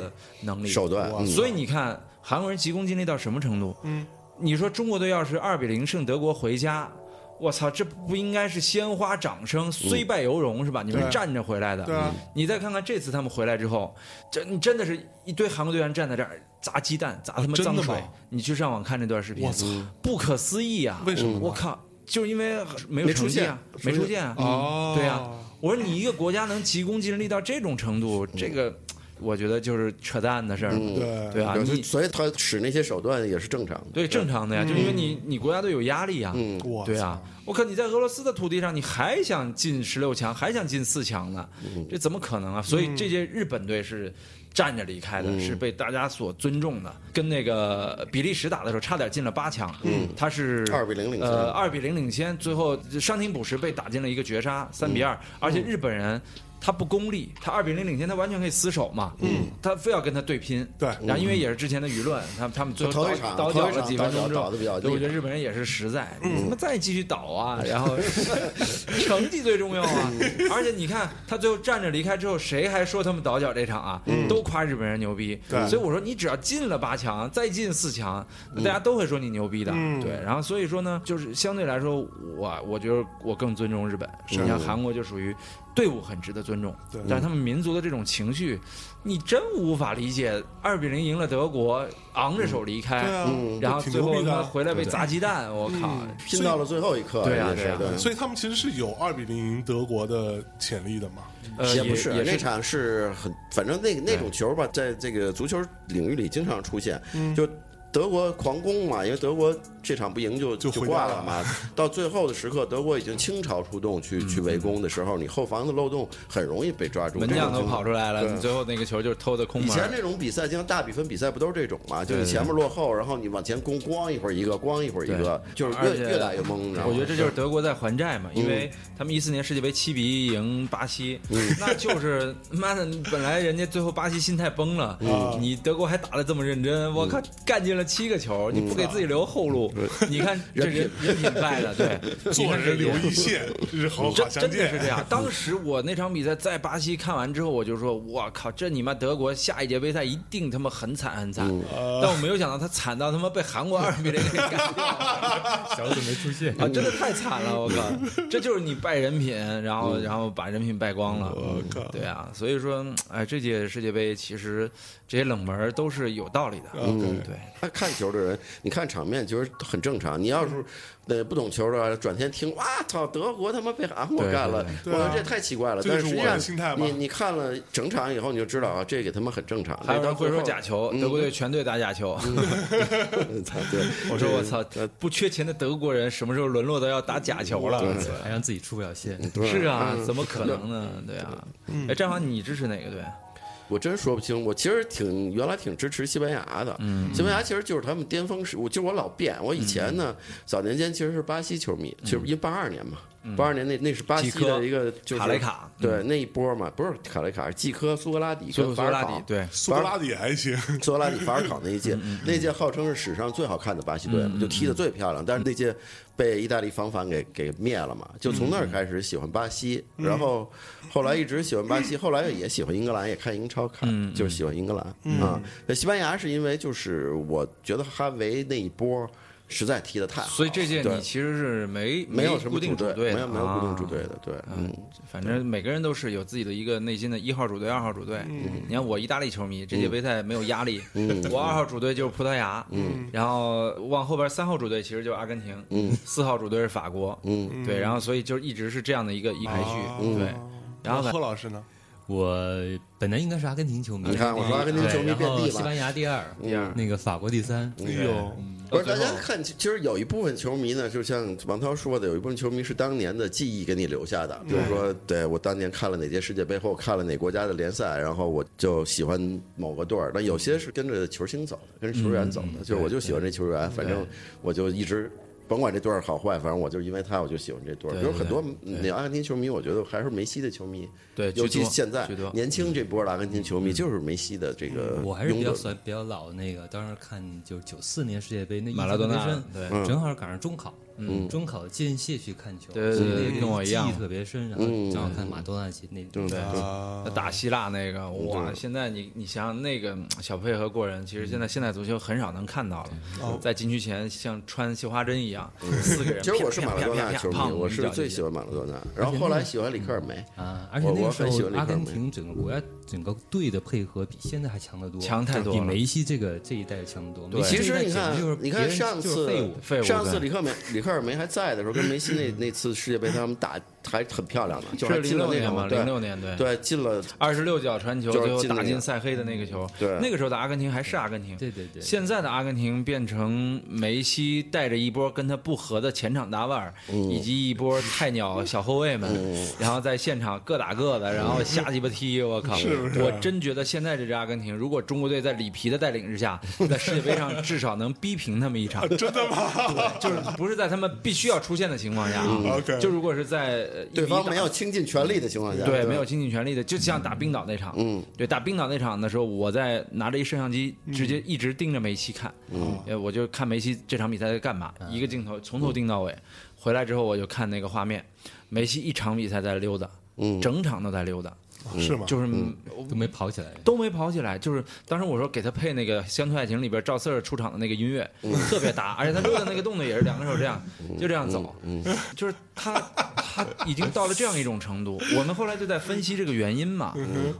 Speaker 1: 能力
Speaker 4: 手段嗯
Speaker 1: 所以你看韩国人急功近利到什么程度？嗯，你说中国队要是二比零胜德国回家。我操，这不应该是鲜花掌声、虽败犹荣是吧？你们
Speaker 2: 嗯对
Speaker 1: 站着回来的，
Speaker 2: 对啊
Speaker 1: 你再看看这次他们回来之后，这你真的是一堆韩国队员站在这儿砸鸡蛋、砸他妈
Speaker 2: 真的
Speaker 1: 脏
Speaker 2: 吗
Speaker 1: 水。你去上网看这段视频，
Speaker 2: 我操
Speaker 1: 不可思议啊！
Speaker 2: 为什么呢
Speaker 1: 我靠，就是因为没有
Speaker 4: 没出
Speaker 1: 成绩啊，没
Speaker 4: 现
Speaker 1: 出现啊！
Speaker 2: 哦
Speaker 1: 对啊，我说你一个国家能急功近利到这种程度，这个我觉得就是扯淡的事儿，
Speaker 2: 嗯对
Speaker 1: 对啊，
Speaker 4: 就
Speaker 1: 你
Speaker 4: 所以他使那些手段也是正常的。
Speaker 1: 对正常的
Speaker 2: 嗯
Speaker 1: 呀，就因为你你国家队有压力呀，
Speaker 2: 我
Speaker 1: 对啊，我靠，你在俄罗斯的土地上，你还想进十六强，还想进四强呢，
Speaker 4: 嗯
Speaker 1: 这怎么可能啊？所以这届日本队是站着离开
Speaker 4: 嗯
Speaker 1: 的，是被大家所尊重的。跟那个比利时打的时候，差点进了八强，他是
Speaker 4: 嗯2比0领先
Speaker 1: 呃，二比零领先，最后伤停补时被打进了一个绝杀，三比
Speaker 4: 嗯
Speaker 1: 二，而且日本人。他不功利，他二比零领先，他完全可以死守嘛。嗯，他非要跟他对拼。
Speaker 2: 对
Speaker 1: 然后因为也是之前的舆论，他他们最后
Speaker 4: 嗯头一
Speaker 1: 倒
Speaker 4: 场
Speaker 1: 倒
Speaker 4: 头
Speaker 1: 脚
Speaker 4: 一
Speaker 1: 了
Speaker 4: 场
Speaker 1: 几
Speaker 4: 倒
Speaker 1: 分钟
Speaker 4: 脚
Speaker 1: 之后，
Speaker 4: 倒得比较
Speaker 1: 对我觉
Speaker 4: 厉
Speaker 1: 得
Speaker 4: 害
Speaker 1: 日本人也是实在，
Speaker 2: 嗯
Speaker 1: 你他妈再继续倒 啊，然后 成绩最重要啊。
Speaker 2: 嗯
Speaker 1: 而且你看他最后站着离开之后，谁还说他们倒脚这场啊？都夸日本人牛逼。
Speaker 2: 嗯对嗯
Speaker 1: 所以我说你只要进了八强，再进四强，大家都会说你牛逼的。对，然后所以说呢，就是相对来说，我我觉得我更尊重日本。你像韩国就属于队伍很值得尊重，
Speaker 2: 对
Speaker 1: 但是他们民族的这种情绪，你真无法理解。二比零赢了德国，昂着手离开，
Speaker 2: 对啊嗯
Speaker 1: 然后
Speaker 2: 挺
Speaker 1: 最
Speaker 2: 牛
Speaker 1: 后
Speaker 2: 逼的
Speaker 1: 他回来被砸鸡
Speaker 4: 嗯
Speaker 1: 蛋，我靠！
Speaker 4: 拼到了最后一刻，
Speaker 1: 对啊
Speaker 4: 人家是
Speaker 1: 对啊
Speaker 2: 所以他们其实是有二比零赢德国的潜力的嘛。
Speaker 1: 呃，
Speaker 4: 也不
Speaker 1: 是嗯
Speaker 4: 是
Speaker 1: 也
Speaker 4: 那场是很，反正那那种球吧，在这个足球领域里经常出现，
Speaker 1: 嗯
Speaker 4: 就。德国狂攻嘛，因为德国这场不赢就
Speaker 2: 就回家
Speaker 4: 挂
Speaker 2: 了
Speaker 4: 了嘛。到最后的时刻，德国已经倾巢出动去、去围攻的时候，你后防的漏洞很容易被抓住。
Speaker 1: 嗯门将都跑出来了，
Speaker 4: 对
Speaker 1: 你最后那个球就是偷的空
Speaker 4: 以
Speaker 1: 门
Speaker 4: 前
Speaker 1: 儿。
Speaker 4: 这种比赛，经常大比分比赛不都是这种嘛？就你前面落后，然后你往前攻，咣一会儿一个，咣一会儿一个，就是
Speaker 1: 而
Speaker 4: 越
Speaker 1: 且
Speaker 4: 越打越懵。然后嗯
Speaker 1: 我觉得这就是德国在还债嘛，因为他们一四年世界杯七比一赢巴西，
Speaker 4: 嗯
Speaker 1: 那就是妈的，本来人家最后巴西心态崩了，
Speaker 4: 嗯
Speaker 1: 你德国还打得这么认真，我靠，干进了七个球，你不给自己留后路，
Speaker 4: 嗯
Speaker 1: 你 看这人人品败了，对，你
Speaker 2: 做
Speaker 1: 看这
Speaker 2: 人留一线，日后哦好
Speaker 1: 嗯真
Speaker 2: 相
Speaker 1: 真的
Speaker 2: 见。
Speaker 1: 是这样。当时我那场比赛在巴西看完之后，我就说：“我靠，这你妈德国下一届杯赛一定他妈很惨很惨。呃但我没有想到他惨到他妈被韩国二比零给干掉了
Speaker 3: 小组没出现，
Speaker 1: 啊！真的太惨了，我靠！这就是你败人品，然后然后把人品败光了。
Speaker 2: 我靠！
Speaker 1: 对啊，所以说，哎，这届世界杯其实这些冷门儿都是有道理的。嗯，对，
Speaker 4: 他看球的人，你看场面其实很正常。你
Speaker 2: 嗯
Speaker 4: 要是呃不懂球的话，转天听哇操，德国他妈被韩国干了，
Speaker 2: 对对对
Speaker 4: 我
Speaker 2: 对啊
Speaker 4: 说这太奇怪了。
Speaker 2: 这
Speaker 4: 但
Speaker 2: 就是
Speaker 4: 实
Speaker 2: 我
Speaker 4: 际
Speaker 2: 的
Speaker 4: 上，
Speaker 2: 心态嘛
Speaker 4: 你你看了整场以后，你就知道啊，这个他妈很正常。
Speaker 1: 还有
Speaker 4: 那到
Speaker 1: 人会说
Speaker 4: 最后
Speaker 1: 假球，
Speaker 4: 嗯
Speaker 1: 德国队全队打假球。
Speaker 4: 操 对，
Speaker 1: 我
Speaker 2: 嗯
Speaker 1: 说我操，
Speaker 4: 嗯
Speaker 1: 不缺钱的德国人什么时候沦落到要打假球了？
Speaker 3: 还让自己出不了线。
Speaker 4: 对嗯
Speaker 1: 是啊，怎么可能呢？对啊，哎，张华，你支持哪个队？
Speaker 4: 我真说不清，我其实挺原来挺支持西班牙的，
Speaker 1: 嗯
Speaker 4: 西班牙其实就是他们巅峰时，我就我老变，我以前呢、
Speaker 1: 嗯
Speaker 4: 早年间其实是巴西球迷，就是因为八二年嘛，八二、年那那是巴西
Speaker 1: 基科
Speaker 4: 的一个就是
Speaker 1: 卡雷卡嗯
Speaker 4: 对那一波嘛，不是卡雷卡，是季科、苏格拉底
Speaker 1: 苏
Speaker 4: 跟
Speaker 1: 苏
Speaker 4: 法
Speaker 1: 格
Speaker 4: 尔
Speaker 1: 拉
Speaker 4: 考
Speaker 1: 底，，对，
Speaker 2: 苏格拉底还行，
Speaker 4: 苏格拉底、法尔考那一
Speaker 1: 嗯
Speaker 4: 届，那届号称是史上最好看的巴西队了，就踢得最漂亮。但是那届被意大利防反给给灭了嘛，就从那
Speaker 1: 嗯
Speaker 4: 儿开始喜欢巴西，
Speaker 3: 嗯
Speaker 4: 然后后来一直喜欢巴西，后来也喜欢英格兰，也看英超
Speaker 1: 嗯
Speaker 4: 看，就是喜欢英格
Speaker 3: 嗯
Speaker 4: 兰啊。那西班牙是因为就是我觉得哈维那一波实在踢得太好了，
Speaker 1: 所以这届
Speaker 4: 对
Speaker 1: 你其实是没
Speaker 4: 没有什么
Speaker 1: 固定
Speaker 4: 主
Speaker 1: 主队
Speaker 4: 队，
Speaker 1: 的，
Speaker 4: 没有没有固定主队
Speaker 1: 啊。
Speaker 4: 的，对，
Speaker 1: 嗯
Speaker 4: 嗯，，
Speaker 1: 反正每个人都是有自己的一个内心的一号主队、二号主队。你看我意大利球迷，
Speaker 4: 嗯
Speaker 1: 这届杯赛没有压力。我二号主队就是葡萄牙，
Speaker 4: 嗯
Speaker 1: 然后往后边三号主队其实就是阿根廷，四号主队是法国，
Speaker 4: 嗯
Speaker 1: 对，然后所以就一直是这样的一个一排序，
Speaker 2: 哦
Speaker 1: 嗯对。然后
Speaker 2: 啊那
Speaker 1: 呢
Speaker 2: 贺老师呢？
Speaker 3: 我本来应该是阿根廷球迷，
Speaker 4: 你看我说阿根廷球迷
Speaker 3: 对然后
Speaker 4: 遍地
Speaker 1: 嗯
Speaker 4: 了
Speaker 3: 西班牙第二，
Speaker 4: 第二
Speaker 3: 那个法国第三，
Speaker 2: 哎呦，
Speaker 4: 不是，
Speaker 3: 到
Speaker 4: 大
Speaker 3: 最
Speaker 4: 家
Speaker 3: 后
Speaker 4: 看，其实有一部分球迷呢，就像王涛说的，有一部分球迷是当年的记忆给你留下
Speaker 3: 嗯
Speaker 4: 的。比如说，对我当年看了哪届世界杯，或我看了哪国家的联赛，然后我就喜欢某个队儿。那有些是跟着球星走的，跟着球员
Speaker 3: 嗯
Speaker 4: 走的，就是我就喜欢这球员，反正我就一直。甭管这队儿好坏，反正我就因为他，我就喜欢这队儿。
Speaker 1: 对
Speaker 4: 比如很多
Speaker 1: 对
Speaker 4: 嗯那阿根廷球迷，我觉得还是梅西的球迷，
Speaker 1: 对居
Speaker 4: 尤其
Speaker 1: 多
Speaker 4: 现在
Speaker 1: 居多
Speaker 4: 年轻这波的阿根
Speaker 3: 嗯
Speaker 4: 廷球迷就是梅西的这个拥趸。
Speaker 3: 我还是比较算比较老的那个，当时看就是九四年世界杯那
Speaker 1: 马拉多纳
Speaker 3: 对，正好赶上中考，中考的间歇去看球，
Speaker 1: 对对
Speaker 3: 所以
Speaker 1: 对
Speaker 3: 那个
Speaker 1: 跟我一样
Speaker 3: 记忆特别深，然后正好看马多纳去那嗯对
Speaker 1: 对，
Speaker 2: 啊
Speaker 1: 那打希腊那个，
Speaker 4: 嗯
Speaker 1: 哇！现在你你想想那个嗯小配合过人，其
Speaker 4: 嗯
Speaker 1: 实现在现代足球很少能看到了，在禁区前像穿绣花针一样，四个人。
Speaker 4: 哦其实我是马拉多纳
Speaker 1: 啪啪啪啪啪
Speaker 4: 球迷，
Speaker 1: 胖
Speaker 4: 我是最喜。欢马拉多纳。然后后来喜欢里克尔梅，
Speaker 3: 啊，而且
Speaker 4: 我
Speaker 3: 那
Speaker 4: 我
Speaker 3: 个时
Speaker 4: 很喜
Speaker 3: 候
Speaker 4: 欢里
Speaker 3: 阿
Speaker 4: 克尔
Speaker 3: 根
Speaker 4: 梅。
Speaker 3: 廷整个国家整个队的配合比现在还强得多，
Speaker 1: 强太多
Speaker 3: 比
Speaker 1: 了
Speaker 3: 梅西这个这一代强得多。梅西
Speaker 4: 其实
Speaker 3: 这一
Speaker 4: 你
Speaker 3: 代简
Speaker 4: 看
Speaker 3: 直就是，别
Speaker 4: 你看
Speaker 3: 人
Speaker 4: 上
Speaker 3: 就是
Speaker 4: 次
Speaker 3: 废物。
Speaker 1: 废物
Speaker 4: 上
Speaker 1: 对
Speaker 4: 次里克梅里克尔梅还在的时候，跟梅西那那次世界杯他们打还很漂亮的，就还
Speaker 1: 是
Speaker 4: 进了那
Speaker 1: 06年
Speaker 4: 场
Speaker 1: 嘛
Speaker 4: 对
Speaker 1: 06年对
Speaker 4: 对进了
Speaker 1: 二十六脚传球，
Speaker 4: 就是
Speaker 1: 最后
Speaker 4: 进那
Speaker 1: 打
Speaker 4: 个
Speaker 1: 进塞黑的那个球。
Speaker 4: 对
Speaker 1: 那个时候的阿根廷还是阿根廷。
Speaker 3: 对对对
Speaker 1: 现在的阿根廷变成梅西带着一波跟他不和的前场大腕儿，
Speaker 4: 嗯
Speaker 1: 以及一波菜鸟小后卫们，然后在现场各打各的，然后瞎鸡巴踢。我 靠！
Speaker 2: 是不是
Speaker 1: 我真觉得现在这支阿根廷，如果中国队在里皮的带领之 下，在世界杯上至少能逼平他们一
Speaker 4: 啊
Speaker 1: 场。
Speaker 2: 真的吗？
Speaker 1: 就是不是在他们必须要出现的情况下啊
Speaker 2: OK
Speaker 1: 就如果是在呃一
Speaker 4: 嗯对
Speaker 1: 比一
Speaker 4: 方
Speaker 1: 打嗯
Speaker 4: 没有倾尽全力的情况下，
Speaker 1: 对，没有倾尽全力的，就像打冰岛那场，嗯，对，打冰岛那场的时候，我在拿着一摄像机，直接一直盯着梅西看，嗯，我就看梅西这场比赛在干嘛，一个镜头从头盯到尾，回来之后我就看那个画面，梅西一场比赛在溜达，嗯，整场都在溜达，
Speaker 2: 是吗？
Speaker 1: 就是
Speaker 3: 都没跑起来，
Speaker 1: 都没跑起来，就是当时我说给他配那个《乡村爱情》里边赵四儿出场的那个音乐，特别搭，而且他溜的那个动作也是两个手这样就这样走，就是他他已经到了这样一种程度。我们后来就在分析这个原因嘛，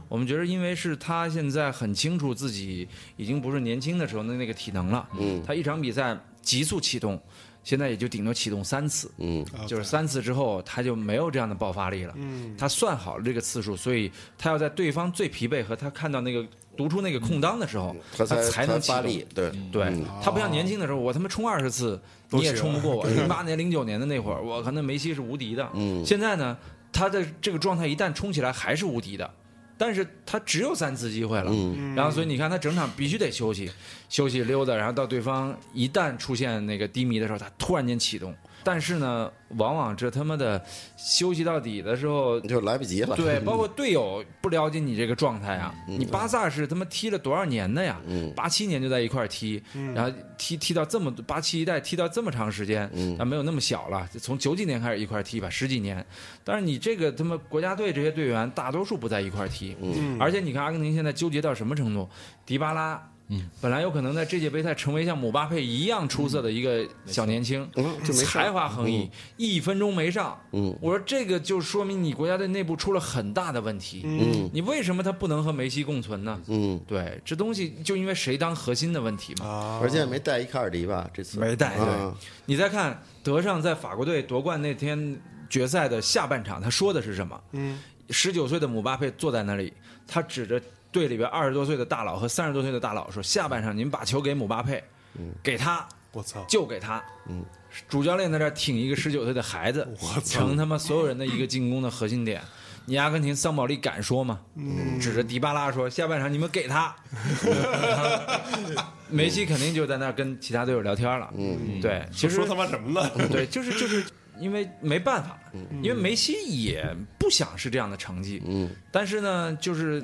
Speaker 1: 我们觉得因为是他现在很清楚自己已经不是年轻的时候的那个体能了，他一场比赛急速启动，现在也就顶多启动三次，
Speaker 4: 嗯，
Speaker 1: 就是三次之后，他就没有这样的爆发力了。他算好了这个次数，所以他要在对方最疲惫和他看到那个读出那个空档的时候，
Speaker 4: 嗯他才
Speaker 1: 才能启
Speaker 4: 发
Speaker 1: 动嗯
Speaker 4: 力。。对，
Speaker 1: 对他不像年轻的时候，我他妈冲二十次你也冲不过我。零八年、零九年的那会儿，我靠，那梅西是无敌的。现在呢，他的这个状态一旦冲起来还是无敌的，但是他只有三次机会了。然后所以你看，他整场必须得休息，休息溜达，然后到对方一旦出现那个低迷的时候，他突然间启动。但是呢，往往这他妈的休息到底的时候，
Speaker 4: 就来不及了。
Speaker 1: 对，包括队友不了解你这个状态啊。你巴萨是他妈踢了多少年的呀？八七年就在一块儿踢，然后踢踢到这么八七一代踢到这么长时间，但没有那么小了，就从九几年开始一块儿踢吧，十几年。但是你这个他妈国家队这些队员大多数不在一块儿踢，
Speaker 4: 嗯
Speaker 1: 而且你看阿根廷现在纠结到什么程度？迪巴拉。
Speaker 4: 嗯
Speaker 1: 本来有可能在这届杯赛成为像姆巴佩一样出色的一个小年轻，
Speaker 4: 嗯就没事儿嗯
Speaker 1: 才华横溢，一分钟没上。嗯，我说这个就说明你国家队内部出了很大的问题。嗯，你为什么他不能和梅西共存呢？
Speaker 4: 嗯，
Speaker 1: 对，这东西就因为谁当核心的问题嘛。
Speaker 2: 啊，
Speaker 4: 而且也没带伊卡尔迪吧？这次
Speaker 1: 没带对
Speaker 4: 啊
Speaker 1: 你再看德尚在法国队夺冠那天决赛的下半场，他说的是什么？
Speaker 2: 嗯，
Speaker 1: 十九岁的姆巴佩坐在那里，他指着队里边二十多岁的大佬和三十多岁的大佬说：“下半场你们把球给姆巴佩，给他，
Speaker 2: 我操，
Speaker 1: 就给他。嗯，主教练在这儿挺一个十九岁的孩子，成他妈所有人的一个进攻的核心点。你阿根廷桑保利敢说吗？指着迪巴拉说：“下半场你们给 他。”梅西肯定就在那儿跟其他队友聊天了。嗯，对，其实
Speaker 2: 说他妈什么
Speaker 4: 嗯
Speaker 2: 呢？
Speaker 1: 对，就是就是因为没办法，因为梅西也不想是这样的成绩，嗯，但是呢，就是。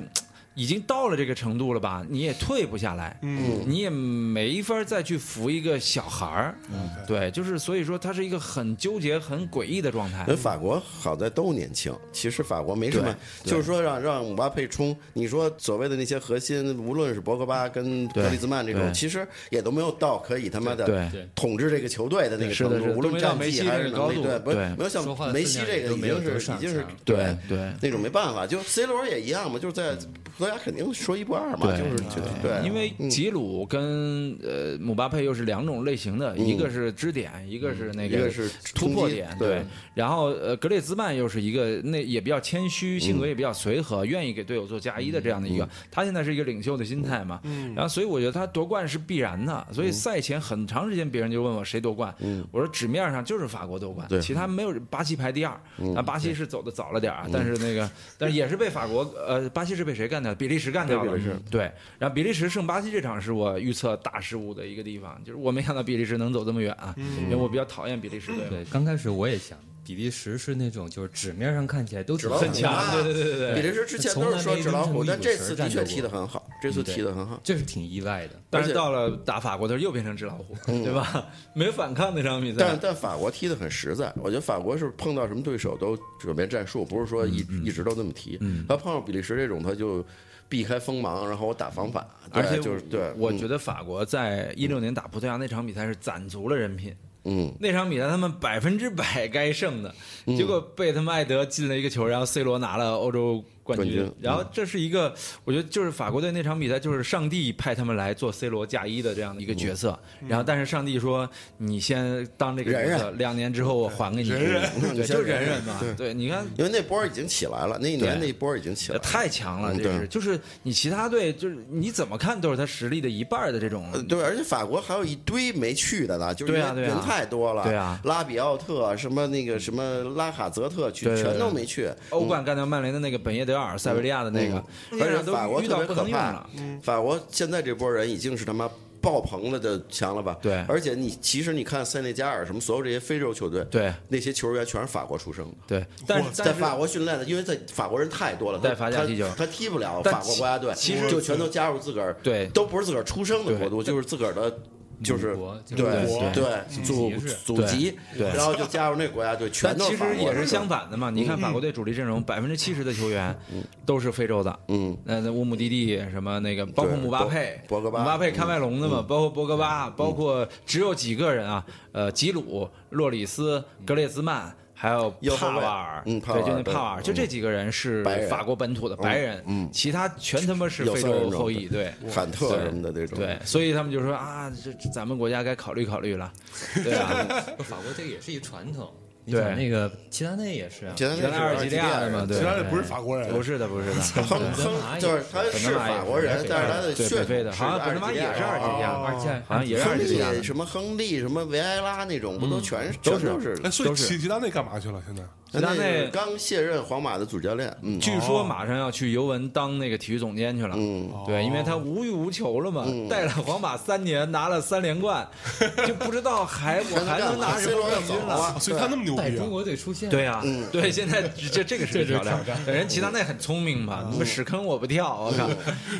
Speaker 1: 已经到了这个程度了吧？你也退不下来，嗯，你也没法再去扶一个小孩儿，嗯，对，就是所以说他是一个很纠结、很诡异的状态
Speaker 4: 因为。法国好在都年轻，其实法国没什么，就是说让让姆巴佩冲。你说所谓的那些核心，无论是博格巴跟格里兹曼这种
Speaker 1: 对，
Speaker 4: 其实也都没有到可以他妈的
Speaker 1: 对对
Speaker 4: 统治这个球队的那个程
Speaker 1: 是的是
Speaker 4: 度，
Speaker 1: 的
Speaker 4: 无
Speaker 1: 都
Speaker 4: 论
Speaker 1: 没到
Speaker 4: 战
Speaker 1: 梅西
Speaker 4: 绩
Speaker 1: 那个
Speaker 4: 还是能力，
Speaker 1: 高度
Speaker 4: 对，不
Speaker 1: 对
Speaker 4: 是没有
Speaker 3: 说话的
Speaker 4: 像梅西
Speaker 3: 分量
Speaker 4: 这
Speaker 3: 也
Speaker 4: 个
Speaker 3: 都
Speaker 4: 已
Speaker 3: 没有
Speaker 4: 经
Speaker 3: 多
Speaker 4: 是
Speaker 3: 上
Speaker 4: 已经是
Speaker 3: 场
Speaker 1: 对对
Speaker 4: 那种没办法，就 C 罗也一样嘛，就是在萄牙肯定说一不二嘛，就是对，
Speaker 1: 因为吉鲁跟呃姆巴佩又是两种类型的，一个是支点，一个是那个
Speaker 4: 嗯一个是
Speaker 1: 突破点，
Speaker 4: 冲击对
Speaker 1: 然后呃，格列兹曼又是一个那也比较谦虚，性格也比较随和，愿意给队友做加一的这样的
Speaker 4: 嗯
Speaker 1: 一个，他现在是一个领袖的心态嘛。然后所以我觉得他夺冠是必然的，
Speaker 4: 嗯
Speaker 1: 所以赛前很长时间别人就问我谁夺冠，我说纸面上就是法国夺冠，其他没有巴西排第二，
Speaker 4: 嗯
Speaker 1: 那巴西是走的早了点儿，但是那个但是也是被法国呃巴西是被谁干掉？比利时干掉了，
Speaker 4: 比利时
Speaker 1: 对，然后比利时胜巴西这场是我预测大失误的一个地方，就是我没想到比利时能走这么远啊，
Speaker 4: 嗯
Speaker 1: 因为我比较讨厌比利时队嘛。
Speaker 3: 对，刚开始我也想，比利时是那种就是纸面上看起来都
Speaker 4: 纸老虎
Speaker 3: 很强，
Speaker 4: 啊
Speaker 3: 对对对对
Speaker 4: 比
Speaker 3: 对，
Speaker 4: 利时之前都是说纸老
Speaker 3: 从
Speaker 4: 虎，
Speaker 3: 来
Speaker 4: 但
Speaker 3: 没
Speaker 4: 这
Speaker 3: 跟中国有
Speaker 4: 次的
Speaker 3: 战
Speaker 4: 确
Speaker 3: 斗
Speaker 4: 踢得
Speaker 3: 过嗯
Speaker 4: 很好，这次踢得很好。
Speaker 3: 这是挺意外的。
Speaker 1: 但
Speaker 4: 而
Speaker 1: 是
Speaker 4: 且嗯
Speaker 1: 到了打法国的时候又变成纸老虎，对吧？ 没有反抗那场比赛
Speaker 4: 但，但法国踢得很实在，我觉得法国是碰到什么对手都转变战术，不是说一、
Speaker 1: 嗯
Speaker 4: 一直都那么踢。他碰到比利时这种，他就避开锋芒，然后我打防反，对
Speaker 1: 而且
Speaker 4: 就是对，
Speaker 1: 我
Speaker 4: 嗯
Speaker 1: 觉得法国在一六年打葡萄牙那场比赛是攒足了人品，
Speaker 4: 嗯，
Speaker 1: 那场比赛他们百分之百该胜的，结果被他们艾德进了一个球，然后 C 罗拿了欧洲冠
Speaker 4: 冠军
Speaker 1: 军
Speaker 4: 嗯。
Speaker 1: 然后这是一个，我觉得就是法国队那场比赛，就是上帝派他们来做 C 罗嫁衣的这样的一个角色。然后，但是上帝说：“你先当这个角
Speaker 4: 嗯忍
Speaker 1: 色，两年之后我还给你。”
Speaker 4: 你
Speaker 1: 对，
Speaker 4: 先
Speaker 1: 就忍
Speaker 4: 忍
Speaker 1: 忍嘛。对，你看
Speaker 4: 因为那波已经起来了，那一年
Speaker 1: 对
Speaker 4: 那一波已经起来
Speaker 1: 呃
Speaker 4: 了，
Speaker 1: 太强了，
Speaker 4: 嗯
Speaker 1: 这是
Speaker 4: 对
Speaker 1: 就是你其他队就是你怎么看都是他实力的一半的这种。
Speaker 4: 呃对，而且法国还有一堆没去的呢，就是
Speaker 1: 对
Speaker 4: 因
Speaker 1: 啊
Speaker 4: 为
Speaker 1: 对啊
Speaker 4: 人太多了。
Speaker 1: 对啊
Speaker 4: 拉比奥特什么那个什么拉卡泽特去，
Speaker 1: 对对
Speaker 4: 全都没去。
Speaker 1: 欧冠干掉曼联的那个本耶德尔、塞维利亚的那个，
Speaker 4: 嗯而且法国
Speaker 1: 都遇
Speaker 4: 特
Speaker 1: 到
Speaker 4: 别
Speaker 1: 不
Speaker 4: 可
Speaker 1: 能用
Speaker 4: 怕嗯
Speaker 1: 了。，
Speaker 4: 法国现在这波人已经是他妈爆棚了的强了吧？
Speaker 1: 对
Speaker 4: 而且你其实你看塞内加尔什么所有这些非洲球队，
Speaker 1: 对
Speaker 4: 那些球员全是法国出生的。
Speaker 1: 对，但是
Speaker 4: 在法国训练的，因为在法国人太多了，他
Speaker 1: 带法甲
Speaker 4: 他
Speaker 1: 踢球
Speaker 4: 他踢不了
Speaker 1: 但
Speaker 4: 法国
Speaker 1: 其
Speaker 4: 国家队，
Speaker 1: 其实
Speaker 4: 就全都加入自个儿，
Speaker 1: 对
Speaker 4: 都不是自个儿出生的国度，就是自个儿的，就是
Speaker 3: 母国
Speaker 4: 对
Speaker 3: 就是
Speaker 2: 母国
Speaker 1: 嗯
Speaker 4: 对祖
Speaker 3: 祖籍是
Speaker 4: 祖籍，
Speaker 1: 对
Speaker 4: 然后就加入那个国家队，全
Speaker 1: 但
Speaker 4: 都
Speaker 1: 其
Speaker 4: 是嗯法
Speaker 1: 实
Speaker 4: 国
Speaker 1: 也
Speaker 4: 人
Speaker 1: 是相反的嘛。你看法国队主力阵容，百分之七十的球员都是非洲的，
Speaker 4: 嗯，
Speaker 1: 那那乌姆蒂蒂什么那个，包括姆巴佩、
Speaker 4: 博博格巴嗯
Speaker 1: 姆巴佩看外龙的嘛，包括博格巴，包括只有几个人啊，呃，吉鲁、洛里斯、格列兹曼。还有
Speaker 4: 嗯右后
Speaker 1: 帕
Speaker 4: 卫
Speaker 1: 瓦尔，
Speaker 4: 嗯帕瓦
Speaker 1: 对，
Speaker 4: 尔
Speaker 1: 就那帕瓦尔，
Speaker 4: 对嗯
Speaker 1: 就这几个人是
Speaker 4: 白人
Speaker 1: 法国本土的白人，嗯，其他全他妈是
Speaker 4: 有
Speaker 1: 非
Speaker 4: 色人
Speaker 1: 洲
Speaker 4: 种
Speaker 1: 后裔，对，
Speaker 4: 坎特什么的这种，
Speaker 1: 对，所以他们就说啊，这这咱们国家该考虑考虑了，对 啊，
Speaker 3: 法国这个也是一传统，你
Speaker 1: 对
Speaker 3: 想那个齐达内也是啊，
Speaker 4: 其他
Speaker 1: 原
Speaker 4: 那
Speaker 1: 来
Speaker 4: 是
Speaker 1: 阿尔及利亚的嘛，
Speaker 4: 人
Speaker 1: 对
Speaker 2: 其，他人不是法国人，
Speaker 1: 不是的，不是 的，
Speaker 4: 亨
Speaker 3: 本泽马
Speaker 4: 亨
Speaker 3: 也
Speaker 4: 就是他
Speaker 1: 本
Speaker 4: 是
Speaker 1: 泽马也
Speaker 4: 法国人
Speaker 1: 是，
Speaker 4: 但是他的
Speaker 1: 对
Speaker 4: 血
Speaker 1: 北非的
Speaker 4: 统是啊
Speaker 1: 好像本泽马
Speaker 4: 阿尔及利亚
Speaker 1: 也是阿尔及利亚
Speaker 3: 啊而且
Speaker 1: 哦好像也是阿
Speaker 4: 啊亨
Speaker 1: 尔及利亚
Speaker 4: 利
Speaker 1: 的。嗯
Speaker 4: 什么亨利什么维埃拉那种，不都全是
Speaker 1: 都
Speaker 4: 全
Speaker 1: 是
Speaker 4: 都是
Speaker 2: 哎，所以
Speaker 1: 都是
Speaker 2: 齐齐达内干嘛去了？现在
Speaker 1: 齐达内
Speaker 4: 刚卸任皇马的主教练，嗯，
Speaker 1: 据说马上要去尤文当那个体育总监去了，
Speaker 4: 嗯
Speaker 1: 对，因为他无欲无求了嘛，带了皇马三年拿了三连冠，就不知道 还我还能拿什么冠军了。
Speaker 2: 啊所以他那么牛
Speaker 3: 带
Speaker 2: 逼
Speaker 3: 中
Speaker 2: 啊！
Speaker 3: 国队出现，
Speaker 1: 对呀、
Speaker 4: 嗯
Speaker 1: 对，现在这这个是个挑战。对人齐达内很聪明
Speaker 4: 嗯
Speaker 1: 嘛，你们屎坑我不跳，我靠，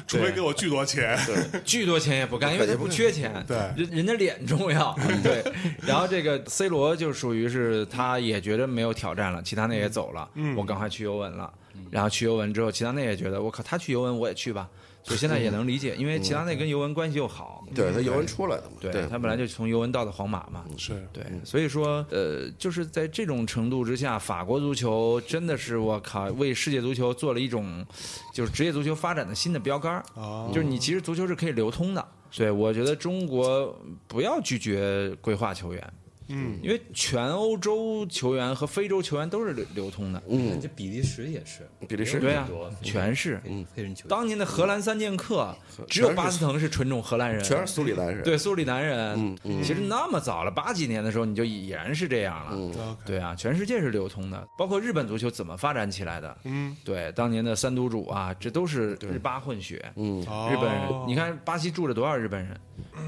Speaker 2: 除非给我巨多钱，
Speaker 1: 巨多钱也不干，因为他不缺钱，
Speaker 2: 对
Speaker 1: 人人家脸重要，对。 然后这个 C 罗就属于是他也觉得没有挑战了，齐达内也走了，我赶快去尤文了。然后去尤文之后，齐达内也觉得我靠，他去尤文我也去吧，所以现在也能理解，因为齐达内跟尤文关系又好，
Speaker 4: 对他尤文出来的嘛，
Speaker 1: 嗯
Speaker 4: 嗯
Speaker 1: 对嗯他本来就从尤文到的皇马嘛，
Speaker 2: 是
Speaker 1: 对，所以说，呃，就是在这种程度之下，法国足球真的是我靠，为世界足球做了一种，就是职业足球发展的新的标杆儿。
Speaker 2: 哦
Speaker 1: 就是你其实足球是可以流通的。对，我觉得中国不要拒绝规划球员，
Speaker 2: 嗯，
Speaker 1: 因为全欧洲球员和非洲球员都是流流通的。
Speaker 4: 嗯
Speaker 3: 你看这比利时也是，
Speaker 4: 比利时
Speaker 1: 对
Speaker 3: 也有
Speaker 1: 啊
Speaker 3: 很多，
Speaker 1: 全是。
Speaker 3: 黑人球员，
Speaker 1: 当年的荷兰三剑客，只有巴斯滕是纯种荷兰人，
Speaker 4: 全是苏里南人，
Speaker 1: 对苏里南人，其实那么早了，八几年的时候你就已然是这样了，
Speaker 2: OK
Speaker 1: 对啊，全世界是流通的，包括日本足球怎么发展起来的，嗯，对，当年的三都主啊，这都是日巴混血，嗯，
Speaker 2: 哦
Speaker 1: 日本人，你看巴西住了多少日本人，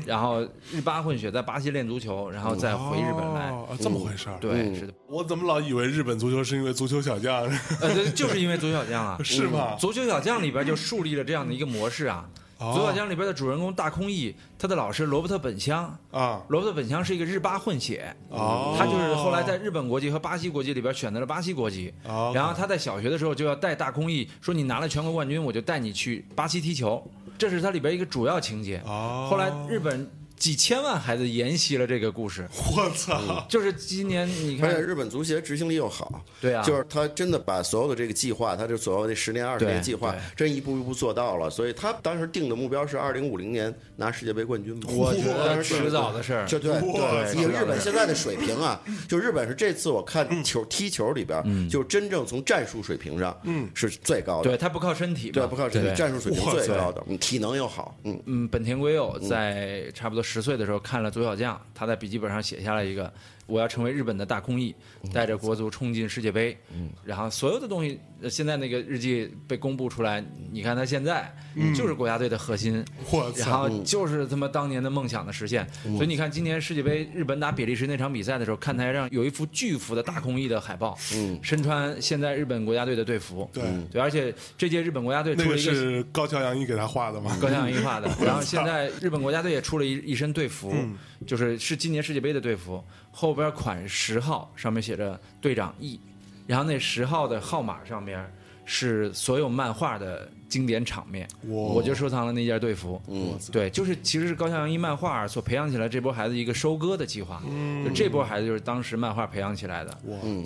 Speaker 1: 然后日巴混血在巴西练足球，然后再回日本来，嗯
Speaker 2: 哦，嗯这么回事儿。
Speaker 1: 对，是的，
Speaker 2: 我怎么老以为日本足球是因为足球小将？
Speaker 1: 呃，对就是因为足球小将 啊，
Speaker 2: 是吗
Speaker 1: 足球小将里边就树立了这样的一个模式啊。
Speaker 2: 哦
Speaker 1: 足球小将里边的主人公大空翼，他的老师罗伯特本乡
Speaker 2: 啊
Speaker 1: 罗伯特本乡是一个日巴混血，
Speaker 2: 哦
Speaker 1: 他就是后来在日本国籍和巴西国籍里边选择了巴西国籍，
Speaker 2: 哦
Speaker 1: 然后他在小学的时候就要带大空翼，说你拿了全国冠军，我就带你去巴西踢球，这是他里边一个主要情节。
Speaker 2: 哦
Speaker 1: 后来日本几千万孩子沿袭了这个故事。
Speaker 2: 我操！
Speaker 1: 就是今年你
Speaker 4: 而且
Speaker 1: 看，
Speaker 4: 日本足协执行力又好，
Speaker 1: 对啊
Speaker 4: 就是他真的把所有的这个计划，他这所谓的十年、二十
Speaker 1: 对
Speaker 4: 年计划
Speaker 1: 对，
Speaker 4: 真一步一步做到了。所以他当时定的目标是二零五零年拿世界杯冠军嘛。
Speaker 1: 我觉得
Speaker 4: 当时
Speaker 1: 迟早的事儿。
Speaker 4: 就 对
Speaker 2: 哇
Speaker 4: 对，以日本现在的水平啊，就日本是这次我
Speaker 1: 嗯
Speaker 4: 看球踢球里边，就真正从战术水平上，嗯，是最高的
Speaker 1: 对。他不靠身体嘛，
Speaker 4: 对，不靠身体，
Speaker 1: 对
Speaker 4: 战术水平
Speaker 2: 哇
Speaker 4: 最
Speaker 2: 塞
Speaker 4: 高的，嗯体能又好，嗯，
Speaker 1: 嗯，本田圭佑在差不多十岁的时候看了《左小将》，他在笔记本上写下了一个“我要成为日本的大空翼，
Speaker 4: 嗯
Speaker 1: 带着国足冲进世界杯”。嗯，然后所有的东西，呃现在那个日记被公布出来，你看他现在
Speaker 4: 嗯
Speaker 1: 就是国家队的核心，
Speaker 2: 我
Speaker 1: 然
Speaker 2: 操！
Speaker 1: 后就是他妈当年的梦想的实现。
Speaker 2: 嗯
Speaker 1: 所以你看，今年世界杯日本打比利时那场比赛的时候，看台上有一幅巨幅的大空翼的海报，嗯，身穿现在日本国家队的队服，
Speaker 2: 对
Speaker 1: 对，而且这届日本国家队
Speaker 2: 那
Speaker 1: 出了
Speaker 2: 个
Speaker 1: 一个
Speaker 2: 是高桥阳一给他画的吗？
Speaker 1: 高向一化 的。然后现在日本国家队也出了一一身队服，
Speaker 2: 嗯
Speaker 1: 就是是今年世界杯的队服，后边款十号上面写着队长 E，然后那十号的号码上面是所有漫画的经典场面，我就收藏了那件队服。嗯，对，就是其实是高向阳一漫画所培养起来这波孩子一个收割的计划，
Speaker 2: 嗯
Speaker 1: 就这波孩子就是当时漫画培养起来的。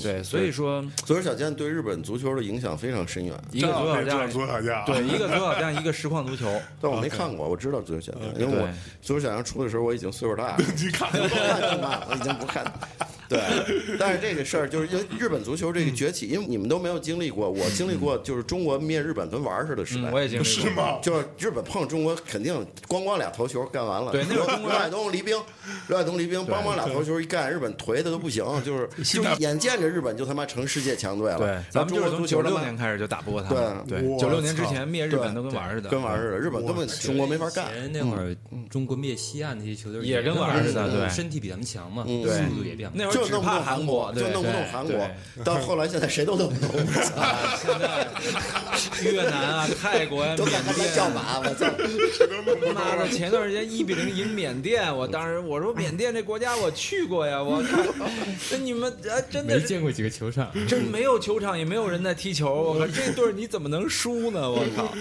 Speaker 1: 对，所以说
Speaker 4: 足球小将对日本足球的影响非常深远。
Speaker 1: 一个左脚
Speaker 2: 这
Speaker 1: 架
Speaker 2: 样。左小将，啊
Speaker 1: 对，一个左脚架，一个实况足球，
Speaker 4: 但我没看过，我知道足球小将，因为我
Speaker 1: 呃对
Speaker 4: 足球小将出的时候我已经岁数大了，
Speaker 2: 你看
Speaker 4: 不看了嘛，我已经不看了。对，但是这个事儿就是因为日本足球这个崛起，因为你们都没有经历过，我经历过就是中国灭日本跟玩儿似的时代。
Speaker 1: 嗯，我也经历过。
Speaker 2: 是吗？
Speaker 4: 就是日本碰中国，肯定咣咣俩头球干完了。
Speaker 1: 对那会儿中国
Speaker 4: 刘海东、黎兵，刘海东、黎兵帮忙俩头球一干，日本颓的都不行，就是就眼见着日本就他妈成世界强队了。
Speaker 1: 对，咱
Speaker 4: 咱
Speaker 1: 们
Speaker 4: 中
Speaker 1: 就是
Speaker 4: 国
Speaker 1: 从
Speaker 4: 足
Speaker 1: 九
Speaker 4: 球他
Speaker 1: 六
Speaker 4: 妈
Speaker 1: 年开始就打不过他们。
Speaker 4: 对
Speaker 1: 对，
Speaker 2: 我
Speaker 1: 九六年之
Speaker 2: 操
Speaker 1: 前灭日本都跟玩儿似的，
Speaker 4: 跟玩儿似的，日本根本中国没法干
Speaker 3: 以。前那会儿，嗯中国灭西亚那些球队
Speaker 1: 嗯也跟玩儿似的
Speaker 3: 跟
Speaker 1: 对
Speaker 3: 身体比咱们强嘛，
Speaker 4: 嗯
Speaker 3: 速度也比咱们
Speaker 1: 那会儿
Speaker 4: 就
Speaker 1: 只
Speaker 4: 弄不
Speaker 1: 怕
Speaker 4: 动
Speaker 1: 韩
Speaker 4: 韩国，就
Speaker 1: 对
Speaker 4: 弄不动
Speaker 1: 对
Speaker 4: 韩
Speaker 1: 对
Speaker 4: 国。到后来现在谁都弄不 动，
Speaker 1: 啊现在 越南啊、泰国呀、
Speaker 4: 都敢
Speaker 1: 缅
Speaker 4: 他妈
Speaker 1: 甸
Speaker 4: 叫
Speaker 1: 啊。
Speaker 4: 马，我操！
Speaker 1: 妈的！前段时间一比零赢缅甸，我当时我说缅甸这国家我去过呀，我靠！那你们啊，真的
Speaker 3: 没
Speaker 1: 是
Speaker 3: 见过几个球场。
Speaker 1: 真没有球场，也没有人在踢球，我靠！这队儿你怎么能输呢？我靠！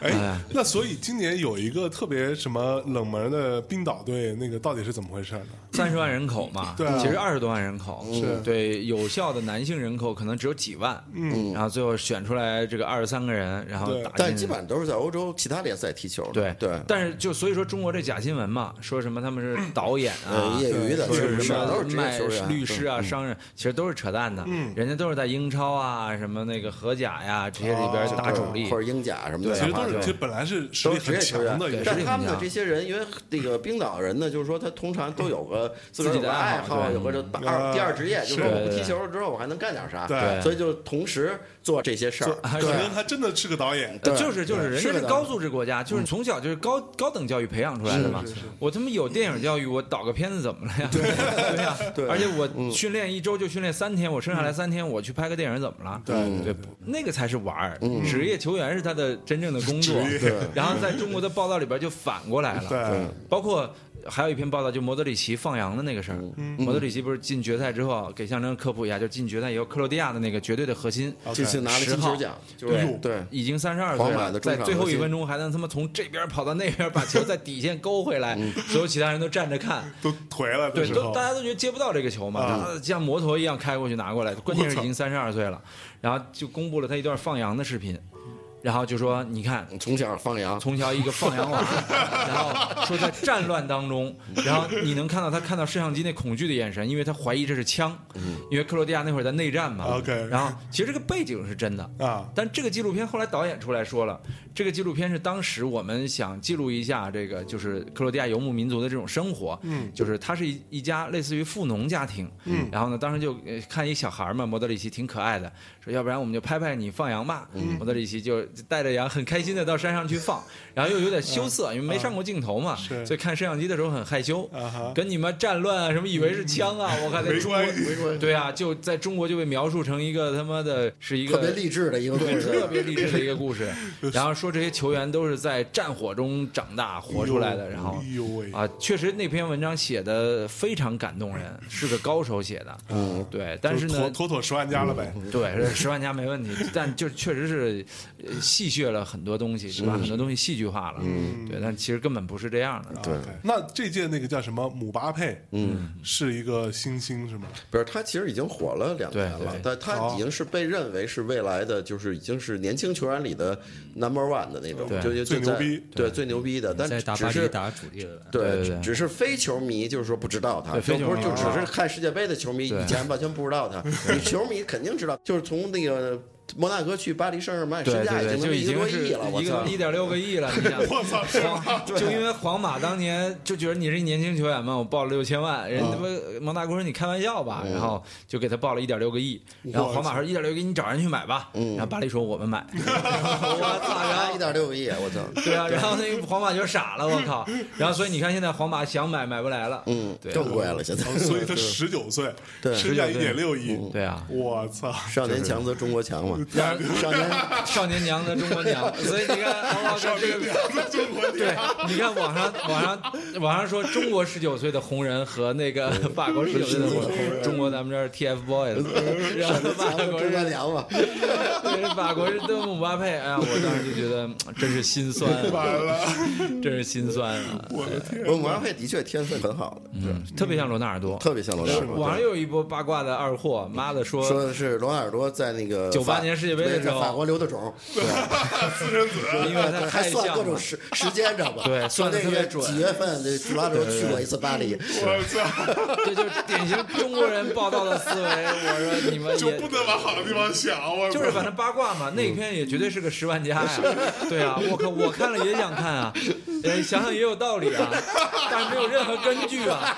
Speaker 2: 哎，那所以今年有一个特别什么冷门的冰岛队，那个到底是怎么回事呢？
Speaker 1: 三十万人口嘛，
Speaker 2: 对啊
Speaker 1: 其实二十多万人口，
Speaker 2: 是
Speaker 1: 对有效的男性人口可能只有几万，嗯，然后最后选出来这个二十三个人，然后
Speaker 2: 对
Speaker 1: 打进
Speaker 4: 但啊基本上都是在欧洲其他联赛踢球的。
Speaker 1: 对啊
Speaker 4: 对，
Speaker 1: 但是就所以说中国这假新闻嘛，说什么他们是导演啊
Speaker 4: 呃，，业余的
Speaker 1: 说
Speaker 4: 确实
Speaker 1: 什么
Speaker 4: 都是职业
Speaker 1: 卖
Speaker 4: 球员，嗯
Speaker 1: 律师啊、商人，其实都是扯淡的，人家都是在英超啊、什么那个荷甲呀这些里边打啊主力
Speaker 4: 啊或，者英甲什么的，
Speaker 1: 啊
Speaker 2: 其实都
Speaker 4: 对
Speaker 2: 是，其实本来啊是实
Speaker 4: 都
Speaker 2: 力
Speaker 4: 是职
Speaker 2: 很
Speaker 4: 业球
Speaker 2: 强
Speaker 4: 员
Speaker 2: 的一，个
Speaker 4: 但
Speaker 1: 实力
Speaker 4: 他
Speaker 1: 很
Speaker 4: 们的
Speaker 1: 强
Speaker 4: 这些人，因为那个冰岛人呢，就是说他通常都有个自个儿
Speaker 1: 自
Speaker 4: 有
Speaker 1: 己
Speaker 4: 个
Speaker 1: 的爱
Speaker 4: 爱
Speaker 1: 好
Speaker 4: 好，
Speaker 1: 对
Speaker 4: 有个这把
Speaker 2: 嗯
Speaker 4: 二第二职业，就是说我不踢球了之后，我还能干点啥？
Speaker 2: 对
Speaker 4: 所以就同时做这些事儿。
Speaker 1: 啊
Speaker 2: 可能他真的是个导演，
Speaker 4: 对
Speaker 1: 呃就是就是，人
Speaker 4: 是
Speaker 1: 家是
Speaker 4: 的嗯
Speaker 1: 高素质国家，就是从小就是高高等教育培养出来的嘛。我他妈有电影教育，我导个片子怎么了 呀？对呀，
Speaker 4: 对嗯
Speaker 1: 而且我训练一周就训练三天，我剩下来三天，我去拍个电影怎么了？
Speaker 4: 嗯
Speaker 1: 对啊嗯对，那个才是玩儿。职业球员是他的真正的工作
Speaker 2: 职业。
Speaker 1: 然后在中国的报道里边就反过来了。
Speaker 2: 对，
Speaker 1: 包括还有一篇报道，就莫德里奇放羊的那个事儿。
Speaker 4: 嗯
Speaker 1: 莫德里奇不是进决赛之后，给象征科普一下，就进决赛以后，克罗地亚的那个绝对的核心，
Speaker 4: 这次拿了金球奖，就是
Speaker 2: 对
Speaker 4: 对，
Speaker 1: 已经三十二岁
Speaker 4: 哦皇马
Speaker 1: 了，
Speaker 4: 的
Speaker 1: 在
Speaker 4: 中场
Speaker 1: 最后一
Speaker 4: 核心
Speaker 1: 分钟还能他妈从这边跑到那边，把球在底线勾回
Speaker 4: 嗯
Speaker 1: 来，所有其他人都站着看。
Speaker 2: 都颓了，
Speaker 1: 对，
Speaker 2: 时
Speaker 1: 都
Speaker 2: 候啊
Speaker 1: 大家都觉得接不到这个球嘛，他像摩托一样开过去拿过来，关键是已经三十二岁了，然后就公布了他一段放羊的视频，然后就说你看
Speaker 4: 从小放羊，
Speaker 1: 从小一个放羊娃，然后说在战乱当中，然后你能看到他看到摄像机那恐惧的眼神，因为他怀疑这是枪，因为克罗地亚那会儿在内战嘛。
Speaker 2: 嗯 OK
Speaker 1: 然后其实这个背景是真的
Speaker 2: 啊
Speaker 1: 但这个纪录片后来导演出来说了，这个纪录片是当时我们想记录一下这个就是克罗地亚游牧民族的这种生活，嗯，就是他是一一家类似于富农家庭，嗯，然后呢，当时就呃看一小孩嘛，莫德里奇挺可爱的，说要不然我们就拍拍你放羊吧，
Speaker 2: 嗯
Speaker 1: 莫德里奇就带着羊很开心的到山上去 放，然后又有点羞涩，因为没上过镜头嘛，
Speaker 2: 啊是
Speaker 1: 所以看摄像机的时候很害羞
Speaker 2: 啊哈，
Speaker 1: 跟你们战乱啊什么以为是枪啊，我靠，在
Speaker 2: 没
Speaker 1: 中国
Speaker 2: 关系没关系
Speaker 1: 对啊，就在中国就被描述成一个他妈的是一个
Speaker 4: 特别励志的一个故
Speaker 1: 对， 特
Speaker 4: 事。
Speaker 1: 别励志的一个故 事。然后说这些球员都是在战火中长大活出来的，然后
Speaker 2: 哎呦喂
Speaker 1: 啊，确实那篇文章写的非常感动人，是个高手写的，嗯，对。但是
Speaker 2: 妥
Speaker 1: 呢，嗯
Speaker 2: 妥妥十万加了呗，
Speaker 1: 对，十万加没问题，但就确实是呃戏谑了很多东西，是吧？很多东西戏剧化了，对，但其实根本不是这样的。
Speaker 4: 对，
Speaker 2: 啊那这届那个叫什么姆巴佩，嗯，是一个新星是吗？
Speaker 4: 不是他其实已经火了两年
Speaker 1: 对
Speaker 4: 了
Speaker 1: 对，
Speaker 4: 但他已经是被认为是未来的，就是已经是年轻球员里的 number one 的那种，
Speaker 1: 对
Speaker 4: 就就
Speaker 2: 最
Speaker 4: 就在
Speaker 2: 牛逼
Speaker 4: 对最牛逼的，但
Speaker 3: 在大
Speaker 4: 只
Speaker 3: 巴
Speaker 4: 是
Speaker 3: 黎打主力了。
Speaker 1: 对对
Speaker 4: 对
Speaker 1: 对，
Speaker 4: 只是非球迷就是说不知道他，
Speaker 1: 对非
Speaker 4: 就
Speaker 1: 球迷啊
Speaker 4: 不是就只是看世界杯的球迷，以前完全不知道 他。你球迷肯定知道，就是从那个摩纳哥去巴黎圣日耳曼，身
Speaker 1: 对
Speaker 4: 价
Speaker 1: 对对，
Speaker 4: 已经
Speaker 1: 就
Speaker 4: 一
Speaker 1: 已
Speaker 4: 个
Speaker 1: 经
Speaker 4: 多
Speaker 1: 是
Speaker 4: 亿了，我
Speaker 1: 一
Speaker 4: 操
Speaker 1: 个！一点六个亿了。你 想，
Speaker 2: 我操是
Speaker 1: 皇就因为皇马当年就觉得你是一年轻球员嘛，我报了六千万，
Speaker 4: 嗯
Speaker 1: 人他妈蒙大哥说你开玩笑吧，然后就给他报了一点六个亿，然后皇马说一点六个亿你找人去买吧，
Speaker 4: 嗯
Speaker 1: 然后巴黎说我们买， 我操，然后
Speaker 4: 一 点六个亿，我操！
Speaker 1: 对啊，然后那个皇马就傻了，我 靠！然后所以你看，现在皇马想买买不来了，
Speaker 4: 嗯
Speaker 1: 对，
Speaker 4: 更贵了现在。
Speaker 2: 哦所以 他十九岁，身价一点六亿，
Speaker 1: 对啊，
Speaker 2: 我操！
Speaker 4: 少年强则中国强嘛，
Speaker 1: 然后少年少年娘的中国娘，所以你看， 我
Speaker 2: 少
Speaker 1: 靠，这
Speaker 2: 年
Speaker 1: 个。
Speaker 2: 强的中国
Speaker 1: 对
Speaker 2: 队，，
Speaker 1: 你看网上网上网上说中国十九岁的红人和那个法国十九岁的红 人，中国咱们这儿 TFBOYS，然 后法
Speaker 4: 中
Speaker 1: 国
Speaker 4: 国
Speaker 1: 是
Speaker 4: 强嘛，
Speaker 1: 对法国是德姆巴佩，哎呀，我当时就觉得嗯真是心酸
Speaker 2: 完
Speaker 1: 啊，
Speaker 2: 了，
Speaker 1: 真是心酸啊，
Speaker 2: 我的天！
Speaker 4: 我姆巴佩的确天分很好的，
Speaker 1: 嗯
Speaker 4: 对，
Speaker 1: 特别像罗纳尔多。
Speaker 4: 特别像罗纳尔多
Speaker 1: 网上又有一波八卦的二货，妈的说
Speaker 4: 说的是罗纳尔多在那个
Speaker 1: 98
Speaker 4: 法
Speaker 1: 年世界杯的时候
Speaker 4: 在法国留的种，
Speaker 2: 啊
Speaker 1: 因为他
Speaker 4: 还
Speaker 1: 太
Speaker 4: 算
Speaker 1: 像
Speaker 4: 各种
Speaker 1: 了。
Speaker 4: 时时间，知道吧？
Speaker 1: 对
Speaker 4: 说
Speaker 1: 算得
Speaker 4: 那
Speaker 1: 特别
Speaker 4: 个
Speaker 1: 准
Speaker 4: 几月份，那罗纳尔多去过一次巴黎，
Speaker 2: 我操，
Speaker 1: 这就是典型中国人报道的思维。我说你们
Speaker 2: 就
Speaker 1: 也
Speaker 2: 不能往好的地方想，啊我操
Speaker 1: 就是反正八卦嘛，那篇也绝对是个十万加呀。 对啊，我靠，我看了也想看啊，呃，想想也有道理啊，但是没有任何根据啊。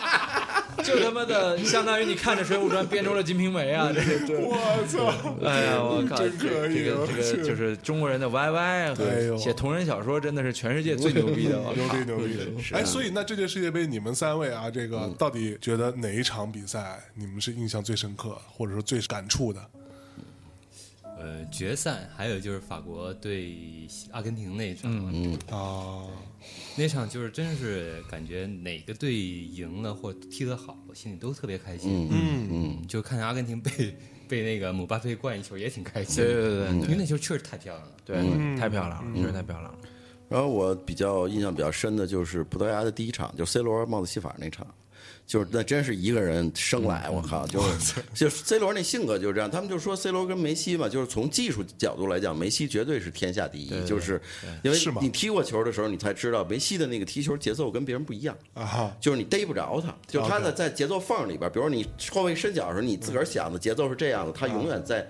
Speaker 1: 就他妈的，相当于你看着《水浒传》编出了《金瓶梅》啊！这是
Speaker 2: 我操！
Speaker 1: 哎呀，我靠，这
Speaker 2: 真可以
Speaker 1: 这个这个就是中国人的 YY
Speaker 2: 哎呦
Speaker 1: 和写同人小说，真的是全世界 最牛逼的。我靠啊
Speaker 2: 牛逼牛逼！哎，所以那这届世界杯，你们三位啊，这
Speaker 1: 嗯
Speaker 2: 个到底觉得哪一场比赛你们是印象最深刻，或者说最感触的？
Speaker 3: 呃，决赛还有就是法国对阿根廷那一场，
Speaker 1: 嗯
Speaker 2: 啊，
Speaker 3: 那场就是真是感觉哪个队赢了或踢得好，我心里都特别开心。
Speaker 2: 嗯
Speaker 3: 嗯，就看阿根廷被 被那个姆巴佩灌一球也挺开心
Speaker 1: 对
Speaker 3: 的，
Speaker 1: 对对对
Speaker 3: 因为那球确实太漂亮了。
Speaker 1: 对，太漂亮了，确实太漂亮了。
Speaker 4: 然后我比较印象比较深的就是葡萄牙的第一场，就是 C 罗帽子戏法那场，就是那真是一个人生来，我靠，就是就是 C 罗那性格就是这样。他们就说 C 罗跟梅西嘛，就是从技术角度来讲，梅西绝对是天下第一，就是因为
Speaker 2: 是吗
Speaker 4: 你踢过球的时候，你才知道梅西的那个踢球节奏跟别人不一样。
Speaker 2: 啊
Speaker 1: 哦
Speaker 2: 哈，
Speaker 4: 就是你逮不着他，就他呢在节奏缝里边，比如你后卫伸脚的时候，你
Speaker 1: 嗯
Speaker 4: 自个儿想的节奏是这样的，
Speaker 1: 哦
Speaker 4: 他永远在，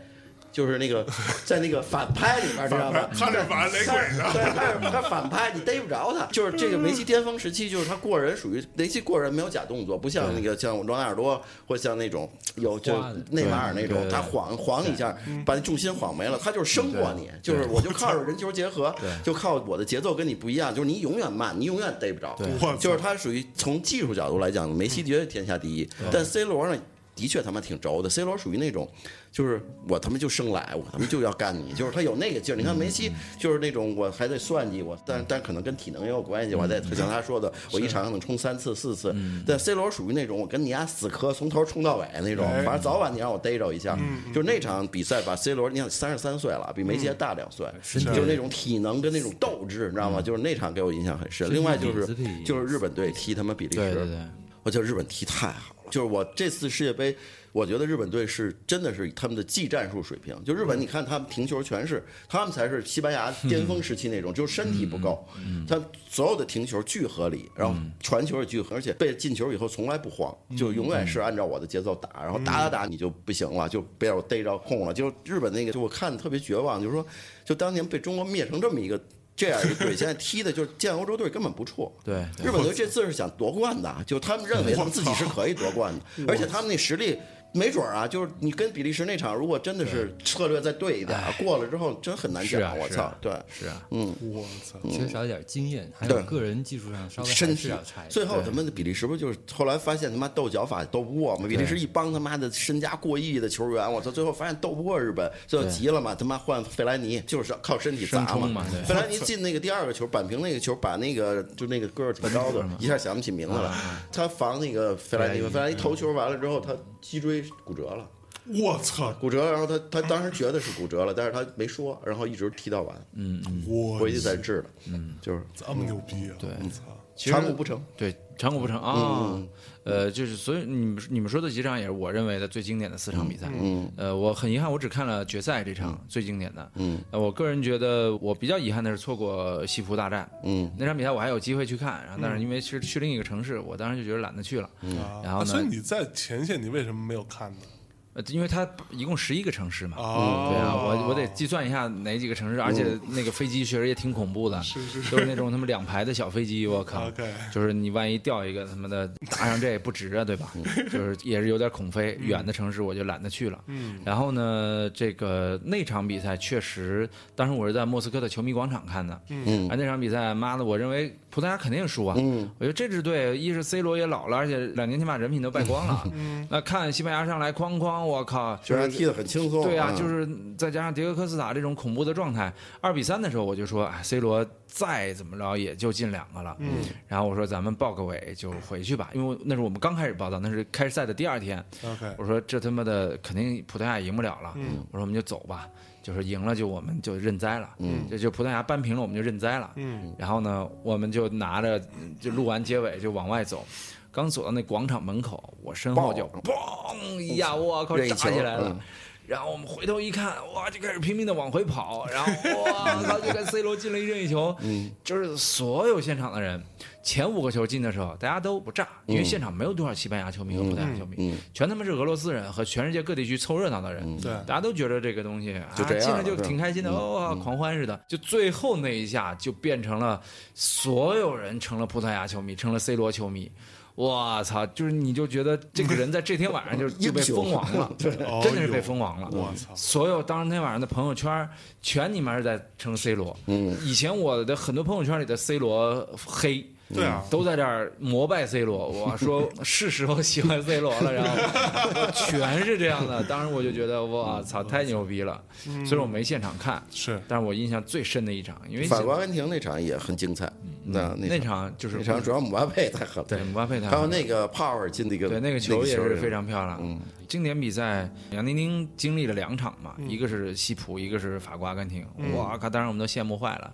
Speaker 4: 就是那个在那个反拍里边，知道吧？
Speaker 2: 差点把雷鬼呢。
Speaker 4: 对，他是他反拍，你逮不着他。就是这个梅西巅峰时期，就是他过人属于梅西过人没有假动作，不像那个像罗纳尔多或像那种有就
Speaker 3: 花的
Speaker 4: 内马尔那种
Speaker 1: 对，嗯
Speaker 4: 他晃晃一下，把你重心晃没了，他就是生过你，就是我就 靠着人球结合，就靠我的节奏跟你不一样，就是你永远慢，你永远逮不着。
Speaker 2: 我操
Speaker 4: 就是他属于从技术角度来讲，梅西嗯绝对天下第一，但 C 罗呢？的确他妈挺轴的，C 罗属于那种，就是我他妈就生来，我他妈就要干你，就是他有那个劲儿。你看梅西就是那种，我还得算计我，但但可能跟体能也有关系。我得像他说的，我一场能冲三次四次。但 C 罗属于那种，我跟你丫死磕，从头冲到尾那种，
Speaker 2: 哎
Speaker 4: 反正早晚你让我逮着一下。就那场比赛把 C 罗，你看三十三岁了，比梅西还大两岁，嗯就是那种体能跟那种斗志，你知道吗？就是那场给我印象很深。另外就
Speaker 3: 底
Speaker 4: 是
Speaker 3: 子不一样
Speaker 4: 就是日本队踢他妈比利时，
Speaker 1: 对对对，
Speaker 4: 我觉得日本踢太好了。就是我这次世界杯，我觉得日本队是真的是他们的技战术水平。就日本，你看他们停球全是，他们才是西班牙巅峰时期那种，就是身体不够，他所有的停球巨合理，然后传球也巨合，而且被进球以后从来不慌，就永远是按照我的节奏
Speaker 1: 嗯
Speaker 4: 打，然后打打打你就不行了，就被我逮着空了。就日本那个，就我看特别绝望，就是说，就当年被中国灭成这么一个。这样一 队现在踢的就是见欧洲队根本不怵，
Speaker 1: 对对
Speaker 4: 日本队这次是想夺冠的，就他们认为他们自己是可以夺冠的，而且他们那实力没准儿啊，就是你跟比利时那场，如果真的是策略再对一点啊，过了之后真很难
Speaker 1: 哎是啊
Speaker 4: 讲。我
Speaker 1: 是啊
Speaker 4: 操，对，
Speaker 1: 是啊，
Speaker 2: 我操！
Speaker 3: 缺嗯少一点经验，还有
Speaker 4: 对
Speaker 3: 个人技术上稍微还
Speaker 4: 身
Speaker 3: 是
Speaker 4: 体
Speaker 3: 要差一点。
Speaker 4: 最后他们的比利时不就是后来发现他妈斗脚法斗不过嘛？比利时一帮他妈的身家过亿的球员，我操！最后发现斗不过日本，最后急了嘛，他妈换费莱尼就是靠身体砸
Speaker 1: 生冲嘛对
Speaker 4: 费莱尼进那个第二个球，扳平那个球，把那个就那个个儿挺高的，一下想不起名字了，他防那个费莱尼，费莱尼头球完了之后他脊椎骨折了。
Speaker 2: 我操！
Speaker 4: 骨折，然后他他当时觉得是骨折了，但是他没说，然后一直踢到完，
Speaker 1: 嗯
Speaker 2: 我
Speaker 4: 回去再治了。嗯，就是
Speaker 2: 这么牛逼啊！对，我操！
Speaker 1: 其实
Speaker 4: 残骨不成。
Speaker 1: 对，长谷不成啊，呃，就是所以你们你们说的几场也是我认为的最经典的四场比赛。嗯，呃，我很遗憾，我只看了决赛这场最经典的。嗯，我个人觉得我比较遗憾的是错过西湖大战。嗯，那场比赛我还有机会去看，然后但是因为是去另一个城市，我当时就觉得懒得去了。嗯，然后
Speaker 2: 啊所以
Speaker 1: 呢，
Speaker 2: 你在前线，你为什么没有看呢？
Speaker 1: 呃因为它一共十一个城市嘛。
Speaker 2: 哦，
Speaker 1: 对啊，我我得计算一下哪几个城市，而且那个飞机确实也挺恐怖的，哦是是，都是那种他们两排的小飞机，我 靠
Speaker 2: OK，
Speaker 1: 就是你万一掉一个他妈的，打上这也不值啊，对吧？就是也是有点恐飞，远的城市我就懒得去了。嗯，然后呢，这个那场比赛确实，当时我是在莫斯科的球迷广场看的，嗯，啊那场比赛，妈的，我认为葡萄牙肯定输啊，嗯，我觉得这支队一是 C 罗也老了，而且两年前把人品都败光了，嗯，那看西班牙上来哐哐，我靠，
Speaker 4: 虽然踢得很轻松，
Speaker 1: 对啊，
Speaker 4: 嗯
Speaker 1: 就是再加上迭戈科斯塔这种恐怖的状态，二比三的时候我就说，哎，C 罗再怎么着也就进两个了。嗯，然后我说咱们报个尾就回去吧，因为那是我们刚开始报道，那是开赛的第二天。
Speaker 2: OK
Speaker 1: 我说这他妈的肯定葡萄牙也赢不了了，
Speaker 4: 嗯
Speaker 1: 我说我们就走吧。就是赢了就我们就认栽了，嗯，这就葡萄牙扳平了我们就认栽了，嗯，然后呢，我们就拿着就录完结尾就往外走，刚走到那广场门口，我身后就嘣一下，我靠，
Speaker 4: 嗯任意
Speaker 1: 炸
Speaker 4: 球
Speaker 1: 起来了
Speaker 4: 嗯。
Speaker 1: 然后我们回头一看，哇，就开始拼命的往回跑， 然后哇，他就看 C 罗进了一任意球，
Speaker 4: 嗯
Speaker 1: 就是所有现场的人，前五个球进的时候，大家都不炸，因为现场没有多少西班牙球迷和葡萄牙
Speaker 4: 嗯
Speaker 1: 球迷，全他妈是俄罗斯人和全世界各地区凑热闹的人，
Speaker 2: 对
Speaker 1: 大家都觉得这个东西啊，
Speaker 4: 嗯就这样嗯
Speaker 1: 进了就
Speaker 4: 对
Speaker 1: 挺开心的，哦，狂欢似的，就最后那一下就变成了所有人成了葡萄牙球迷，成了 C 罗球迷。我操！就是你就觉得这个人在这天晚上 就就被封王了，真的是被封王了。嗯
Speaker 2: 我操
Speaker 1: 所有当天晚上的朋友圈，全你妈是在称 C 罗。嗯，以前我的很多朋友圈里的 C 罗黑。
Speaker 2: 对啊
Speaker 1: 都在这儿膜拜 C 罗。我说是时候喜欢 C 罗了，然 后全是这样的。当时我就觉得，我操，太牛逼了！
Speaker 2: 嗯
Speaker 1: 嗯虽然我没现场看，
Speaker 2: 是
Speaker 1: 但是我印象最深的一场，因为嗯
Speaker 4: 反观阿根廷那场也很精彩。那
Speaker 1: 那
Speaker 4: 那
Speaker 1: 场就是
Speaker 4: 那场主要姆巴佩太狠了，
Speaker 1: 对姆巴佩太狠
Speaker 4: 还有那个帕尔进的一个
Speaker 1: 对，那
Speaker 4: 个
Speaker 1: 个球也是非常漂亮。
Speaker 4: 嗯
Speaker 1: 经典比赛，杨宁宁经历了两场嘛，一个是西葡，一个是法国阿根廷。哇靠！当然我们都羡慕坏了，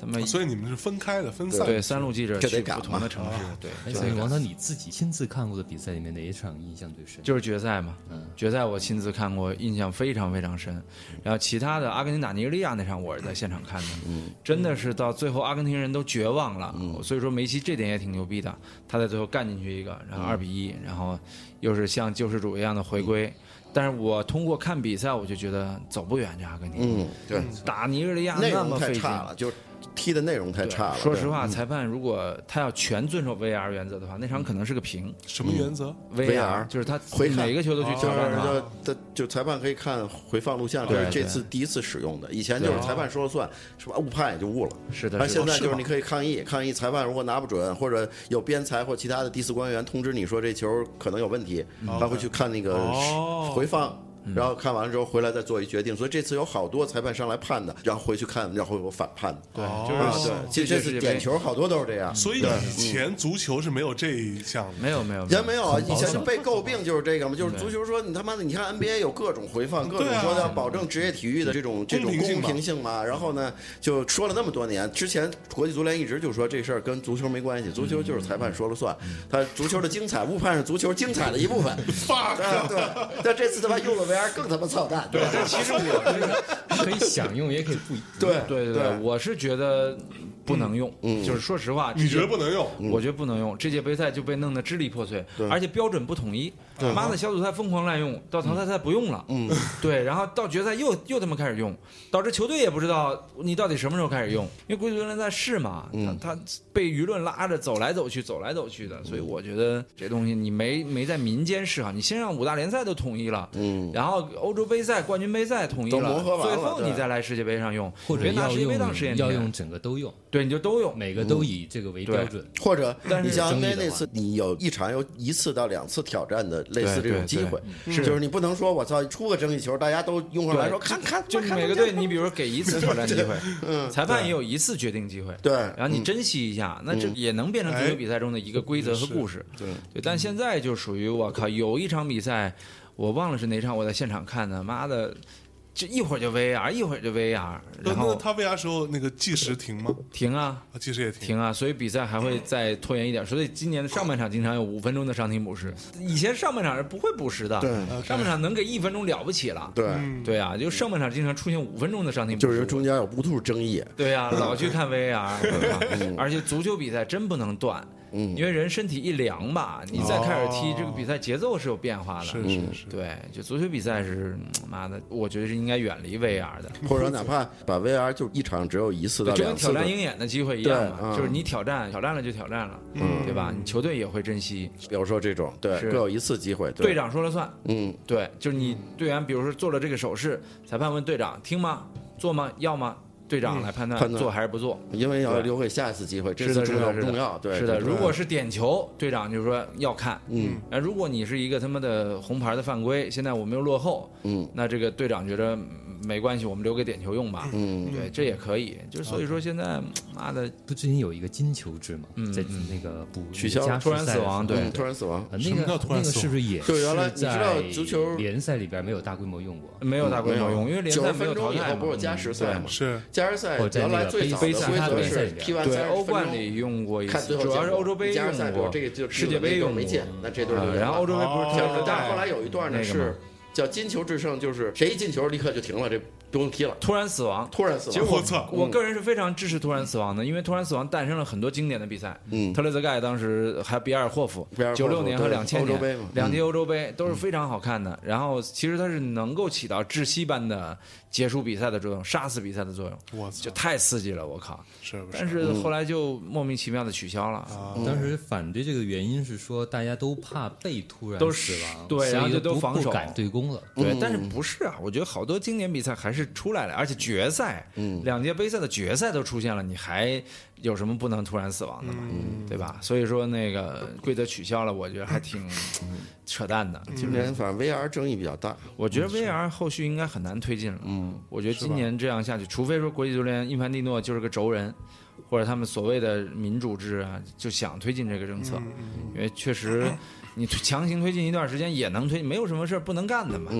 Speaker 1: 他们
Speaker 2: 啊所以你们是分开的，分散
Speaker 1: 对三路记者
Speaker 4: 这得
Speaker 1: 去
Speaker 4: 赶
Speaker 1: 不同的城市，对，
Speaker 3: 哎，所以王涛你自己亲自看过的比赛里面哪一场印象最深？
Speaker 1: 就是决赛嘛。
Speaker 4: 嗯
Speaker 1: 决赛我亲自看过，印象非常非常深。然后其他的阿根廷打尼日利亚那场，我是在现场看的，
Speaker 4: 嗯
Speaker 1: 真的是到最后阿根廷人都绝望了。所以说梅西这点也挺牛逼的，他在最后干进去一个，然后二比
Speaker 4: 嗯
Speaker 1: 一，然后又是像救世主一样的回归。但是我通过看比赛，我就觉得走不远这阿根廷。
Speaker 4: 嗯，对，
Speaker 1: 打尼日利亚
Speaker 4: 内
Speaker 1: 那
Speaker 4: 容
Speaker 1: 么
Speaker 4: 太
Speaker 1: 费劲，
Speaker 4: 差了，就是踢的内容太差了。
Speaker 1: 说实
Speaker 4: 对，嗯
Speaker 1: 话，裁判如果他要全遵守 VAR 原则的话，那场可能是个平。
Speaker 2: 什么原则？
Speaker 4: VAR
Speaker 1: 就是他
Speaker 4: 嗯回看哦
Speaker 1: 每个球都去
Speaker 4: 就
Speaker 1: 挑
Speaker 4: 是
Speaker 1: 战他。
Speaker 4: 说他就裁判可以看回放录像，这
Speaker 1: 对
Speaker 4: 是这
Speaker 1: 对
Speaker 4: 次第一次使用的，以前就是裁判说了算，是吧？误判也就误了。
Speaker 1: 是的
Speaker 4: 但
Speaker 1: 是的
Speaker 4: 现在
Speaker 1: 是
Speaker 4: 就是
Speaker 1: 吗
Speaker 4: 你可以抗议，抗议裁判如果拿不准，或者有边裁或其他的第四官员通知你说这球可能有问题，
Speaker 1: 嗯
Speaker 4: 他会去看那个
Speaker 2: 哦
Speaker 4: 回放。然后看完了之后回来再做一决定，所以这次有好多裁判上来判的，然后回去看，然后有反判的。啊对，
Speaker 1: 哦就是
Speaker 4: 对，其实这次点球好多都是这样。
Speaker 2: 哦所以以前足球是没有这一项的。
Speaker 1: 没有没有，
Speaker 4: 以前没有啊，以前就被诟病就是这个嘛，就是足球说你他妈的，你看 NBA 有各种回放，各种
Speaker 2: 对啊
Speaker 4: 说要保证职业体育的这种这种
Speaker 2: 公平性
Speaker 4: 公
Speaker 2: 嘛
Speaker 4: 平性嘛。然后呢，就说了那么多年，之前国际足联一直就说这事儿跟足球没关系，足球就是裁判说了算，他足球的精彩误判是足球精彩的一部分。
Speaker 2: fuck
Speaker 4: 啊，对，但这次他妈用了 VR 更他妈操蛋。对，
Speaker 3: 其实我可以享用，也可以 不
Speaker 4: 对
Speaker 1: 对对嗯
Speaker 4: 对
Speaker 1: 我是觉得不能用，就是说实话，
Speaker 2: 你觉得
Speaker 1: 这届
Speaker 2: 不能用？
Speaker 1: 我觉得不能用，这届杯赛就被弄得支离破碎，而且标准不统一。妈的，小组赛疯狂滥用，到淘汰赛不用了。嗯， 对，然后到决赛又又他妈开始用，导致球队也不知道你到底什么时候开始用，因为国际足联在试嘛，他他被舆论拉着走来走去，走来走去的，所以我觉得这东西你没没在民间试好，你先让五大联赛都统一了，嗯，然后欧洲杯赛、冠军杯赛统一
Speaker 4: 都磨合完了
Speaker 1: 最后
Speaker 4: 对
Speaker 1: 你再来世界杯上用，
Speaker 3: 或者
Speaker 1: 别拿
Speaker 3: 要
Speaker 1: 世界杯当实验
Speaker 3: 用要用
Speaker 1: 田，
Speaker 3: 整个都用，
Speaker 1: 对，你就都用，
Speaker 3: 每个都以这个为标准。
Speaker 4: 或者
Speaker 1: 但是
Speaker 4: 你像
Speaker 3: 争议
Speaker 4: NBA
Speaker 3: 的
Speaker 4: 那
Speaker 3: 话
Speaker 4: 次，你有一场有一次到两次挑战的类似这
Speaker 1: 对
Speaker 4: 种
Speaker 1: 对
Speaker 4: 机
Speaker 1: 对
Speaker 4: 会，就是你不能说我操出个争议球，大家都用上来说看看，
Speaker 1: 就
Speaker 4: 看嗯
Speaker 1: 每个队，你比如说给一次挑战机 会，裁判也有一次决定机会，
Speaker 4: 对嗯
Speaker 1: 然后你珍惜一下，那这也能变成足
Speaker 3: 哎
Speaker 1: 球比赛中的一个规则和故事，对。但现在就属于我靠，有一场比赛。我忘了是哪场，我在现场看的，妈的，这一会儿就 VAR，一会儿就 VAR，
Speaker 2: 那
Speaker 1: 然
Speaker 2: 那
Speaker 1: 后
Speaker 2: 他 VR 时候那个计时停吗？
Speaker 1: 停啊
Speaker 2: 啊，计时也停。
Speaker 1: 停啊，所以比赛还会再拖延一点，所以今年的上半场经常有五分钟的伤停补时，以前上半场是不会补时的，
Speaker 4: 对
Speaker 1: 上半场能给一分钟了不起了，
Speaker 4: 对，
Speaker 2: 嗯
Speaker 1: 对啊，就上半场经常出现五分钟的伤停补时，
Speaker 4: 嗯就是因为中间有无数争议，
Speaker 1: 对 呀、老去看 VR，对
Speaker 4: 嗯
Speaker 1: 吧而且足球比赛真不能断，因为人身体一凉吧，你再开始踢，
Speaker 2: 哦
Speaker 1: 这个比赛节奏是有变化
Speaker 4: 哦
Speaker 1: 的。
Speaker 2: 是是是，
Speaker 1: 嗯对，就足球比赛是，嗯妈的，我觉得是应该远离 VR 的，
Speaker 4: 或者哪怕把 VR 就一场只有一次到
Speaker 1: 就跟
Speaker 4: 两
Speaker 1: 挑
Speaker 4: 次
Speaker 1: 战
Speaker 4: 的，
Speaker 1: 鹰眼的机会一样嘛，
Speaker 4: 对嗯嗯
Speaker 1: 就是你挑战，挑战了就挑战了，对吧？你球队也会珍惜，
Speaker 4: 比如说这种，对，
Speaker 1: 是
Speaker 4: 各有一次机会，
Speaker 1: 队
Speaker 4: 对，
Speaker 1: 长说了算。
Speaker 4: 嗯，
Speaker 1: 对，就是你队员，比如说做了这个手势，裁判问队长听吗？做吗？要吗？队长来嗯判
Speaker 4: 判
Speaker 1: 断
Speaker 4: 断
Speaker 1: 做还是不做。
Speaker 4: 因为要
Speaker 1: 对
Speaker 4: 留给下一次机会，这
Speaker 1: 是
Speaker 4: 次
Speaker 1: 的，是
Speaker 4: 重
Speaker 1: 的，
Speaker 4: 要
Speaker 1: 是
Speaker 4: 不
Speaker 1: 的
Speaker 4: 重要，对，
Speaker 1: 是的。
Speaker 4: 对
Speaker 1: 如果是点球，队长就说要看，嗯，那如果你是一个他妈的红牌的犯规，现在我们又落后，嗯，那这个队长觉得嗯没关系，我们留给点球用吧，嗯，对，这也可以。就是所以说现在妈的
Speaker 3: 不之前有一个金球制嘛，
Speaker 1: 嗯
Speaker 3: 在那个补
Speaker 4: 取消
Speaker 3: 加时
Speaker 1: 突然
Speaker 3: 赛的
Speaker 1: 死
Speaker 3: 时
Speaker 1: 亡
Speaker 3: 候
Speaker 1: 对
Speaker 4: 嗯突然死亡，
Speaker 3: 呃
Speaker 2: 什
Speaker 3: 那
Speaker 2: 么
Speaker 3: 个
Speaker 2: 叫突然
Speaker 3: 那个
Speaker 2: 死亡
Speaker 3: 是不是也
Speaker 4: 就是原来
Speaker 3: 是
Speaker 4: 你知道
Speaker 3: 在
Speaker 4: 足球
Speaker 3: 联赛里边没有大规模用过？
Speaker 1: 没有大规模用，因为联
Speaker 4: 嗯九
Speaker 1: 赛
Speaker 4: 十
Speaker 1: 没有
Speaker 4: 分
Speaker 1: 淘
Speaker 4: 钟以
Speaker 1: 汰
Speaker 4: 后
Speaker 1: 嘛嗯
Speaker 4: 不。是加时赛吗？
Speaker 2: 是
Speaker 4: 加时赛
Speaker 3: 或者在
Speaker 4: 原
Speaker 3: 那
Speaker 4: 来
Speaker 3: 个
Speaker 4: 最早的
Speaker 3: 杯
Speaker 4: 规
Speaker 3: 赛
Speaker 4: 则
Speaker 3: 杯赛
Speaker 4: 是
Speaker 3: 里边
Speaker 4: 踢完
Speaker 1: 对
Speaker 4: 三十
Speaker 1: 欧
Speaker 4: 分
Speaker 1: 冠
Speaker 4: 钟。
Speaker 1: 里用过一
Speaker 4: 看
Speaker 1: 次，
Speaker 4: 最后
Speaker 1: 主要
Speaker 4: 结
Speaker 1: 是
Speaker 4: 果
Speaker 1: 欧洲杯
Speaker 4: 加时赛
Speaker 1: 用
Speaker 4: 比如
Speaker 1: 过，
Speaker 4: 这个就
Speaker 1: 世界杯
Speaker 4: 那队
Speaker 1: 用过
Speaker 4: 没进，那这队就
Speaker 1: 啊
Speaker 4: 赢
Speaker 1: 然后
Speaker 4: 了
Speaker 1: 欧洲杯不是
Speaker 2: 哦
Speaker 1: 跳
Speaker 4: 像
Speaker 1: 时
Speaker 4: 是但
Speaker 1: 代，
Speaker 4: 是后来有一段
Speaker 1: 那
Speaker 4: 呢
Speaker 1: 个吗
Speaker 4: 是叫金球制胜，就是谁一进球立刻就停了，这不用踢了，
Speaker 1: 突然死亡，
Speaker 4: 突然死
Speaker 1: 其实
Speaker 4: 亡。
Speaker 1: 我
Speaker 2: 我操
Speaker 1: 我个人是非常支持突然死亡的，因为突然死亡诞生了很多经典的比赛。嗯，特雷泽盖当时还有比尔霍夫
Speaker 4: 比尔，霍夫
Speaker 1: 九六年和
Speaker 4: 对
Speaker 1: 两千
Speaker 4: 欧洲杯
Speaker 1: 年
Speaker 4: 嘛嗯
Speaker 1: 两届欧洲杯都是非常好看的。然后其实它是能够起到窒息般的结束比赛的作用，杀死比赛的作用，
Speaker 2: 我操
Speaker 1: 就，太刺激了，我靠！
Speaker 2: 是啊不
Speaker 1: 但
Speaker 2: 是？
Speaker 1: 是
Speaker 4: 嗯
Speaker 1: 后来就莫名其妙的取消
Speaker 4: 啊
Speaker 1: 了，
Speaker 3: 嗯当时反对这个原因是说，大家都怕被突然
Speaker 1: 都
Speaker 3: 死
Speaker 1: 是
Speaker 3: 亡，
Speaker 1: 对
Speaker 3: 所以
Speaker 1: 然后就都
Speaker 3: 不
Speaker 1: 防守
Speaker 3: 不敢对攻了。
Speaker 1: 对，但是不是啊？我觉得好多经典比赛还是出来了，而且决赛，两届杯赛的决赛都出现了，你还有什么不能突然死亡的嘛？对吧？所以说那个规则取消了，我觉得还挺扯淡的。
Speaker 4: 今年反正 VR 争议比较大，
Speaker 1: 我觉得 VR 后续应该很难推进了。嗯，我觉得今年这样下去，除非说国际足联因凡蒂诺就是个轴人，或者他们所谓的民主制啊，就想推进这个政策，因为确 实你推强行推进一段时间也能推，没有什么事儿不能干的嘛，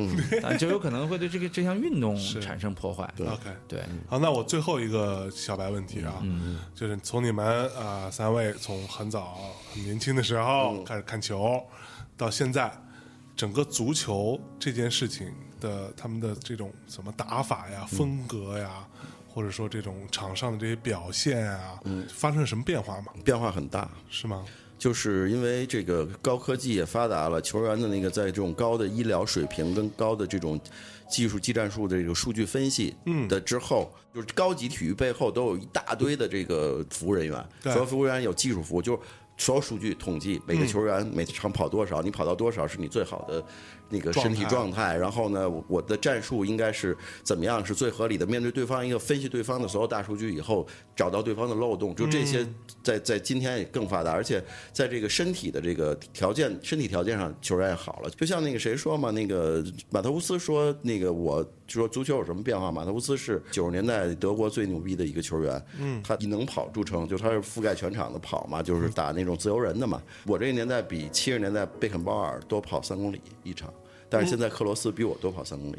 Speaker 1: 但就有可能会对这个这项运动产生破坏。
Speaker 2: OK，
Speaker 1: 对，
Speaker 2: 好，那我最后一个小白问题啊，
Speaker 1: 嗯
Speaker 2: 就是从你们啊、呃三位从很早很年轻的时
Speaker 4: 嗯
Speaker 2: 候开始看球，到现在，整个足球这件事情的他们的这种什么打法
Speaker 1: 嗯
Speaker 2: 呀、风格呀，或者说这种场上的这些表现啊，
Speaker 4: 嗯
Speaker 2: 发生了什么变化吗？
Speaker 4: 变化很大。
Speaker 2: 是吗？
Speaker 4: 就是因为这个高科技也发达了，球员的那个在这种高的医疗水平跟高的这种技术技战术的这个数据分析，嗯的之后，就是高级体育背后都有一大堆的这个服务人员，
Speaker 2: 对
Speaker 4: 所有服务人员有技术服务，就是所有数据统计，每
Speaker 2: 嗯
Speaker 4: 个球员每场跑多少，你跑到多少是你最好的那个身体
Speaker 2: 状态啊
Speaker 4: 状态，然后呢，我我的战术应该是怎么样是最合理的？面对对方一个分析对方的所有大数据以后，找到对方的漏洞，就这些在在今天也更发达，而且在这个身体的这个条件、身体条件上，球员也好了。就像那个谁说嘛，那个马特乌斯说，那个我说足球有什么变化？马特乌斯是九十年代德国最牛逼的一个球员，嗯，他以能跑著称，就是他是覆盖全场的跑嘛，就是打那种自由人的嘛。我这个年代比七十年代贝肯鲍尔多跑三公里一场。但是现在克罗斯比我多跑三公里。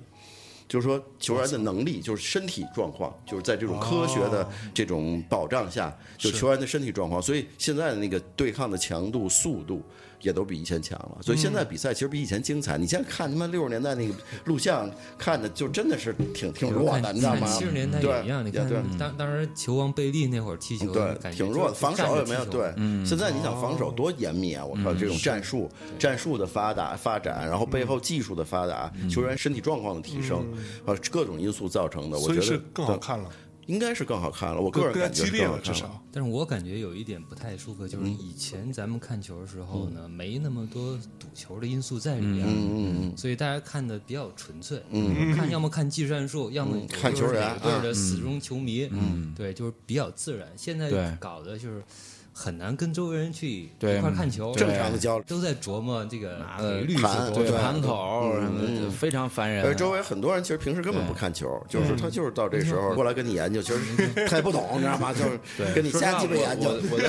Speaker 4: 就是说，球员的能力，就是身体状况，就是在这种科学的这种保障下，就球员的身体状况，所以现在的那个对抗的强度、速度也都比以前强了。所以现在比赛其实比以前精彩。你现在看他妈六十年代那个录像，看的就真的是挺挺弱的，你知道吗？
Speaker 3: 七十年代也
Speaker 4: 对
Speaker 3: 一样，你
Speaker 4: 也对
Speaker 3: 看当当时球王贝利那会儿踢球，
Speaker 4: 对，
Speaker 3: 感觉
Speaker 4: 挺
Speaker 3: 就
Speaker 4: 弱，
Speaker 3: 就
Speaker 4: 防
Speaker 3: 站
Speaker 4: 守
Speaker 3: 着
Speaker 4: 也没有
Speaker 3: 踢球
Speaker 4: 对。
Speaker 1: 嗯
Speaker 4: 现在你想防
Speaker 2: 哦
Speaker 4: 守多严密啊！我靠，这种战术、战术的发达发展，然后
Speaker 1: 嗯
Speaker 4: 背后技术的发达，球员身体状况的提升，啊，各种因素造成呃的，我
Speaker 2: 嗯所
Speaker 4: 觉
Speaker 2: 以
Speaker 4: 得
Speaker 2: 是更好
Speaker 4: 对，
Speaker 2: 看了，
Speaker 4: 应该是更好看了。我个
Speaker 2: 更
Speaker 4: 人
Speaker 2: 更加
Speaker 4: 感觉
Speaker 2: 激
Speaker 4: 是
Speaker 2: 烈
Speaker 4: 更好
Speaker 2: 了，至
Speaker 4: 看了。
Speaker 2: 少
Speaker 3: 但是我感觉有一点不太舒服，就是
Speaker 4: 嗯
Speaker 3: 以前咱们看球的时候呢，没那么多赌球的因素在里
Speaker 4: 嗯
Speaker 3: 边，
Speaker 1: 嗯
Speaker 3: 所以大家看的比较纯粹，看要么看技战术，要么
Speaker 4: 看
Speaker 3: 就是
Speaker 4: 球员
Speaker 3: 哪个队儿的死忠球迷，对，就是比较自然。现
Speaker 1: 对
Speaker 3: 在搞的就是很难跟周围人去一
Speaker 1: 对
Speaker 3: 块儿看球，
Speaker 1: 正
Speaker 4: 常的交流
Speaker 3: 都在琢磨这个呃
Speaker 1: 妈的
Speaker 3: 赔率
Speaker 1: 对，嗯
Speaker 3: 是多
Speaker 4: 盘
Speaker 3: 少。
Speaker 1: 盘口什么的就非常烦人
Speaker 4: 而
Speaker 1: 啊。嗯
Speaker 4: 周围很多人其实平时根本不看球，就是他就是到这时候过来跟你研究，其实他也不懂，你知道吗？就是跟你
Speaker 1: 说实
Speaker 4: 瞎
Speaker 1: 话
Speaker 4: 鸡巴研究
Speaker 1: 我。我我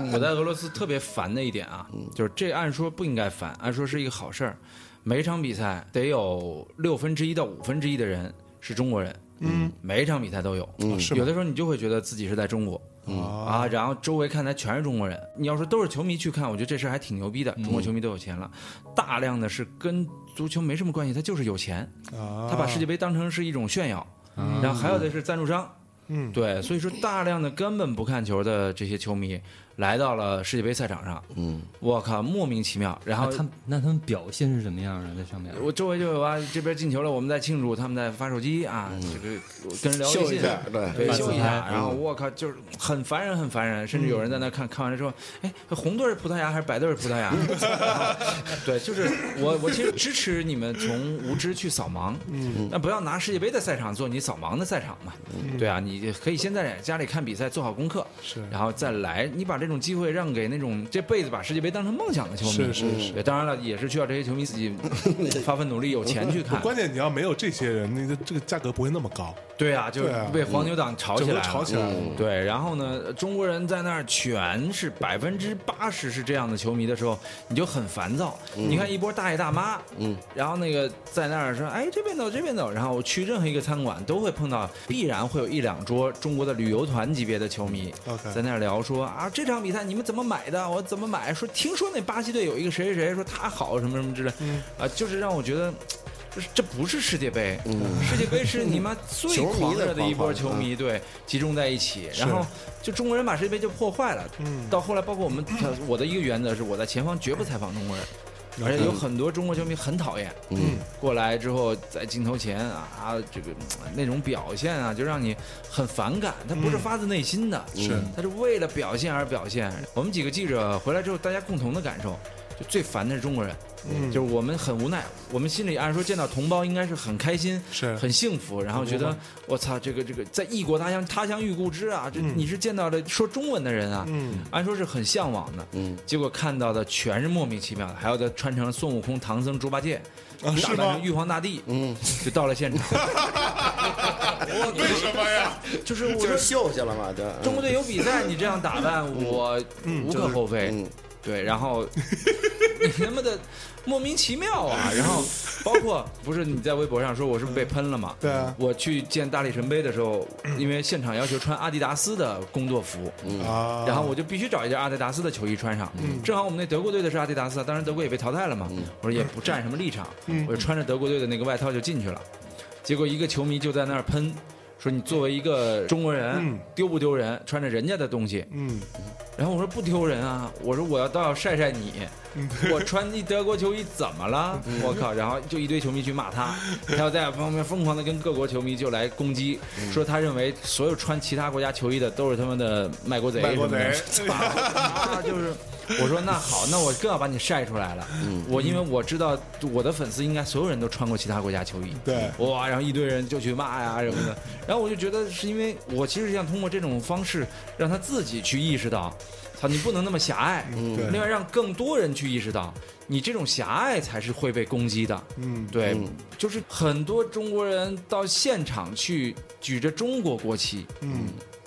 Speaker 1: 在我在俄罗斯特别烦的一点啊，就是这按说不应该烦，按说是一个好事儿。每一场比赛得有六分之一到五分之一的人是中国人，嗯，每一场比赛都有，
Speaker 2: 啊是吗嗯
Speaker 1: 有的时候你就会觉得自己是在中国。啊，然后周围看台全是中国人。你要说都是球迷去看，我觉得这事儿还挺牛逼的。中
Speaker 2: 嗯
Speaker 1: 国球迷都有钱了，大量的是跟足球没什么关系，他就是有钱，
Speaker 2: 啊，
Speaker 4: 哦
Speaker 1: 他把世界杯当成是一种炫耀。
Speaker 3: 嗯
Speaker 1: 然后还有的是赞助商，
Speaker 2: 嗯
Speaker 1: 对，所以说大量的根本不看球的这些球迷来到了世界杯赛场上，嗯，我靠，莫名其妙。然后
Speaker 3: 那他们那他们表现是什么样的在上面？
Speaker 1: 我周围就有啊，这边进球了，我们在庆祝，他们在发手机啊，
Speaker 3: 嗯
Speaker 1: 这个跟人聊微
Speaker 4: 秀
Speaker 1: 信
Speaker 4: 一下，对
Speaker 1: 对，
Speaker 3: 发自
Speaker 1: 秀一
Speaker 3: 拍
Speaker 1: 下。然后
Speaker 2: 嗯
Speaker 1: 我靠，就是很烦人，很烦人，甚至有人在那看看完了之后，哎，红队是葡萄牙还是白队是葡萄牙？ 对，就是我，我其实支持你们从无知去扫盲，
Speaker 2: 嗯
Speaker 1: 但不要拿世界杯的赛场做你扫盲的赛场嘛。对啊，你可以先在家里看比赛，做好功课，
Speaker 2: 是
Speaker 1: 然后再来。你把这种机会让给那种这辈子把世界杯当成梦想的球迷，
Speaker 2: 是是是
Speaker 1: 对，当然了，也是需要这些球迷 自己发奋努力，有钱去看。
Speaker 2: 关键你要没有这些人，那个这个价格不会那么高，
Speaker 1: 对啊，就是
Speaker 2: 对啊
Speaker 1: 被黄牛党炒
Speaker 2: 整
Speaker 1: 起
Speaker 2: 个
Speaker 1: 来，嗯
Speaker 2: 炒起来了。
Speaker 1: 对，然后呢，中国人在那儿全是百分之八十是这样的球迷的时候，你就很烦躁。你看一波大爷大妈，嗯，然后那个在那儿说，哎，这边走，这边走。然后我去任何一个餐馆都会碰到，必然会有一两桌中国的旅游团级别的球迷
Speaker 2: OK
Speaker 1: 在那儿聊说啊，这场比赛你们怎么买的？我怎么买？说听说那巴西队有一个谁谁谁，说他好什么什么之类，
Speaker 2: 嗯
Speaker 1: 啊，就是让我觉得。就是这不是世界杯，世界杯是你妈最
Speaker 4: 嗯球迷的
Speaker 1: 狂热的一波
Speaker 4: 狂欢嗯
Speaker 1: 球迷对集中在一起，然后就中国人把世界杯就破坏了。
Speaker 4: 嗯
Speaker 2: 嗯
Speaker 1: 到后来，包括我们，我的一个原则是，我在前方绝不采访中国人，
Speaker 4: 嗯
Speaker 1: 而且有很多中国球迷很讨厌。嗯，过来之后在镜头前啊，这个嗯那种表现啊，就让你很反感。他不是发自内心的，
Speaker 2: 嗯是
Speaker 1: 他是为了表现而表现。我们几个记者回来之后，大家共同的感受，就最烦的是中国人。
Speaker 2: 嗯
Speaker 1: 就是我们很无奈，我们心里按说见到同胞应该是很开心，
Speaker 2: 是
Speaker 1: 很幸福，然后觉得我操，这个这个在异国他乡他乡遇故知啊，这
Speaker 2: 嗯
Speaker 1: 你是见到了说中文的人啊，按说是很向往的，
Speaker 4: 嗯
Speaker 1: 结果看到的全是莫名其妙的，还有的穿成孙悟空、唐僧、猪八戒，
Speaker 2: 啊
Speaker 1: 打
Speaker 2: 是
Speaker 1: 扮
Speaker 2: 吗
Speaker 1: 成？玉皇大帝，嗯， 就到了现场，
Speaker 2: 为什么呀？
Speaker 1: 就是我
Speaker 4: 就是
Speaker 1: 说
Speaker 4: 秀去了嘛，对，
Speaker 1: 中国队有比赛，你这样打扮，我无可厚非。
Speaker 4: 嗯
Speaker 1: 对，然后你他妈的莫名其妙啊！然后包括不是你在微博上说我是不是被喷了嘛？
Speaker 2: 对啊
Speaker 1: 我去见大力神杯的时候，因为现场要求穿阿迪达斯的工作服，嗯
Speaker 2: 啊，
Speaker 1: 然后我就必须找一件阿迪达斯的球衣穿上。正好我们那德国队的是阿迪达斯啊，当然德国也被淘汰了嘛。
Speaker 2: 嗯
Speaker 1: 我说也不占什么立场，我就穿着德国队的那个外套就进去了。结果一个球迷就在那儿喷，说你作为一个中国人，
Speaker 2: 嗯
Speaker 1: 丢不丢人？穿着人家的东西。
Speaker 2: 嗯，
Speaker 1: 然后我说不丢人啊，我说我要倒要晒晒你，我穿一德国球衣怎么了？
Speaker 2: 嗯
Speaker 1: 我靠！然后就一堆球迷去骂他，他又在旁边疯狂的跟各国球迷就来攻击，
Speaker 2: 嗯
Speaker 1: 说他认为所有穿其他国家球衣的都是他妈的卖国贼
Speaker 2: 卖
Speaker 1: 什
Speaker 2: 国
Speaker 1: 么的，
Speaker 2: 贼
Speaker 1: 啊，就是。我说那好，那我更要把你晒出来了。
Speaker 2: 嗯
Speaker 1: 我因为我知道我的粉丝应该所有人都穿过其他国家球衣，
Speaker 2: 对
Speaker 1: 哇，然后一堆人就去骂呀什么的。然后我就觉得是因为我其实想通过这种方式让他自己去意识到，操，你不能那么狭隘。
Speaker 2: 嗯对
Speaker 1: 另外让更多人去意识到，你这种狭隘才是会被攻击的。
Speaker 2: 嗯，
Speaker 1: 对，就是很多中国人到现场去举着中国国旗，
Speaker 2: 嗯，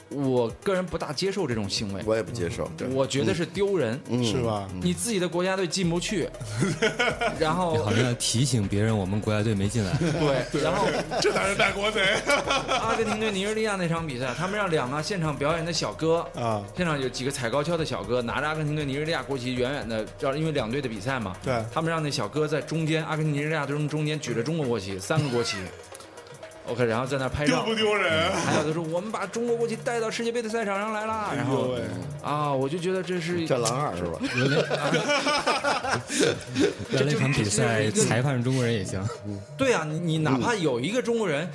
Speaker 1: 我个人不大接受这种行为。
Speaker 4: 我也不接受，对，
Speaker 1: 我觉得是丢人。
Speaker 2: 是吧？
Speaker 1: 你自己的国家队进不 去，然后
Speaker 3: 好像要提醒别人我们国家队没进来。
Speaker 1: 对，然后
Speaker 2: 这哪是卖国贼
Speaker 1: 阿根廷对尼日利亚那场比赛，他们让两个现场表演的小哥。
Speaker 2: 啊？
Speaker 1: 现场有几个踩高跷的小哥拿着阿根廷对尼日利亚国旗，远远的，让因为两队的比赛嘛，
Speaker 2: 对
Speaker 1: 他们让那小哥在中间，阿根廷尼日利亚队中间举着中国国旗，三个国 旗，OK，然后在那儿拍
Speaker 2: 丢
Speaker 1: 照
Speaker 2: 不，丢人？
Speaker 1: 还有的说我们把中国国旗带到世界杯的赛场上来啦，然后
Speaker 2: 哎呦喂
Speaker 1: 啊，我就觉得这是
Speaker 4: 战狼二是吧？
Speaker 3: 原来原来一场比赛裁判是中国人也行，
Speaker 1: 对啊，你你哪怕有一个中国人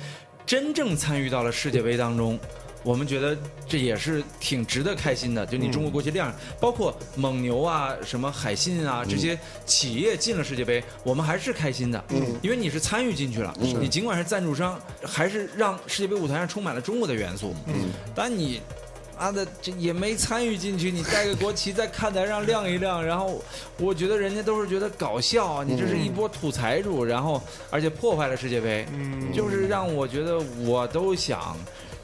Speaker 1: 真正参与到了世界杯当中，我们觉得这也是挺值得开心的。就你中国国旗亮着，包括蒙牛啊、什么海信啊这些企业进了世界杯，我们还是开心的，因为你是参与进去了，你尽管是赞助商，还是让世界杯舞台上充满了中国的元素。但你妈的这也没参与进去，你带个国旗在看台上亮一亮，然后我觉得人家都是觉得搞笑啊，你这是一波土财主，然后而且破坏了世界杯，就是让我觉得我都想。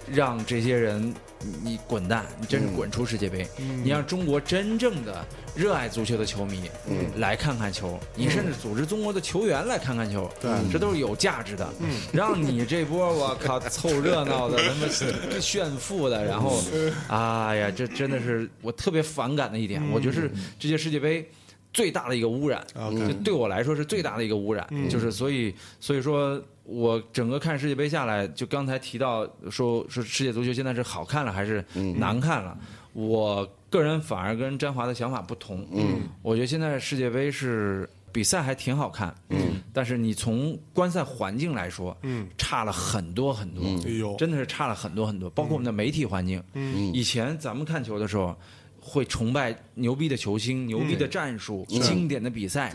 Speaker 1: 让这些人你你滚蛋，你真是滚出世界杯，你让中国真正的热爱足球的球迷来看看球，你甚至组织中国的球员来看看球，嗯
Speaker 2: 对
Speaker 1: 这都是有价值的。让你这波我靠凑热闹的，他妈炫富的，然后，哎呀，这真的是我特别反感的一点，我觉得是这届世界杯。最大的一个污染，
Speaker 2: OK
Speaker 1: 就对我来说是最大的一个污染，就是所以所以说我整个看世界杯下来，就刚才提到说说世界足球现在是好看了还是难看了，我个人反而跟詹华的想法不同，嗯，我觉得现在世界杯是比赛还挺好看，嗯，但是你从观赛环境来说，嗯，差了很多很多，
Speaker 2: 哎呦
Speaker 1: 真的是差了很多很多，包括我们的媒体环境。嗯，以前咱们看球的时候，会崇拜牛逼的球星、牛逼的战术、经典的比赛，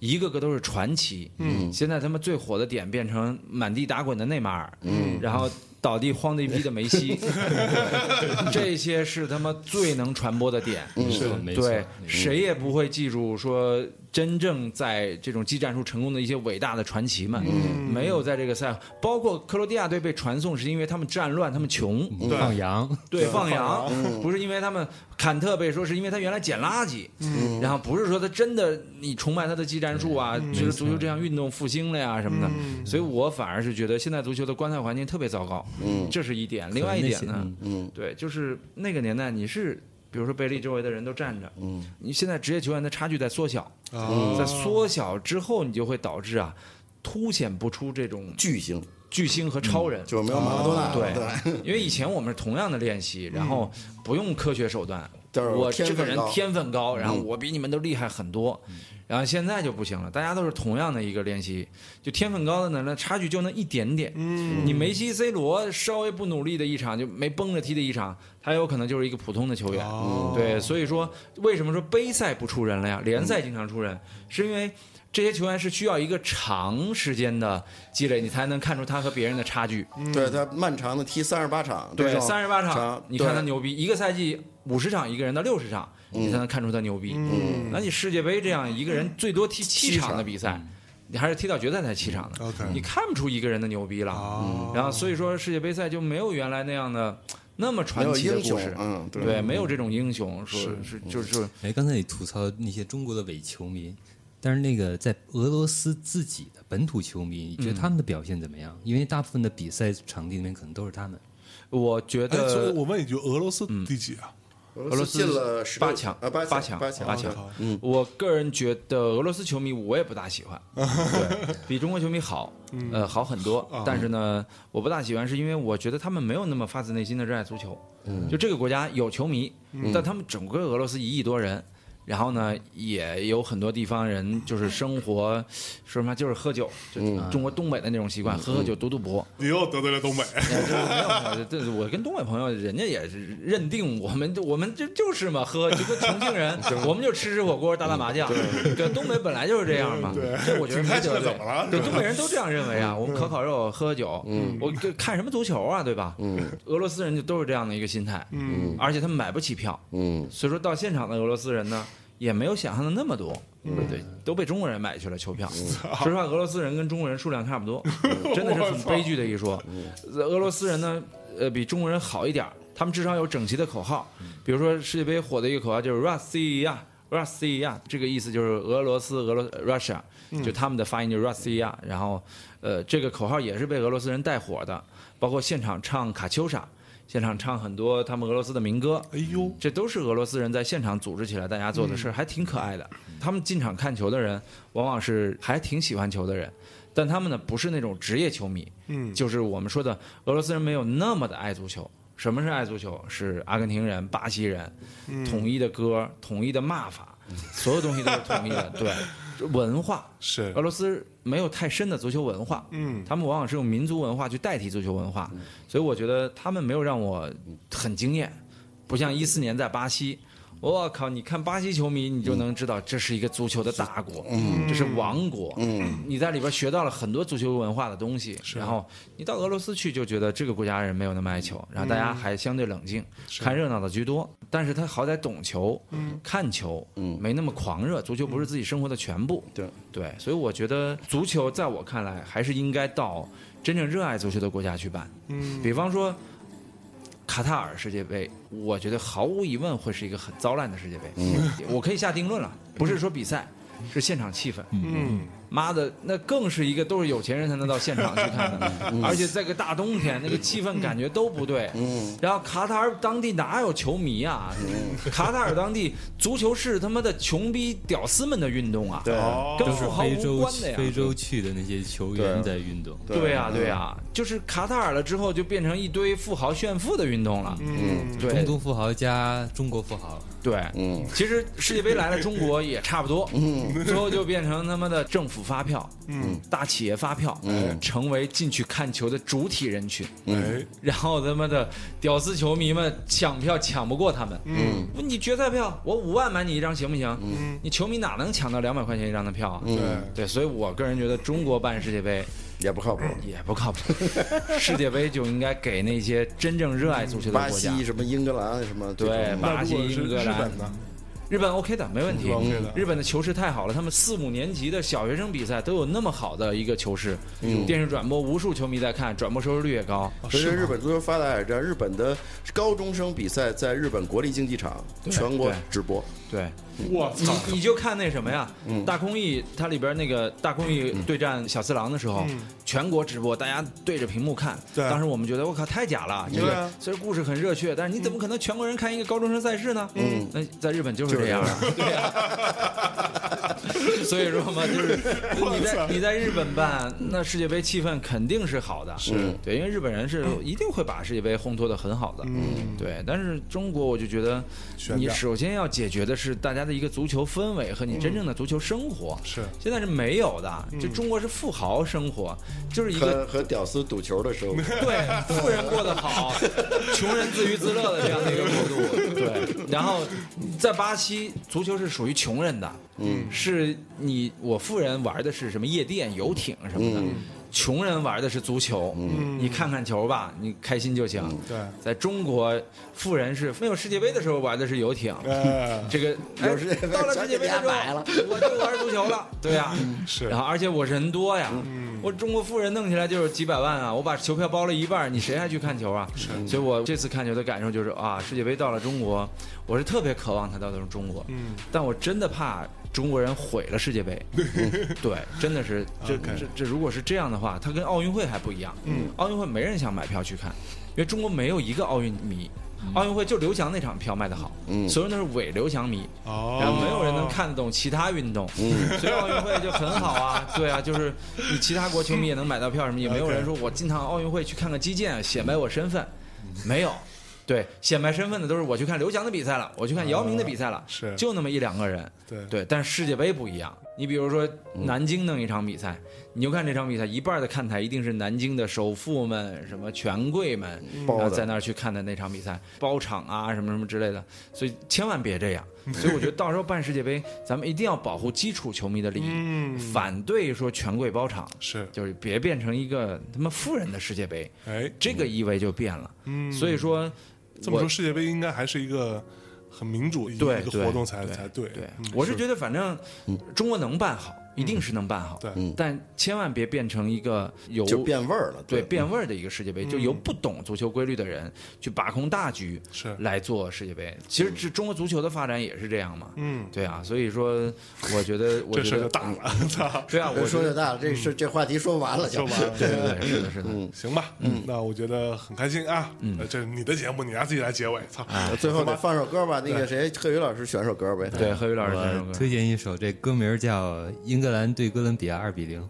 Speaker 1: 一个个都是传奇。嗯，现在他们最火的点变成满地打滚的内马尔，嗯，然后。倒地慌的一逼的梅 西，这些是他妈最能传播的点。
Speaker 3: 是没错
Speaker 1: 对，，谁也不会记住说真正在这种技战术成功的一些伟大的传奇们，没有在这个赛，包括克罗地亚队被传送是因为他们战乱，他们穷，
Speaker 2: 对
Speaker 3: 放羊，
Speaker 1: 嗯对，放羊，不是因为他们坎特被说是因为他原来捡垃圾，然后不是说他真的你崇拜他的技战术啊，觉得足球这项运动复兴了呀什么的，所以我反而是觉得现在足球的观赛环境特别糟糕，这是一点。另外一点呢，
Speaker 4: 嗯
Speaker 1: 对，就是那个年代你是。比如说贝利周围的人都站着，嗯，你现在职业球员的差距在缩小，
Speaker 2: 啊
Speaker 1: 在缩小之后，你就会导致啊，凸显不出这种
Speaker 4: 巨星
Speaker 1: 巨星和超人，
Speaker 4: 就没有马拉多纳，
Speaker 1: 对，因为以前我们是同样的练习，然后不用科学手段，
Speaker 4: 嗯但是我
Speaker 1: 我
Speaker 4: 天
Speaker 1: 这个
Speaker 4: 分
Speaker 1: 人
Speaker 4: 高嗯
Speaker 1: 天分高，然后我比你们都厉害很多。然后现在就不行了，大家都是同样的一个练习，就天分高的呢，那差距就那一点点。嗯，你梅西、C 罗稍微不努力的一场，就没绷着踢的一场，他有可能就是一个普通的球员。
Speaker 4: 哦
Speaker 1: 对，所以说为什么说杯赛不出人了呀？联
Speaker 4: 嗯
Speaker 1: 赛经常出人，是因为这些球员是需要一个长时间的积累，你才能看出他和别人的差距。
Speaker 4: 对他漫长的踢三十八场，
Speaker 1: 嗯对，
Speaker 4: 这种
Speaker 1: 三十八场
Speaker 4: 长，
Speaker 1: 你看他
Speaker 4: 对
Speaker 1: 牛逼，一个赛季五十场，一个人到六十场，你才能看出他牛逼。嗯，那你世界杯这样一个人最多踢七场的比赛，
Speaker 4: 嗯
Speaker 1: 你还是踢到决赛才七场呢
Speaker 2: OK，哦哎
Speaker 1: 你看不出一个嗯人的牛逼
Speaker 4: 哦
Speaker 1: 了。然后所以说世界杯赛就没有原来那样的那么
Speaker 4: 没
Speaker 1: 传
Speaker 4: 有
Speaker 1: 奇的
Speaker 4: 英
Speaker 1: 故
Speaker 4: 雄
Speaker 1: 事，，
Speaker 4: 嗯，对，
Speaker 1: 对，没有这种英雄，说是就是
Speaker 3: 哎，刚才你吐槽那些中国的伪球迷，但是那个在俄罗斯自己的本土球迷，你觉得他们的表现怎么样？
Speaker 1: 嗯
Speaker 3: 因为大部分的比赛场地里面可能都是他们。
Speaker 1: 我觉
Speaker 2: 哎，所以
Speaker 1: 得
Speaker 2: 我问一句，俄罗斯
Speaker 1: 嗯
Speaker 2: 第几啊？
Speaker 4: 俄
Speaker 1: 俄罗斯
Speaker 4: 进了十六
Speaker 1: 八强
Speaker 4: 啊，八
Speaker 1: 八
Speaker 4: 强，
Speaker 1: 强
Speaker 4: 八
Speaker 1: 八强，
Speaker 2: 哎
Speaker 1: 我个人觉得俄罗斯球迷我也不大喜欢，对，比中国球迷好，呃，好很多。但是呢，我不大喜欢，是因为我觉得他们没有那么发自内心的热爱足球。就这个国家有球迷，但他们整个俄罗斯一亿多人。然后呢，也有很多地方人就是生活，说什么就是喝酒，就中国东北的那种习惯，喝喝酒赌赌博。
Speaker 2: 你又得罪了东北，
Speaker 1: 没有，这我跟东北朋友，人家也是认定我们，我们这就是嘛，喝就跟重庆 人，我们就吃吃火锅、打打麻将，对，东北本来就是这样嘛，这我觉得没
Speaker 2: 挺
Speaker 1: 得
Speaker 2: 开心的
Speaker 1: 罪
Speaker 2: 怎么了，嗯
Speaker 1: 对，东北人都这样认为啊，我们烤烤肉、喝喝酒，我这看什么足球啊，对吧？
Speaker 2: 嗯
Speaker 1: 俄罗斯人就都是这样的一个心态，嗯，而且他们买不起票，嗯，所以说到现场的俄罗斯人呢。也没有想象的那么多，对，都被中国人买去了球票。说实话，俄罗斯人跟中国人数量差不多，真的是很悲剧的一说。俄罗斯人呢，呃，比中国人好一点儿，他们至少有整齐的口号。比如说世界杯火的一个口号就是 Russia。Russia 这个意思就是俄罗斯，俄罗呃 Russia，就他们的发音就是 Russia。然后，呃，这个口号也是被俄罗斯人带火的，包括现场唱卡秋莎，现场唱很多他们俄罗斯的民歌。
Speaker 2: 哎呦，
Speaker 1: 这都是俄罗斯人在现场组织起来大家做的事儿，还挺可爱的。他们进场看球的人，往往是还挺喜欢球的人，但他们呢不是那种职业球迷，
Speaker 2: 嗯
Speaker 1: 就是我们说的俄罗斯人没有那么的爱足球。什么是爱足球？是阿根廷人、巴西人，统一的歌、统一的骂法，所有东西都是统一的。对，文化
Speaker 2: 是
Speaker 1: 俄罗斯没有太深的足球文化，
Speaker 2: 嗯
Speaker 1: 他们往往是用民族文化去代替足球文化，所以我觉得他们没有让我很惊艳，不像一四年在巴西。我靠！你看巴西球迷，你就能知道这是一个足球的大国，
Speaker 2: 嗯
Speaker 1: 这是王国。你在里边学到了很多足球文化的东西，然后你到俄罗斯去就觉得这个国家人没有那么爱球，然后大家还相对冷静，看热闹的居多。但是他好歹懂球，
Speaker 2: 嗯
Speaker 1: 看球，没那么狂热。足球不是自己生活的全部，
Speaker 4: 对
Speaker 1: 对，所以我觉得足球在嗯我看来还是应该到真正热爱足球的国家去办。嗯，比方说卡塔尔世界杯，我觉得毫无疑问会是一个很糟烂的世界杯。我可以下定论了，不是说比赛，是现场气氛。
Speaker 2: 嗯，
Speaker 1: 妈的，那更是一个都是有钱人才能到现场去看的，而且在个大冬天，那个气氛感觉都不对。嗯，然后卡塔尔当地哪有球迷啊？卡塔尔当地足球是他妈的穷逼屌丝们的运动啊，
Speaker 4: 对
Speaker 2: 哦，
Speaker 1: 跟
Speaker 3: 都
Speaker 1: 富
Speaker 3: 是
Speaker 1: 豪
Speaker 3: 非
Speaker 1: 无
Speaker 3: 洲
Speaker 1: 关的呀。
Speaker 3: 非洲去的那些球员在运动，
Speaker 1: 对嗯呀、对啊呀、就是卡塔尔了之后，就变成一堆富豪炫富的运动了。
Speaker 2: 嗯，
Speaker 1: 对
Speaker 3: 中东富豪加中国富豪，
Speaker 1: 对，嗯，其实世界杯来了，中国也差不多， 嗯，最后就变成他妈的政府发票，嗯，大企业发票，嗯，成为进去看球的主体人群，
Speaker 2: 哎，
Speaker 1: 然后他妈的屌丝球迷们抢票抢不过他们，嗯，你决赛票我五万买你一张行不行？嗯，你球迷哪能抢到两百块钱一张的票啊？
Speaker 2: 对，
Speaker 1: 对，所以我个人觉得中国办世界杯
Speaker 4: 也不靠谱。
Speaker 1: 也不靠谱，世界杯就应该给那些真正热爱足球的
Speaker 4: 巴
Speaker 1: 国家。
Speaker 4: 西什么英格兰什么这种
Speaker 1: 对
Speaker 2: 那
Speaker 1: 巴
Speaker 2: 如
Speaker 1: 西、
Speaker 2: 果是
Speaker 1: 英格
Speaker 2: 日
Speaker 1: 兰
Speaker 2: 本、呢？
Speaker 1: 日本 OK 的，没问题
Speaker 2: 日本 OK 的。
Speaker 1: 日本的球市太好了，他们四五年级的小学生比赛都有那么好的一个球市，电视转播无数球迷在看，转播收视率也高。
Speaker 4: 随着日本足球发达而战，日本的高中生比赛在日本国立竞技场全国
Speaker 1: 对
Speaker 4: 直播。
Speaker 1: 对，
Speaker 2: 我操，
Speaker 1: 你你就看那什么呀，大空翼它里边那个大空翼对战小次郎的时候，全国直播，大家对着屏幕看。
Speaker 2: 嗯对啊
Speaker 1: 当时我们觉得我靠太假了，这
Speaker 2: 对
Speaker 1: 个
Speaker 2: 啊嗯
Speaker 1: 虽然故事很热血，但是你怎么可能全国人看一个高中生赛事呢？嗯，那在日本就是这样啊。对 啊所以说嘛， 就是你在你在日本办，那世界杯气氛肯定是好的，是对，因为日本人是一定会把世界杯烘托的很好的，嗯，对。但是中国，我就觉得
Speaker 2: 悬
Speaker 1: 你
Speaker 2: 着
Speaker 1: 首先要解决的是大家的一个足球氛围和你真正的足球生活，
Speaker 2: 是
Speaker 1: 现嗯在是嗯没有的。就中国是富豪生活，就是一个
Speaker 4: 和和屌丝赌球的 时候，
Speaker 1: 对富人过得 好，穷人自娱自乐的这样的一个国度。 对，然后在巴西，足球是属于穷人的，嗯，是你我富人玩的是什么夜店、游艇什么的。穷人玩的是足球，嗯，你看看球吧，你开心就行。
Speaker 2: 对
Speaker 1: 在中国，富人是没有世界杯的时候玩的是游艇，
Speaker 2: 哎，
Speaker 1: 这个哎
Speaker 4: 有时间
Speaker 1: 到了世界杯的时候，我就玩足球了，对呀、
Speaker 2: 是
Speaker 1: 然后而且我人多呀，我中国富人弄起来就是几百万啊，我把球票包了一半，你谁还去看球啊？是，所以我这次看球的感受就是啊，世界杯到了中国，我是特别渴望它到中国，
Speaker 2: 嗯，
Speaker 1: 但我真的怕中国人毁了世界杯，对，真的是这
Speaker 2: OK
Speaker 1: 这这如果是这样的话，它跟奥运会还不一样，嗯，奥运会没人想买票去看，因为中国没有一个奥运迷。奥运会就刘翔那场票卖得好，嗯，所有人都是伪刘翔迷，
Speaker 2: 哦，嗯
Speaker 1: 然后没有人能，看得懂其他运动，所以奥运会就很好 啊。对啊，就是你其他国球迷也能买到票什么，也没有人说我进趟奥运会去看看击剑，显摆我身份，没有。对，显摆身份的都是我去看刘翔的比赛了，我去看姚明的比赛了，
Speaker 2: 哦是
Speaker 1: 就那么一两个人。
Speaker 2: 对嗯
Speaker 1: 对，但是世界杯不一样，你比如说南京弄一场比赛，你就看这场比赛，一半的看台一定是南京的首富们、什么权贵们，然后在那儿去看的那场比赛，包场啊什么什么之类的，所以千万别这 样。所以我觉得到时候办世界杯，咱们一定要保护基础球迷的利益，
Speaker 2: 嗯，
Speaker 1: 反对说权贵包场，
Speaker 2: 是，
Speaker 1: 就是别变成一个他妈富人的世界杯，
Speaker 2: 哎，
Speaker 1: 这个意味就变了。
Speaker 2: 嗯，
Speaker 1: 所以说，
Speaker 2: 这么
Speaker 1: 我
Speaker 2: 说，世界杯应该还是一个很民主一
Speaker 1: 对
Speaker 2: 个
Speaker 1: 对
Speaker 2: 活动才才对。
Speaker 1: 对
Speaker 2: 嗯，
Speaker 1: 我是觉得反正中国能办好，一定是能办好。
Speaker 2: 对
Speaker 1: 但千万别变成一个有
Speaker 4: 就变味儿了。
Speaker 1: 对变味儿的一个世界
Speaker 2: 嗯
Speaker 1: 杯，就由不懂足球规律的人去把控大局，
Speaker 2: 是
Speaker 1: 来做世界杯。其实这中国足球的发展也是这样嘛。
Speaker 2: 嗯，
Speaker 1: 对啊，所以说我觉得，我
Speaker 2: 这事
Speaker 1: 觉
Speaker 2: 儿就
Speaker 1: 得
Speaker 2: 大了， 操！
Speaker 1: 对啊，我
Speaker 6: 我
Speaker 1: 觉
Speaker 6: 说
Speaker 1: 得
Speaker 6: 就大了，这是这话题说完了
Speaker 2: 说
Speaker 6: 就。
Speaker 2: 完了，
Speaker 1: 对对对，是的，是的，
Speaker 2: 行吧，嗯，那我觉得很开心啊，嗯，这是你的节目，你拿自己来结尾，操，
Speaker 1: 哎
Speaker 4: 最后得放首歌吧，那个谁，贺宇老师选首歌呗。
Speaker 1: 对，何宇老师先生
Speaker 3: 我
Speaker 1: 哥。
Speaker 3: 推荐一首，这歌名叫《英格兰对哥伦比亚二比零》。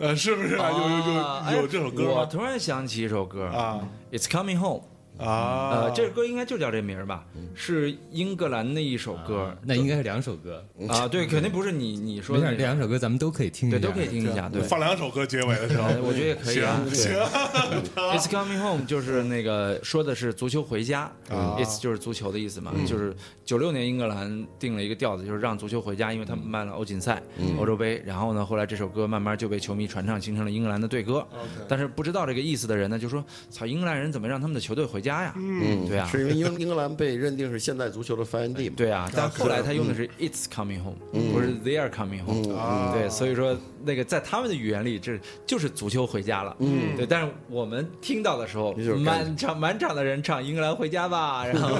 Speaker 2: 呃，是不是啊？
Speaker 1: 啊
Speaker 2: 有有有有这首歌
Speaker 1: 我
Speaker 2: 吗？
Speaker 1: 突然想起一首歌
Speaker 2: 啊
Speaker 1: ，It's Coming Home。
Speaker 2: 啊
Speaker 1: 呃，，这首歌应该就叫这名儿吧，是英格兰的一首歌
Speaker 3: 啊那应该是两首歌，
Speaker 1: 啊，对，肯定不是你你说
Speaker 3: 没
Speaker 1: 的
Speaker 3: 事，
Speaker 1: 那
Speaker 3: 这两首歌咱们都可以听一
Speaker 1: 对
Speaker 3: 下，
Speaker 1: 都可以听一下，对，
Speaker 2: 放两首歌结尾的时候
Speaker 1: 呃，我觉得也可以啊。
Speaker 2: 行
Speaker 1: 对
Speaker 2: 行，
Speaker 1: It's coming home 就是那个说的是足球回家、i t s 就是足球的意思嘛，就是九六年英格兰定了一个调子，就是让足球回家，因为他们办了欧锦赛、欧洲杯，然后呢，后来这首歌慢慢就被球迷传唱，形成了英格兰的队歌。但是不知道这个意思的人呢，就说：“操，英格兰人怎么让他们的球队回家呀，嗯，对啊，
Speaker 4: 是因为英英格兰被认定是现代足球的发源地嘛？
Speaker 1: 对啊，但后来他用的是 "It's coming home"，、不是 "They are coming home"，、对，嗯所以说那个在他们的语言里，这就是足球回家了，嗯，对。但是我们听到的时候
Speaker 4: 这就是，感觉
Speaker 1: 满场满场的人唱英格兰回家吧，然后，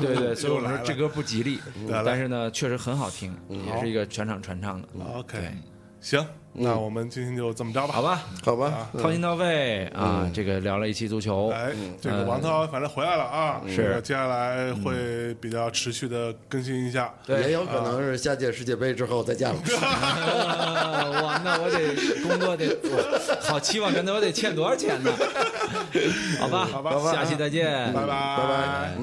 Speaker 1: 对对，所以我们说这歌不吉利，
Speaker 2: 来了
Speaker 1: 但是呢，确实很好听，也是一个全场传唱的，
Speaker 2: OK，
Speaker 1: 对
Speaker 2: 行，那我们今天就这么着吧，
Speaker 1: 好。吧，
Speaker 4: 好吧，
Speaker 1: 掏心掏肺啊，这个聊了一期足球，
Speaker 2: 哎，这个王涛反正回来了啊，
Speaker 1: 嗯是嗯
Speaker 2: 这个接下来会比较持续的更新一下。
Speaker 1: 对
Speaker 6: 也有可能是下届世界杯之后再见了。
Speaker 1: 啊哇，那我得工作得， 我好期望，可能我得欠多少钱呢？好吧，
Speaker 2: 好吧好吧
Speaker 1: 下期再见，
Speaker 2: 拜拜，拜拜。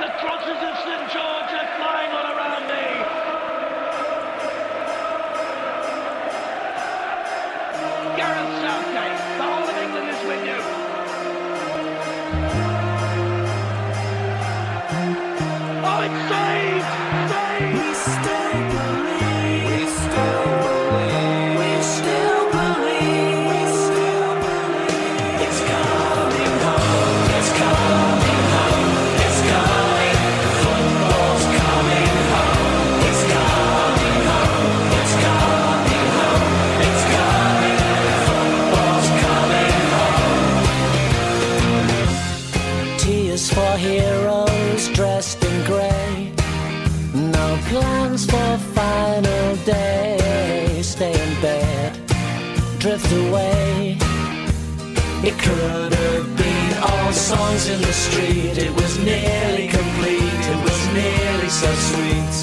Speaker 7: The crosses of St George are flying all around me. Gareth Southgate, the whole of England is with you. Oh, it's saved! Saved!
Speaker 8: We still believe. We still believe. We still believe. We still believe. It's coming home. It's coming home. It's coming. Football's coming home. It's coming home. It's coming home. It's coming. Football's coming home. Tears for heroes dressed in grey. No plans for final day. Stay in bed, drift away. It could have been all songs in the street. It was nearly complete. It was nearly so sweet.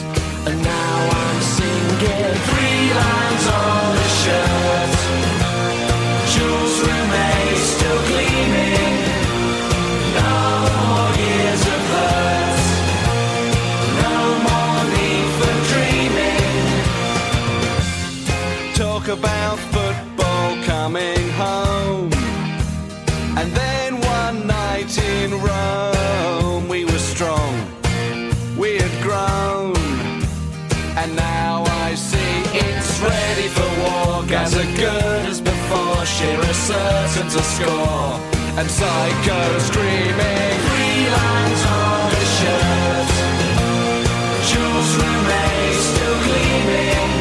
Speaker 8: And now I'm singing three lines on the shirt. Jewels remain still gleaming. No more years of hurt. No more need for dreaming.
Speaker 9: talk about football coming home. And then one night in Rome, we were strong, we had grown. And now I see it's ready for war, as good as before. Shearer certain to score, and Psycho screaming.
Speaker 8: Three lines on a shirt. Jewels remain still gleaming.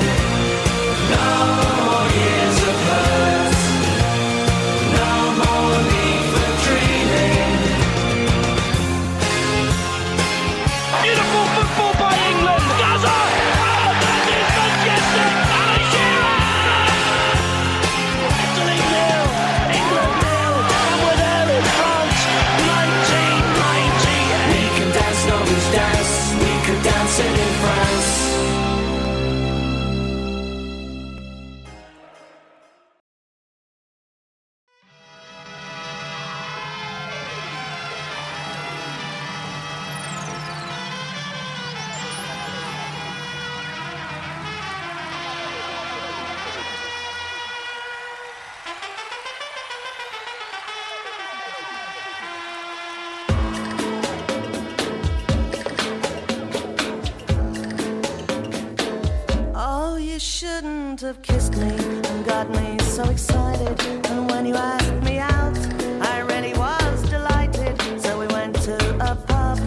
Speaker 8: No more years of hurt. No more need for dreaming.
Speaker 7: Beautiful football by England. Gaza! Oh, that is Manchester! Alan Shearer! Italy nil, England nil, and we're there in France, 1998.
Speaker 8: We can dance, no one's dance. We could dance it in France. Oh, you shouldn't have kissed me and got me so excited. And when you asked me out, I really was delighted. So we went to a pub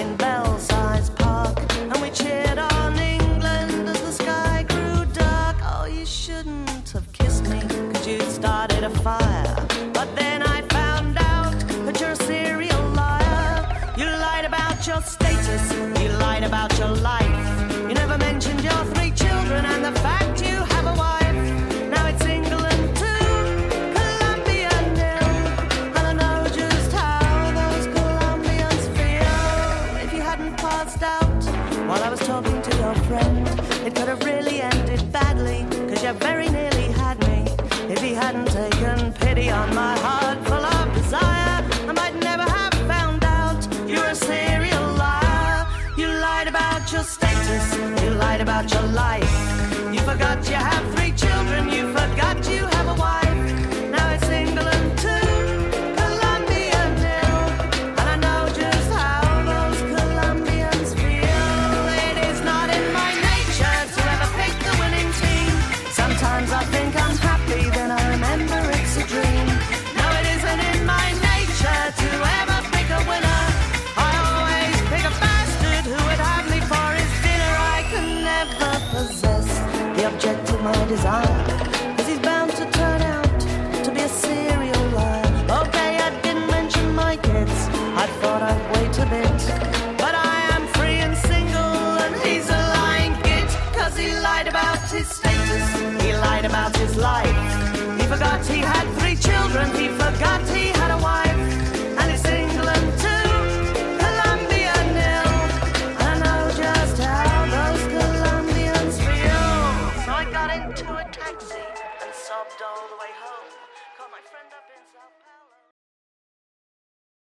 Speaker 8: in Belsize Park and we cheered on England as the sky grew dark. Oh, you shouldn't have kissed me because you started a fire. But then I found out that you're a serial liar. You lied about your status, you lied about your life. You never mentioned your three children and the fact you have a wife. Now it's England too, Colombia nil. And I know just how those Colombians feel. If you hadn't passed out while I was talking to your friend, it could have really ended badly, because you very nearly had me. If he hadn't taken pity on my heart full of desire, I might never have found out you're a serial liar. You lied about your status, you lied about your life. You forgot you have three children, you forgot you have a wife. Now it's England too. Colombia nil. And I know just how those Colombians feel. They desire. Cause he's bound to turn out to be a serial liar. Okay, I didn't mention my kids. I thought I'd wait a bit. But I am free and single, and he's a lying git. Cause he lied about his status, he lied about his life. He forgot he had three children, he forgot he had a wife. And he's single and two, Columbia nil. I know just how those Colombians feel. So I got into a taxi and sobbed all the way home.